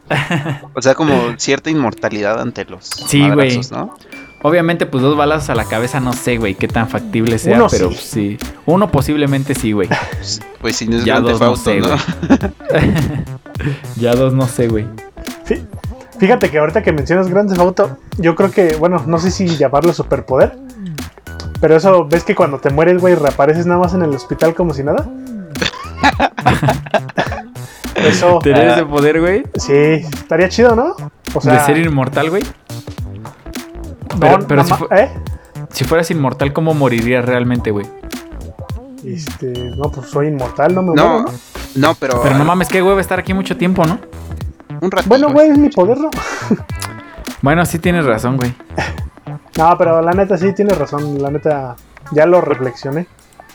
[SPEAKER 5] O sea, como cierta inmortalidad ante los
[SPEAKER 1] Sí, güey.
[SPEAKER 5] madrazos, ¿no?
[SPEAKER 1] Obviamente, pues dos balas a la cabeza, no sé, güey, qué tan factible sea,
[SPEAKER 2] Uno
[SPEAKER 1] pero sí.
[SPEAKER 2] sí.
[SPEAKER 1] Uno posiblemente sí, güey.
[SPEAKER 5] Pues, pues si no es
[SPEAKER 1] Ya
[SPEAKER 5] grande
[SPEAKER 1] dos no
[SPEAKER 5] Fausto,
[SPEAKER 1] sé,
[SPEAKER 5] ¿no?
[SPEAKER 1] güey. ya dos, no sé, güey.
[SPEAKER 2] Fí- Fíjate que ahorita que mencionas Grand Theft Auto, yo creo que, bueno, no sé si llamarlo superpoder, pero eso, ¿ves que cuando te mueres, güey, reapareces nada más en el hospital como si nada? eso,
[SPEAKER 1] ¿Tener ese poder, güey?
[SPEAKER 2] sí, estaría chido, ¿no? O
[SPEAKER 1] de ser inmortal, güey.
[SPEAKER 2] no,
[SPEAKER 1] Pero, pero
[SPEAKER 2] nada
[SPEAKER 1] si,
[SPEAKER 2] ma-
[SPEAKER 1] fu-
[SPEAKER 2] ¿eh?
[SPEAKER 1] si fueras inmortal, ¿cómo morirías realmente, güey?
[SPEAKER 2] Este, no, pues soy inmortal, no me muero,
[SPEAKER 5] No,
[SPEAKER 2] ¿no?
[SPEAKER 5] no, pero,
[SPEAKER 1] Pero no mames, qué güey estar aquí mucho tiempo, ¿no?
[SPEAKER 5] un ratito.
[SPEAKER 2] Bueno, güey, es mi poder, ¿no?
[SPEAKER 1] Bueno, sí tienes razón, güey.
[SPEAKER 2] No, pero la neta sí tienes razón, la neta ya lo reflexioné.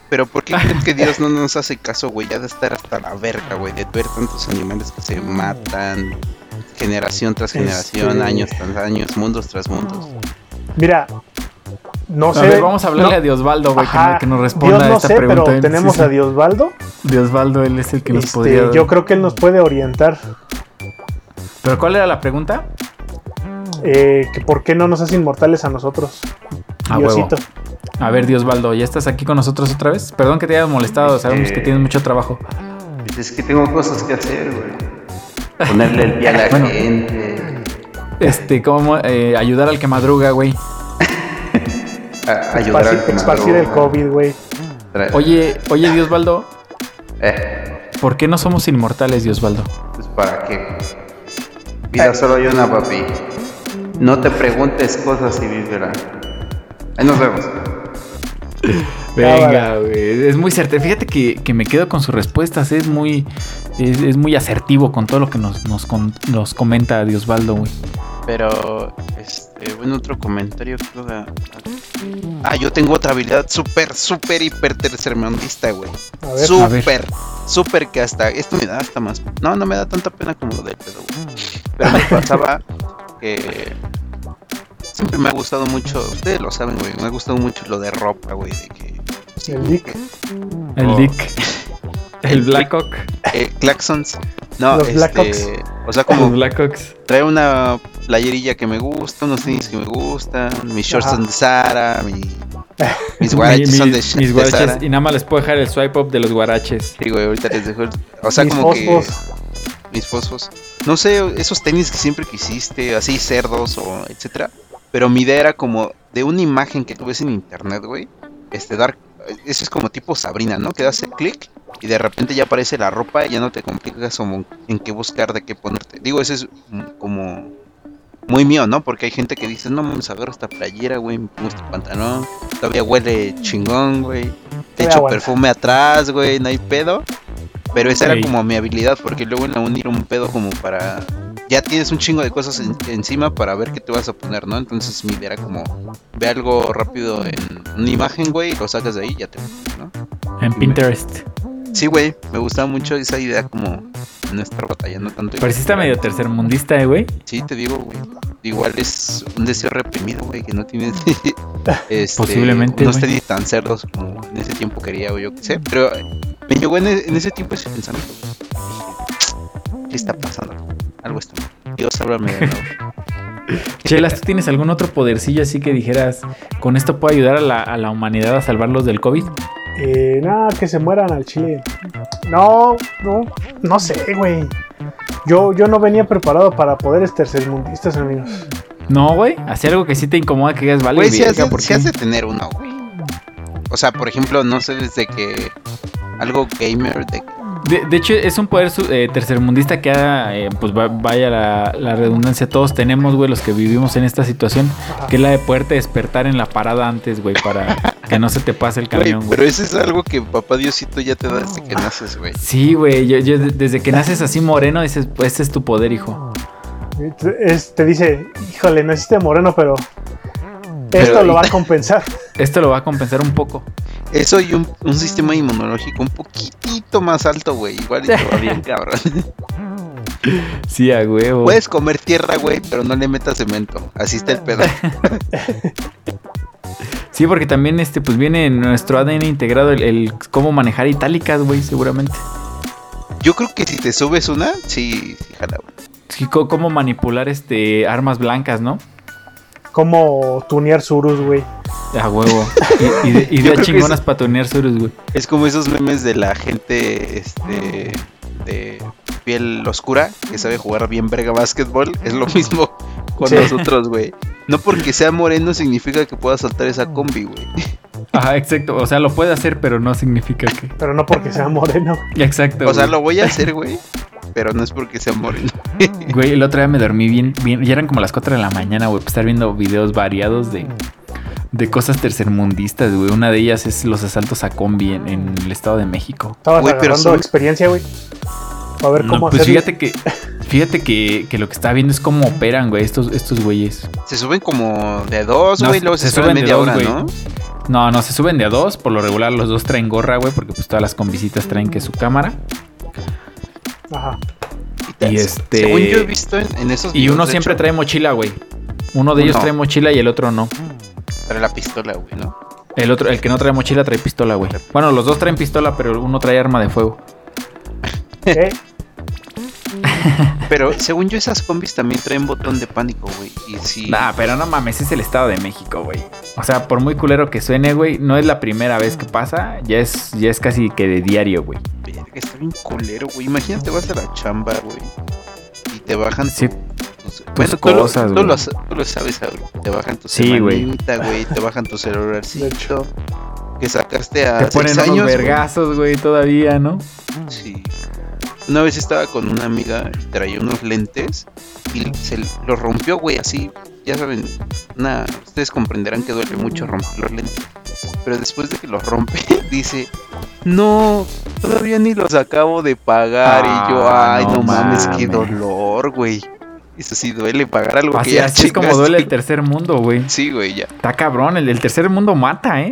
[SPEAKER 5] Pero ¿por qué crees que Dios no nos hace caso, güey? Ya de estar hasta la verga, güey. De ver tantos animales que se matan. Generación tras generación,
[SPEAKER 2] Este-
[SPEAKER 5] años tras años, mundos tras mundos.
[SPEAKER 2] Mira, no sé.
[SPEAKER 1] a ver, vamos a hablarle
[SPEAKER 2] no-
[SPEAKER 1] a Diosbaldo, güey, que,
[SPEAKER 2] Ajá,
[SPEAKER 1] no- que nos responda
[SPEAKER 2] Dios no
[SPEAKER 1] a esta
[SPEAKER 2] sé,
[SPEAKER 1] pregunta.
[SPEAKER 2] pero
[SPEAKER 1] Sí,
[SPEAKER 2] tenemos
[SPEAKER 1] sí.
[SPEAKER 2] a Diosbaldo.
[SPEAKER 1] Diosbaldo, él es el que nos
[SPEAKER 2] Este,
[SPEAKER 1] podría.
[SPEAKER 2] Yo creo que él nos puede orientar.
[SPEAKER 1] Pero ¿cuál era la pregunta?
[SPEAKER 2] eh, que ¿Por qué no nos hace inmortales a nosotros?
[SPEAKER 1] A huevo.
[SPEAKER 2] Diosito.
[SPEAKER 1] A ver, Diosbaldo, ¿ya estás aquí con nosotros otra vez? Perdón que te hayas molestado, sabemos que
[SPEAKER 5] Este-
[SPEAKER 1] tienes mucho trabajo.
[SPEAKER 5] Pues Es que tengo cosas que hacer, güey. Ponerle el pie a la
[SPEAKER 1] Bueno.
[SPEAKER 5] gente.
[SPEAKER 1] Este, ¿cómo eh, ayudar al que madruga, güey?
[SPEAKER 5] a- ayudar al
[SPEAKER 2] Esparcir,
[SPEAKER 5] que
[SPEAKER 2] esparcir el
[SPEAKER 5] madruga,
[SPEAKER 2] COVID, güey.
[SPEAKER 5] tra-
[SPEAKER 1] Oye, oye, Diosbaldo,
[SPEAKER 5] Eh,
[SPEAKER 1] ¿por qué no somos inmortales, Diosbaldo?
[SPEAKER 5] pues para qué. Vida solo hay una, papi. No te preguntes cosas y vívela. Ahí nos vemos.
[SPEAKER 1] Venga, güey. Es muy certero. Fíjate que, que me quedo con sus respuestas. Es muy, es, es muy asertivo con todo lo que nos, nos, con- nos comenta Diosbaldo, güey.
[SPEAKER 5] Pero, este, bueno, otro comentario. creo que- Ah, yo tengo otra habilidad súper, súper, hiper tercermundista, güey.
[SPEAKER 2] A ver.
[SPEAKER 1] Su- a ver.
[SPEAKER 5] Súper, súper que hasta. Esto me da hasta más. No, no me da tanta pena como lo del pedo, güey. Pero me pasaba que. Siempre me ha gustado mucho. Ustedes lo saben, güey. Me ha gustado mucho lo de ropa, güey. De que.
[SPEAKER 2] El Dick.
[SPEAKER 1] El
[SPEAKER 5] Oh.
[SPEAKER 1] Dick. El Blackhawk.
[SPEAKER 5] Eh, Claxons. No,
[SPEAKER 2] Los
[SPEAKER 5] este,
[SPEAKER 2] Blackhawks.
[SPEAKER 5] O sea,
[SPEAKER 1] Los
[SPEAKER 5] como
[SPEAKER 1] Blackhawks.
[SPEAKER 5] trae una playerilla que me gusta, unos tenis que me gustan, mis shorts
[SPEAKER 2] Ajá.
[SPEAKER 5] son de Sara, mi- mis
[SPEAKER 1] Mi-
[SPEAKER 5] guaraches son de,
[SPEAKER 1] mis, mis
[SPEAKER 5] de
[SPEAKER 1] guaraches.
[SPEAKER 5] Zara.
[SPEAKER 1] Y nada más les puedo dejar el swipe up de los guaraches.
[SPEAKER 5] Sí, güey, ahorita les dejo. el- O sea,
[SPEAKER 2] mis
[SPEAKER 5] como que
[SPEAKER 2] fosfos.
[SPEAKER 5] mis fosfos. No sé, esos tenis que siempre quisiste, así cerdos o etcétera. Pero mi idea era como de una imagen que tú ves en internet, güey. Este dar. Eso es como tipo Sabrina, ¿no? Que das el clic y de repente ya aparece la ropa y ya no te complicas como en qué buscar, de qué ponerte. Digo, eso es mm, como muy mío, ¿no? Porque hay gente que dice, no mames, agarro esta playera, güey, me pongo este pantalón. Todavía huele chingón, güey. Te
[SPEAKER 2] Todavía
[SPEAKER 5] echo
[SPEAKER 2] aguanta.
[SPEAKER 5] perfume atrás, güey, no hay pedo. Pero esa
[SPEAKER 1] Ey.
[SPEAKER 5] era como mi habilidad, porque luego en la uni era un pedo como para... Ya tienes un chingo de cosas en- encima para ver qué te vas a poner, ¿no? Entonces mi idea era como, ve algo rápido en una imagen, güey, lo sacas de ahí y ya te pones, ¿no?
[SPEAKER 1] En Pinterest.
[SPEAKER 5] Sí, güey, me gustaba mucho esa idea como no estar batallando tanto.
[SPEAKER 1] Pero sí está medio tercermundista, eh, güey.
[SPEAKER 5] Sí, te digo, güey. Igual es un deseo reprimido, güey, que no tienes. este,
[SPEAKER 1] Posiblemente,
[SPEAKER 5] No
[SPEAKER 1] güey.
[SPEAKER 5] tenis tan cerdos como en ese tiempo quería, o yo qué sé. Pero me llegó en, e- en ese tiempo ese pensamiento. güey. Dije, ¿Qué está pasando? Algo está mal. Dios, háblame de nuevo.
[SPEAKER 1] Chelas, ¿tú tienes algún otro podercillo así que dijeras, con esto puedo ayudar a la, a la humanidad a salvarlos del COVID?
[SPEAKER 2] Eh, no, que se mueran al chile. No, no, no sé, güey. Yo, yo no venía preparado para poderes tercermundistas, amigos.
[SPEAKER 1] No, güey. Hacer algo que sí te incomoda que digas, vale,
[SPEAKER 5] Güey, si
[SPEAKER 1] verga,
[SPEAKER 5] has, de-
[SPEAKER 1] ¿por
[SPEAKER 5] sí
[SPEAKER 1] qué?
[SPEAKER 5] has de tener uno, güey. O sea, por ejemplo, no sé, desde que algo gamer de
[SPEAKER 1] De, de hecho, es un poder su- eh, tercermundista que, ha, eh, pues va- vaya la, la redundancia, todos tenemos, güey, los que vivimos en esta situación,
[SPEAKER 2] Ajá.
[SPEAKER 1] que es la de poderte despertar en la parada antes, güey, para que no se te pase el
[SPEAKER 5] Güey,
[SPEAKER 1] camión, güey.
[SPEAKER 5] pero eso es algo que papá Diosito ya te da desde que naces, güey.
[SPEAKER 1] Sí, güey, yo, yo de- desde que naces así moreno, dices, pues este es tu poder, hijo.
[SPEAKER 2] Es- te dice, híjole, no hiciste moreno, pero esto
[SPEAKER 5] Pero-
[SPEAKER 2] lo va a compensar.
[SPEAKER 1] Esto lo va a compensar un poco.
[SPEAKER 5] Eso y un, un sistema inmunológico un poquitito más alto, güey. Igual y te va bien, cabrón.
[SPEAKER 1] Sí, a huevo.
[SPEAKER 5] Puedes comer tierra, güey, pero no le metas cemento. Así está el pedo.
[SPEAKER 1] Sí, porque también este, pues viene en nuestro ADN integrado el, el cómo manejar itálicas, güey, seguramente.
[SPEAKER 5] Yo creo que si te subes una, sí, sí, jala, güey.
[SPEAKER 1] Sí, co- cómo manipular este armas blancas, ¿no?
[SPEAKER 2] cómo tunear Surus, güey.
[SPEAKER 1] A huevo. Y, y de, y
[SPEAKER 5] Yo
[SPEAKER 1] de
[SPEAKER 5] creo que
[SPEAKER 1] chingonas
[SPEAKER 5] es-
[SPEAKER 1] para tunear surus, güey.
[SPEAKER 5] Es como esos memes de la gente este, de piel oscura que sabe jugar bien verga básquetbol. Es lo mismo con
[SPEAKER 2] Sí.
[SPEAKER 5] nosotros, güey. No porque sea moreno significa que pueda saltar esa combi, güey.
[SPEAKER 1] Ajá, exacto. O sea, lo puede hacer, pero no significa que.
[SPEAKER 2] Pero no porque sea moreno.
[SPEAKER 1] Exacto.
[SPEAKER 5] O sea,
[SPEAKER 1] güey.
[SPEAKER 5] lo voy a hacer, güey. Pero no es porque sea moreno.
[SPEAKER 1] Güey, el otro día me dormí bien, bien. Ya eran como las 4 de la mañana, güey. pues, Estar viendo videos variados de, de cosas tercermundistas, güey. Una de ellas es los asaltos a combi en, en el Estado de México.
[SPEAKER 2] Estabas
[SPEAKER 5] Güey, pero
[SPEAKER 2] agarrando
[SPEAKER 5] son-
[SPEAKER 2] experiencia, güey. Para ver
[SPEAKER 1] No,
[SPEAKER 2] cómo
[SPEAKER 1] pues
[SPEAKER 2] hacerle.
[SPEAKER 1] fíjate que. Fíjate que, que lo que está viendo es cómo operan, güey, estos, estos güeyes.
[SPEAKER 5] Se suben como de a dos,
[SPEAKER 1] No,
[SPEAKER 5] Pues, güey. luego
[SPEAKER 1] se
[SPEAKER 5] se, suben
[SPEAKER 1] suben de
[SPEAKER 5] media
[SPEAKER 1] dos,
[SPEAKER 5] hora,
[SPEAKER 1] güey.
[SPEAKER 5] ¿no?
[SPEAKER 1] No, no, se suben de a dos. Por lo regular, los dos traen gorra, güey, porque pues todas las combisitas traen que su cámara.
[SPEAKER 2] Ajá.
[SPEAKER 1] Y este.
[SPEAKER 5] Según yo he visto en, en esos.
[SPEAKER 1] Y
[SPEAKER 5] videos,
[SPEAKER 1] uno
[SPEAKER 5] de
[SPEAKER 1] siempre
[SPEAKER 5] hecho,
[SPEAKER 1] trae mochila, güey. Uno de ellos
[SPEAKER 5] Uno.
[SPEAKER 1] trae mochila y el otro no.
[SPEAKER 5] trae la pistola, güey, ¿no?
[SPEAKER 1] El otro, el que no trae mochila trae pistola, güey. Bueno, los dos traen pistola, pero uno trae arma de fuego.
[SPEAKER 2] ¿Eh?
[SPEAKER 5] Pero según yo, esas combis también traen botón de pánico, güey. Y si.
[SPEAKER 1] Nah, pero no mames, es el Estado de México, güey. O sea, por muy culero que suene, güey, no es la primera vez que pasa, ya es, ya es casi que de diario, güey.
[SPEAKER 5] Verga, está bien culero, güey. Imagínate, vas a la chamba, güey. Y te bajan
[SPEAKER 1] Sí.
[SPEAKER 5] tus, bueno, tú
[SPEAKER 1] Pues cosas,
[SPEAKER 5] lo, tú,
[SPEAKER 1] güey.
[SPEAKER 5] lo, sa- tú lo sabes, Abril. Te bajan tu
[SPEAKER 1] Sí, güey.
[SPEAKER 5] semanita, güey. Te bajan tu
[SPEAKER 2] De
[SPEAKER 5] celularcito. Que sacaste a
[SPEAKER 1] Te ponen
[SPEAKER 5] Ah, seis
[SPEAKER 1] unos
[SPEAKER 5] años. güey.
[SPEAKER 1] vergazos, güey, todavía, ¿no?
[SPEAKER 5] Sí. Una vez estaba con una amiga y traía unos lentes y se los rompió, güey, así. Ya saben, nada, ustedes comprenderán que duele mucho romper los lentes. Pero después de que los rompe, dice, no, todavía ni los acabo de pagar. y yo,
[SPEAKER 1] Ah,
[SPEAKER 5] ay, no,
[SPEAKER 1] no
[SPEAKER 5] mames, qué
[SPEAKER 1] mames.
[SPEAKER 5] dolor, güey. Eso sí duele pagar algo que
[SPEAKER 1] Así,
[SPEAKER 5] ya
[SPEAKER 1] así es como
[SPEAKER 5] chingaste.
[SPEAKER 1] duele el tercer mundo, güey.
[SPEAKER 5] Sí, güey, ya.
[SPEAKER 1] Está cabrón, el del tercer mundo mata, ¿eh?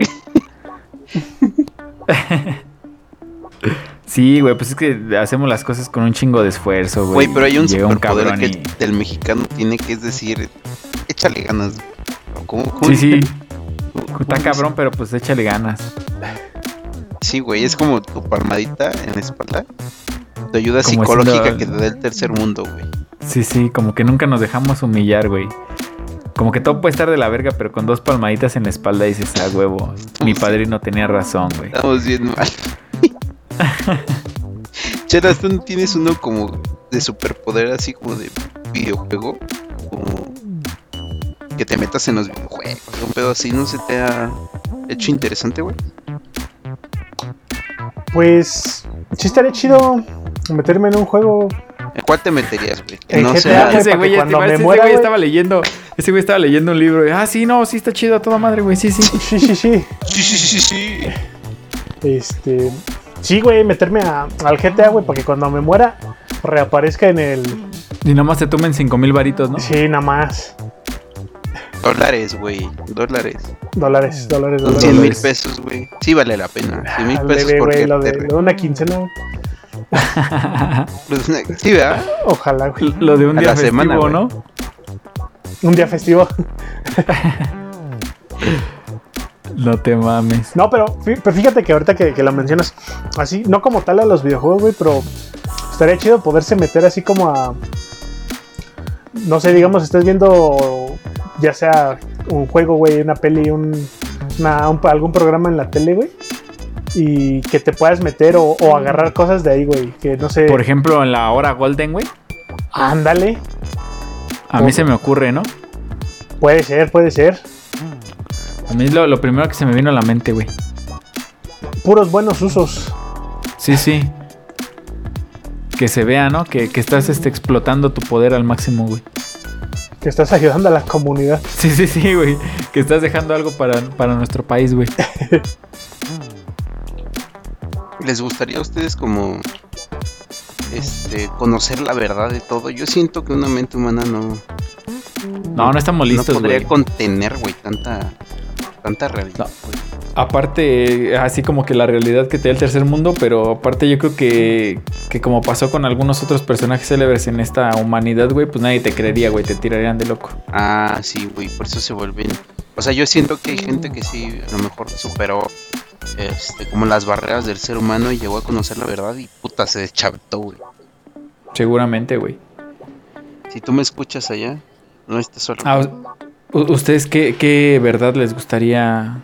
[SPEAKER 1] sí, güey, pues es que hacemos las cosas con un chingo de esfuerzo, güey.
[SPEAKER 5] Güey, pero hay un
[SPEAKER 1] Llega
[SPEAKER 5] superpoder que
[SPEAKER 1] y-
[SPEAKER 5] el mexicano tiene que es decir, échale ganas. ¿Cómo, cómo
[SPEAKER 1] Sí, sí,
[SPEAKER 5] ¿Cómo
[SPEAKER 1] está
[SPEAKER 5] dice?
[SPEAKER 1] cabrón, pero pues échale ganas.
[SPEAKER 5] Sí, güey, es como tu palmadita en la espalda. Tu ayuda
[SPEAKER 1] Como
[SPEAKER 5] psicológica
[SPEAKER 1] haciendo-
[SPEAKER 5] que te da el tercer mundo, güey.
[SPEAKER 1] Sí, sí, como que nunca nos dejamos humillar, güey. Como que todo puede estar de la verga, pero con dos palmaditas en la espalda dices, ah, huevo, mi padrino tenía razón, güey.
[SPEAKER 5] Estamos bien mal. Cheras, ¿tú no tienes uno como de superpoder así como de videojuego? Como que te metas en los videojuegos, un pedo así, ¿no se te ha hecho interesante, güey?
[SPEAKER 2] Pues sí estaría chido meterme en un juego.
[SPEAKER 5] ¿En cuál te meterías, güey? Que
[SPEAKER 2] El
[SPEAKER 5] no
[SPEAKER 2] GTA,
[SPEAKER 5] sea...
[SPEAKER 2] güey.
[SPEAKER 1] Ese
[SPEAKER 2] para
[SPEAKER 1] güey
[SPEAKER 2] que
[SPEAKER 1] ya-
[SPEAKER 2] cuando me
[SPEAKER 1] ese
[SPEAKER 2] muera,
[SPEAKER 1] güey
[SPEAKER 2] güey.
[SPEAKER 1] estaba leyendo, ese güey estaba leyendo un libro. y, Ah, sí, no, sí está chido a toda madre, güey. Sí, sí.
[SPEAKER 2] Sí, sí, sí.
[SPEAKER 5] Sí, sí, sí, sí, sí.
[SPEAKER 2] Este. Sí, güey, meterme a- al GTA, güey, para que cuando me muera reaparezca en el.
[SPEAKER 1] Y nomás te tomen cinco mil varitos, ¿no?
[SPEAKER 2] Sí, nada más.
[SPEAKER 5] Dólares, güey. Dólares.
[SPEAKER 2] Dólares, dólares,
[SPEAKER 5] Son
[SPEAKER 2] dólares.
[SPEAKER 5] 100 mil
[SPEAKER 1] dólares.
[SPEAKER 5] pesos, güey. Sí vale la pena. 100 mil
[SPEAKER 2] Ándale,
[SPEAKER 5] pesos por
[SPEAKER 2] güey, lo de,
[SPEAKER 5] cartera.
[SPEAKER 2] lo de una quincena.
[SPEAKER 5] Los ne- Pues, Sí, ¿verdad?
[SPEAKER 2] Ojalá, güey.
[SPEAKER 1] Lo de un
[SPEAKER 5] A
[SPEAKER 1] día
[SPEAKER 5] la
[SPEAKER 1] festivo,
[SPEAKER 5] semana, güey.
[SPEAKER 1] ¿no?
[SPEAKER 2] Un día festivo.
[SPEAKER 1] No te mames.
[SPEAKER 2] No, pero, fí- pero fíjate que ahorita que, que lo mencionas, así, no como tal a los videojuegos, güey, pero estaría chido poderse meter así como a. No sé, digamos, estás viendo ya sea un juego, güey, una peli, un, una- un- algún programa en la tele, güey. Y que te puedas meter o, o agarrar cosas de ahí, güey. Que no sé.
[SPEAKER 1] Por ejemplo, en la hora Golden, güey.
[SPEAKER 2] ándale.
[SPEAKER 1] A mí se me ocurre, ¿no?
[SPEAKER 2] Puede ser, puede ser.
[SPEAKER 1] A mí es lo, lo primero que se me vino a la mente, güey.
[SPEAKER 2] Puros buenos usos.
[SPEAKER 1] Sí, sí. Que se vea, ¿no? Que, que estás este, explotando tu poder al máximo, güey.
[SPEAKER 2] Que estás ayudando a la comunidad.
[SPEAKER 1] Sí, sí, sí, güey. Que estás dejando algo para, para nuestro país, güey.
[SPEAKER 5] ¿Les gustaría a ustedes como este conocer la verdad de todo? Yo siento que una mente humana no,
[SPEAKER 1] No, no estamos
[SPEAKER 5] no
[SPEAKER 1] listos,
[SPEAKER 5] podría
[SPEAKER 1] güey.
[SPEAKER 5] contener, güey, tanta tanta realidad. güey.
[SPEAKER 1] Aparte, eh, así como que la realidad que te da el tercer mundo, pero aparte yo creo que, que como pasó con algunos otros personajes célebres en esta humanidad, güey, pues nadie te creería, güey, te tirarían de loco.
[SPEAKER 5] Ah, sí, güey, por eso se vuelven. O sea, yo siento que hay gente que sí a lo mejor superó este como las barreras del ser humano y llegó a conocer la verdad y puta se deschavtó, güey.
[SPEAKER 1] Seguramente, güey.
[SPEAKER 5] Si tú me escuchas allá, no estás solo.
[SPEAKER 1] Ah, U- ¿Ustedes qué, qué verdad les gustaría?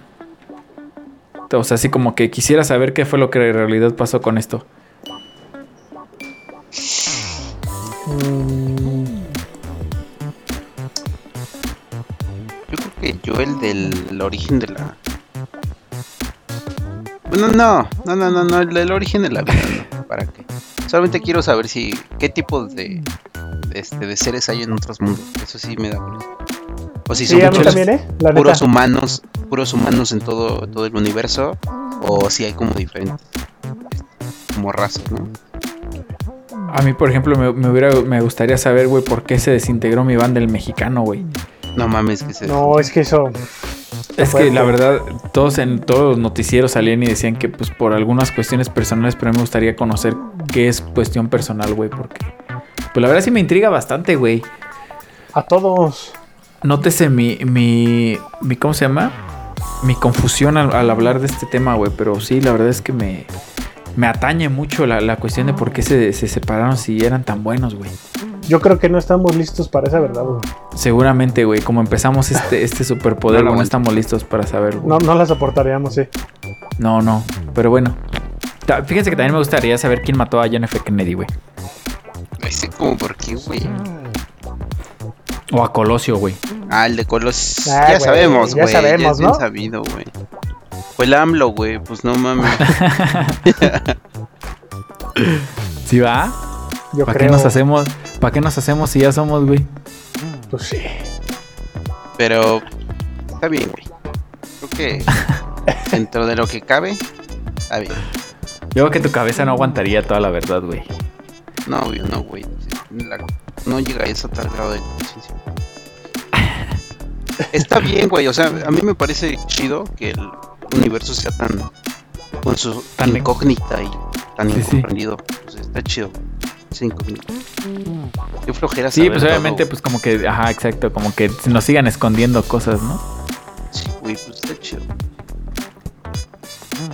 [SPEAKER 1] O sea, así como que quisiera saber qué fue lo que en realidad pasó con esto.
[SPEAKER 2] Mm,
[SPEAKER 5] Yo creo que yo el del origen de la. Bueno, no, no, no, no, no, el del origen de la vida, no, ¿para qué? Solamente quiero saber si qué tipo de, de, este, de seres hay en otros mundos. Eso sí me da curiosidad. O si
[SPEAKER 2] sí,
[SPEAKER 5] son
[SPEAKER 2] a mí
[SPEAKER 5] puros,
[SPEAKER 2] también, ¿eh? La neta.
[SPEAKER 5] puros humanos, puros humanos en todo, todo el universo, o si hay como diferentes, este, como razas, ¿no?
[SPEAKER 1] A mí, por ejemplo, me, me hubiera, me gustaría saber, güey, por qué se desintegró mi banda el mexicano, güey.
[SPEAKER 5] No mames que se.
[SPEAKER 2] No, es que eso.
[SPEAKER 1] Es que
[SPEAKER 2] fuerte.
[SPEAKER 1] la verdad, todos en todos los noticieros salían y decían que, pues, por algunas cuestiones personales, pero a mí me gustaría conocer qué es cuestión personal, güey, porque. Pues la verdad sí me intriga bastante, güey.
[SPEAKER 2] A todos.
[SPEAKER 1] Nótese mi, mi, mi- ¿cómo se llama? Mi confusión al, al hablar de este tema, güey. Pero sí, la verdad es que me, me atañe mucho la, la cuestión de por qué se, se separaron si eran tan buenos, güey.
[SPEAKER 2] Yo creo que no estamos listos para esa verdad, güey.
[SPEAKER 1] Seguramente, güey, como empezamos este, este superpoder, güey,
[SPEAKER 5] No la
[SPEAKER 1] no
[SPEAKER 5] aguanto.
[SPEAKER 1] estamos listos para saber, güey.
[SPEAKER 2] No, no la soportaríamos, sí.
[SPEAKER 1] No, no, pero bueno. Ta- Fíjense que también me gustaría saber quién mató a John F. Kennedy, güey.
[SPEAKER 5] Ese como por qué, güey.
[SPEAKER 1] O a Colosio, güey.
[SPEAKER 5] Ah, el de Colos.
[SPEAKER 2] Ah,
[SPEAKER 5] ya
[SPEAKER 2] güey,
[SPEAKER 5] sabemos,
[SPEAKER 2] ya
[SPEAKER 5] güey. Ya
[SPEAKER 2] sabemos,
[SPEAKER 5] es bien
[SPEAKER 2] ¿no?
[SPEAKER 5] sabido, güey. Fue el AMLO, güey. Pues no mames.
[SPEAKER 1] ¿Sí va?
[SPEAKER 2] Yo
[SPEAKER 1] ¿Para
[SPEAKER 2] creo.
[SPEAKER 1] qué nos hacemos? ¿Para qué nos hacemos si ya somos, güey?
[SPEAKER 2] Pues sí.
[SPEAKER 5] Pero está bien, güey. Creo que dentro de lo que cabe, está bien.
[SPEAKER 1] Yo creo que tu cabeza no aguantaría toda la verdad, güey.
[SPEAKER 5] No, obvio, no, güey. La- No llega a eso a tal grado de conciencia. Está bien, güey. O sea, a mí me parece chido que el universo sea tan. con su
[SPEAKER 1] Tan-
[SPEAKER 5] tan incógnita y tan
[SPEAKER 1] Sí, sí.
[SPEAKER 5] incomprendido. O sea, está chido. Es incógnito. Qué flojera
[SPEAKER 1] Sí,
[SPEAKER 5] saber
[SPEAKER 1] pues
[SPEAKER 5] todo,
[SPEAKER 1] obviamente, pues como que, ajá, exacto, como que nos sigan escondiendo cosas, ¿no?
[SPEAKER 5] Sí, güey, pues está chido.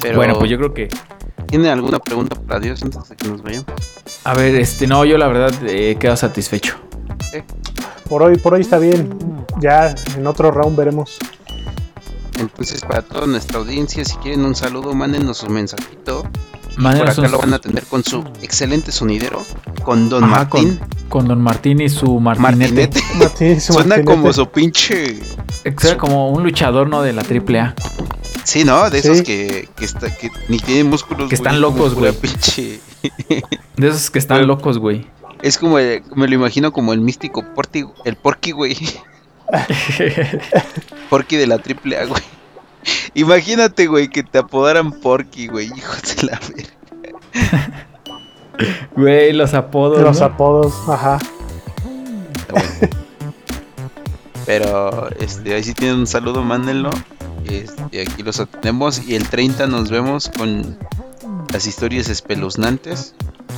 [SPEAKER 5] Pero,
[SPEAKER 1] Bueno, pues yo creo que.
[SPEAKER 5] ¿tiene alguna pregunta para Dios antes de que nos vayamos?
[SPEAKER 1] A ver, este, no, yo la verdad eh, he quedado satisfecho.
[SPEAKER 2] Por hoy, por hoy está bien. Ya en otro round veremos.
[SPEAKER 5] Entonces, para toda nuestra audiencia, si quieren un saludo, mándenos un mensajito. Por
[SPEAKER 1] Mándenos
[SPEAKER 5] acá
[SPEAKER 1] un-
[SPEAKER 5] lo van a tener con su excelente sonidero, con Don
[SPEAKER 1] Ajá,
[SPEAKER 5] Martín.
[SPEAKER 1] con Don Martín y su martinete.
[SPEAKER 5] Martinete.
[SPEAKER 2] Martín, su
[SPEAKER 5] Suena
[SPEAKER 2] Martinete.
[SPEAKER 5] como su pinche.
[SPEAKER 1] Exacto, como un luchador, ¿no? De la AAA.
[SPEAKER 5] Sí, ¿no? De
[SPEAKER 2] Sí.
[SPEAKER 5] esos que, que, está, que ni tienen músculos.
[SPEAKER 1] Que están
[SPEAKER 5] es como
[SPEAKER 1] locos,
[SPEAKER 5] pura
[SPEAKER 1] güey.
[SPEAKER 5] pinche-
[SPEAKER 1] De esos que están locos, güey.
[SPEAKER 5] Es como, el- me lo imagino como el místico Porti, el Porky, güey. Porky de la triple A, güey. Imagínate, güey, que te apodaran Porky, güey. Hijos de la verga.
[SPEAKER 1] Güey, los apodos.
[SPEAKER 2] Los
[SPEAKER 1] ¿no?
[SPEAKER 2] apodos, ajá.
[SPEAKER 5] Está bueno. Pero, este, ahí sí tienen un saludo, mándenlo. Este, aquí los atendemos. Y el 30 nos vemos con las historias espeluznantes.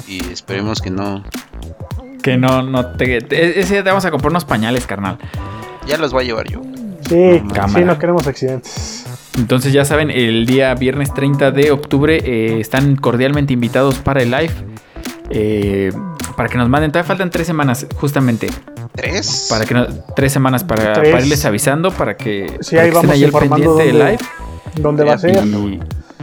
[SPEAKER 5] Y esperemos que no.
[SPEAKER 1] que no, no te, te- Ese día te vamos a comprar unos pañales, carnal.
[SPEAKER 5] Ya los voy a llevar yo.
[SPEAKER 2] Sí,
[SPEAKER 1] Cámara.
[SPEAKER 2] sí, no queremos accidentes.
[SPEAKER 1] Entonces ya saben, el día viernes 30 de octubre eh, están cordialmente invitados para el live. eh, para que nos manden, todavía faltan tres semanas, justamente.
[SPEAKER 5] ¿Tres?
[SPEAKER 1] Para que no- tres semanas para,
[SPEAKER 2] Tres.
[SPEAKER 1] para irles avisando, para que,
[SPEAKER 2] Sí,
[SPEAKER 1] para
[SPEAKER 2] ahí
[SPEAKER 1] que
[SPEAKER 2] vamos
[SPEAKER 1] al
[SPEAKER 2] informando
[SPEAKER 1] pendiente del
[SPEAKER 2] dónde-
[SPEAKER 1] live.
[SPEAKER 2] ¿Dónde va a ser?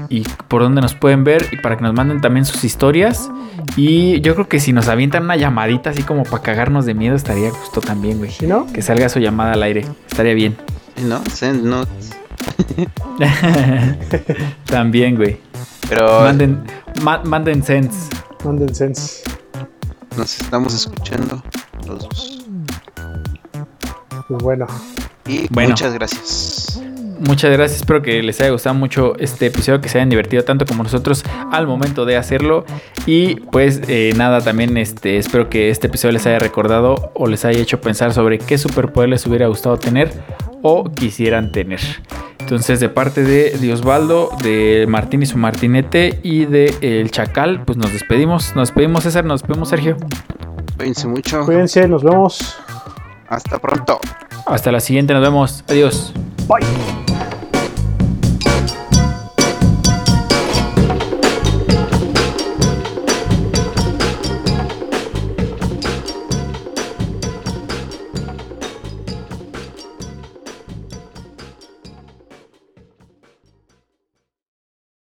[SPEAKER 1] Y, y por dónde nos pueden ver y para que nos manden también sus historias. Y yo creo que si nos avientan una llamadita así como para cagarnos de miedo, estaría a gusto también, güey.
[SPEAKER 2] Si no,
[SPEAKER 1] Que salga su llamada al aire, estaría bien.
[SPEAKER 5] No, send notes.
[SPEAKER 1] también, güey.
[SPEAKER 5] Pero
[SPEAKER 1] Manden, ma- manden sense.
[SPEAKER 2] manden sense.
[SPEAKER 5] nos estamos escuchando los dos.
[SPEAKER 2] Pues bueno,
[SPEAKER 5] Y
[SPEAKER 1] Bueno.
[SPEAKER 5] muchas gracias.
[SPEAKER 1] Muchas gracias, espero que les haya gustado mucho este episodio, que se hayan divertido tanto como nosotros al momento de hacerlo. Y pues eh, nada, también este, espero que este episodio les haya recordado o les haya hecho pensar sobre qué superpoder les hubiera gustado tener o quisieran tener. Entonces, de parte de Diosbaldo, de Martín y su Martinete y de El Chacal, pues nos despedimos. Nos despedimos, César, nos despedimos, Sergio.
[SPEAKER 5] Cuídense mucho.
[SPEAKER 2] cuídense, nos vemos.
[SPEAKER 5] Hasta pronto.
[SPEAKER 1] Hasta la siguiente, nos vemos. Adiós.
[SPEAKER 2] Bye.